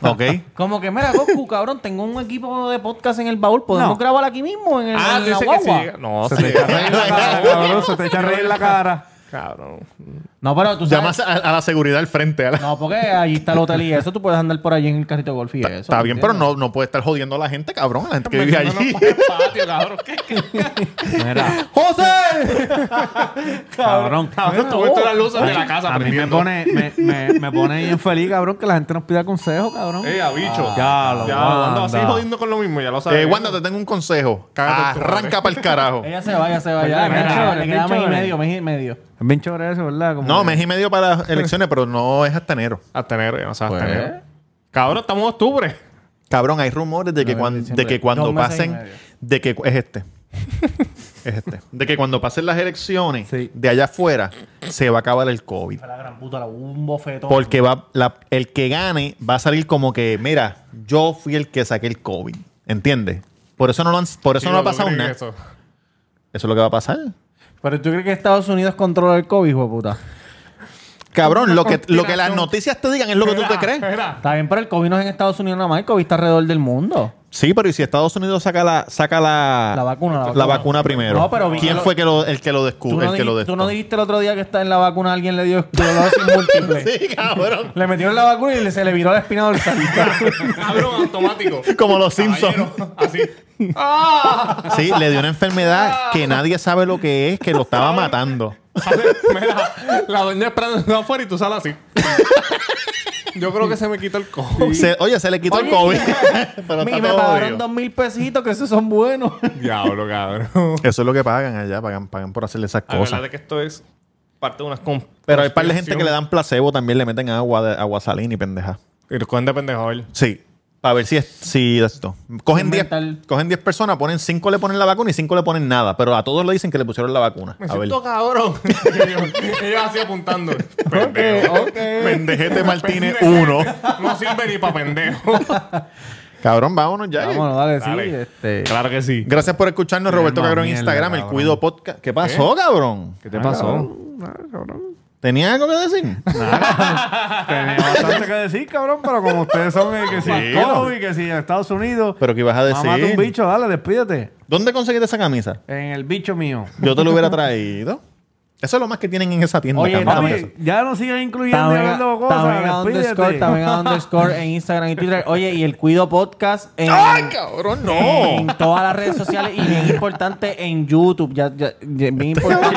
Speaker 1: ¿Ok?
Speaker 4: Sí. Como que, mira, Coscu, cabrón, tengo un equipo de podcast en el baúl. ¿Podemos
Speaker 3: No.
Speaker 4: grabar aquí mismo? En el,
Speaker 2: Ah,
Speaker 4: en
Speaker 2: tú dices
Speaker 4: la
Speaker 2: que si
Speaker 4: guagua?
Speaker 2: llega- No,
Speaker 3: Se
Speaker 2: sí.
Speaker 3: te echa a reír la cara, cabrón. Se te echa a reír la cara.
Speaker 2: Cabrón.
Speaker 4: No, pero tú sabes.
Speaker 1: Llamas a, a la seguridad al frente. a la-
Speaker 4: No, porque allí está el hotel y eso. Tú puedes andar por allí en el carrito de golf y eso.
Speaker 1: Está bien, pero
Speaker 4: ¿entiendes?
Speaker 1: no, no puede estar jodiendo a la gente, cabrón. La gente que vive allí.
Speaker 2: patio, cabrón. ¿Qué?
Speaker 3: Mira,
Speaker 4: ¡José!
Speaker 3: cabrón.
Speaker 2: Cabrón, tú ves todas las luces de la casa
Speaker 3: A mí me
Speaker 2: prendiendo.
Speaker 3: pone, me, me, me pone infeliz, cabrón, que la gente nos pida consejos, cabrón.
Speaker 2: Eh, a bicho.
Speaker 3: Ya lo
Speaker 2: Ya, ando así
Speaker 3: manda.
Speaker 2: jodiendo con lo mismo, ya lo sabes.
Speaker 1: Eh, Wanda, te tengo un consejo.
Speaker 2: Cágate en tu
Speaker 1: Arranca para el carajo.
Speaker 4: Ella se va, ella se va. Ya,
Speaker 3: ¿Verdad?
Speaker 4: me-
Speaker 3: Chévere,
Speaker 4: le queda mes y
Speaker 3: chévere.
Speaker 4: medio, mes y medio.
Speaker 3: Es bien chévere eso, ¿verdad? Como
Speaker 1: No,
Speaker 3: que-
Speaker 1: mes y medio para las elecciones, pero no es hasta enero.
Speaker 2: Hasta enero, ya no sabes
Speaker 1: Pues,
Speaker 2: hasta enero. Cabrón, estamos en octubre.
Speaker 1: Cabrón, hay rumores de que, cuan- de que cuando
Speaker 4: Dos meses y
Speaker 1: pasen.
Speaker 4: medio.
Speaker 1: De que es este. es este. De que cuando pasen las elecciones
Speaker 3: Sí.
Speaker 1: de allá afuera, se va a acabar el COVID.
Speaker 4: La gran puta, la- un bofetón.
Speaker 1: Porque va, la- el que gane va a salir como que, mira, yo fui el que saqué el COVID. ¿Entiendes? Por eso no, lo han- por eso
Speaker 2: Sí,
Speaker 1: no ha
Speaker 2: tú
Speaker 1: pasado
Speaker 2: crees
Speaker 1: nada. Eso.
Speaker 2: eso.
Speaker 1: es lo que va a pasar.
Speaker 4: Pero tú crees que Estados Unidos controla el COVID, hijo de puta.
Speaker 1: Cabrón, lo que, lo que
Speaker 2: conspiración.
Speaker 1: las noticias te digan es lo que tú te crees.
Speaker 2: Espera.
Speaker 4: Está bien, pero el COVID no es en Estados Unidos nada más, el COVID está alrededor del mundo.
Speaker 1: Sí, pero ¿y si Estados Unidos saca la, saca la,
Speaker 4: La vacuna, la
Speaker 1: la
Speaker 4: vacuna.
Speaker 1: vacuna primero?
Speaker 4: No, pero vi que
Speaker 1: ¿Quién
Speaker 4: lo-
Speaker 1: fue que lo, el que lo
Speaker 4: ¿Tú
Speaker 1: descubrió?
Speaker 4: no,
Speaker 1: el que lo
Speaker 4: dijiste,
Speaker 1: de
Speaker 4: tú no dijiste el otro día que está en la vacuna alguien le dio dolorosis múltiple.
Speaker 1: Sí, cabrón.
Speaker 4: Le metieron la vacuna y le- se le viró la espina dorsal.
Speaker 2: Cabrón, Ah, automático.
Speaker 1: Como los Simpsons.
Speaker 2: Caballero, Así. ¡Ah!
Speaker 1: Sí, le dio una enfermedad que nadie sabe lo que es, que lo estaba matando.
Speaker 2: Sale- Mira, la doña esperando afuera y tú sales así. Yo creo que se me quitó el cojo.
Speaker 1: Se- oye, se le quitó el
Speaker 4: Oye,
Speaker 1: COVID. pero está
Speaker 4: y me
Speaker 1: todo
Speaker 4: pagaron
Speaker 1: jodido.
Speaker 4: dos mil pesitos, que esos son buenos.
Speaker 2: Diablo, cabrón.
Speaker 1: Eso es lo que pagan allá, pagan, pagan por hacerle esas
Speaker 2: La
Speaker 1: cosas.
Speaker 2: verdad es que esto es parte de unas
Speaker 1: Pero hay par de gente que le dan placebo también, le meten agua, de, agua salina y pendeja.
Speaker 2: Y lo cogen de pendejo él.
Speaker 1: Sí. Para ver si es si de esto. Cogen
Speaker 4: Sin
Speaker 1: 10
Speaker 4: mental.
Speaker 1: cogen 10 personas, ponen 5 le ponen la vacuna y 5 le ponen nada. Pero a todos le dicen que le pusieron la vacuna.
Speaker 2: Me
Speaker 1: a ver.
Speaker 2: siento cabrón. Ellos así apuntando. Pendejo.
Speaker 1: Pendejete Martínez 1.
Speaker 2: No sirve ni para pendejo.
Speaker 1: Cabrón, vámonos ya.
Speaker 4: Vámonos, dale, sí.
Speaker 2: Dale.
Speaker 4: Este.
Speaker 2: Claro que sí.
Speaker 1: Gracias por escucharnos, Roberto
Speaker 3: más
Speaker 1: Cabrón,
Speaker 3: mierda,
Speaker 1: Instagram, el
Speaker 3: cabrón.
Speaker 1: Cuido Podcast. ¿Qué pasó, cabrón?
Speaker 3: ¿Qué te pasó?
Speaker 1: ¿Tenía algo que decir?
Speaker 3: Tenía bastante que decir, cabrón, pero como ustedes son eh, que si el COVID, que si en Estados Unidos.
Speaker 1: Pero ¿qué ibas a
Speaker 3: Mamá de un
Speaker 1: decir?
Speaker 3: bicho, dale, despídete.
Speaker 1: ¿Dónde conseguiste esa camisa?
Speaker 3: En el bicho mío.
Speaker 1: Yo te lo hubiera traído. Eso es lo más que tienen en esa tienda.
Speaker 4: Oye,
Speaker 1: cabrón.
Speaker 4: también-
Speaker 3: Papi, ya no sigas incluyendo y
Speaker 4: También
Speaker 3: hablando
Speaker 4: a
Speaker 3: cosas.
Speaker 4: underscore,
Speaker 3: Despídete.
Speaker 4: también a underscore en Instagram y Twitter. Oye, y el Cuido Podcast en,
Speaker 1: Mm. cabrón, Mm,
Speaker 4: en todas las redes sociales y bien importante en YouTube. Ya, ya, ya- bien importante.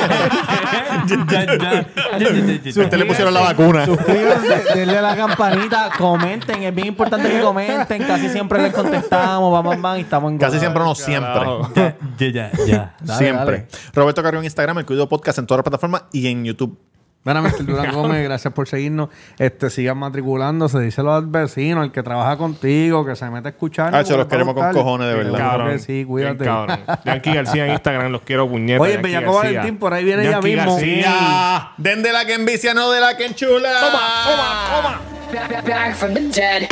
Speaker 1: Si a usted Este le pusieron la vacuna.
Speaker 4: Suscríbanse, denle a la campanita, comenten. Es bien importante que comenten. Casi siempre les contestamos. Vamos, vamos, y estamos en
Speaker 1: Casi siempre, no siempre.
Speaker 2: Carajo.
Speaker 3: Ya, ya, ya.
Speaker 4: Dale,
Speaker 1: siempre.
Speaker 4: dale.
Speaker 1: Roberto Carrión en Instagram, el Cuido Podcast en todas las plataformas y en YouTube.
Speaker 3: Mira, Mr. Durán Gómez, gracias por seguirnos. Este, sigan matriculándose, díselo al vecino, el que trabaja contigo, que se mete a escuchar.
Speaker 1: Ah, che, los queremos con cojones, de verdad.
Speaker 3: Claro que
Speaker 2: Cabrón.
Speaker 3: sí, cuídate.
Speaker 2: Bien, cabrón. Yankee García en Instagram, los quiero puñetas.
Speaker 3: Oye, el
Speaker 2: Yankee
Speaker 3: Bellaco
Speaker 2: García.
Speaker 3: Valentín, por ahí viene ya
Speaker 2: Yankee
Speaker 3: mismo.
Speaker 2: García.
Speaker 1: Ah, Den de la que envicia, no de la que enchula.
Speaker 2: Toma, toma, toma.
Speaker 6: Back, back from the dead.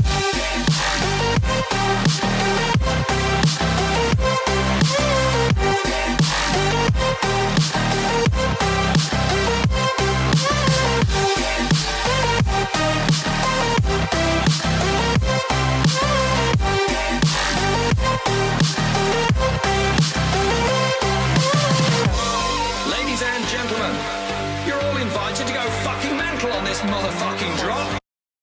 Speaker 11: Ladies and gentlemen, you're all invited to go fucking mental on this motherfucking drop.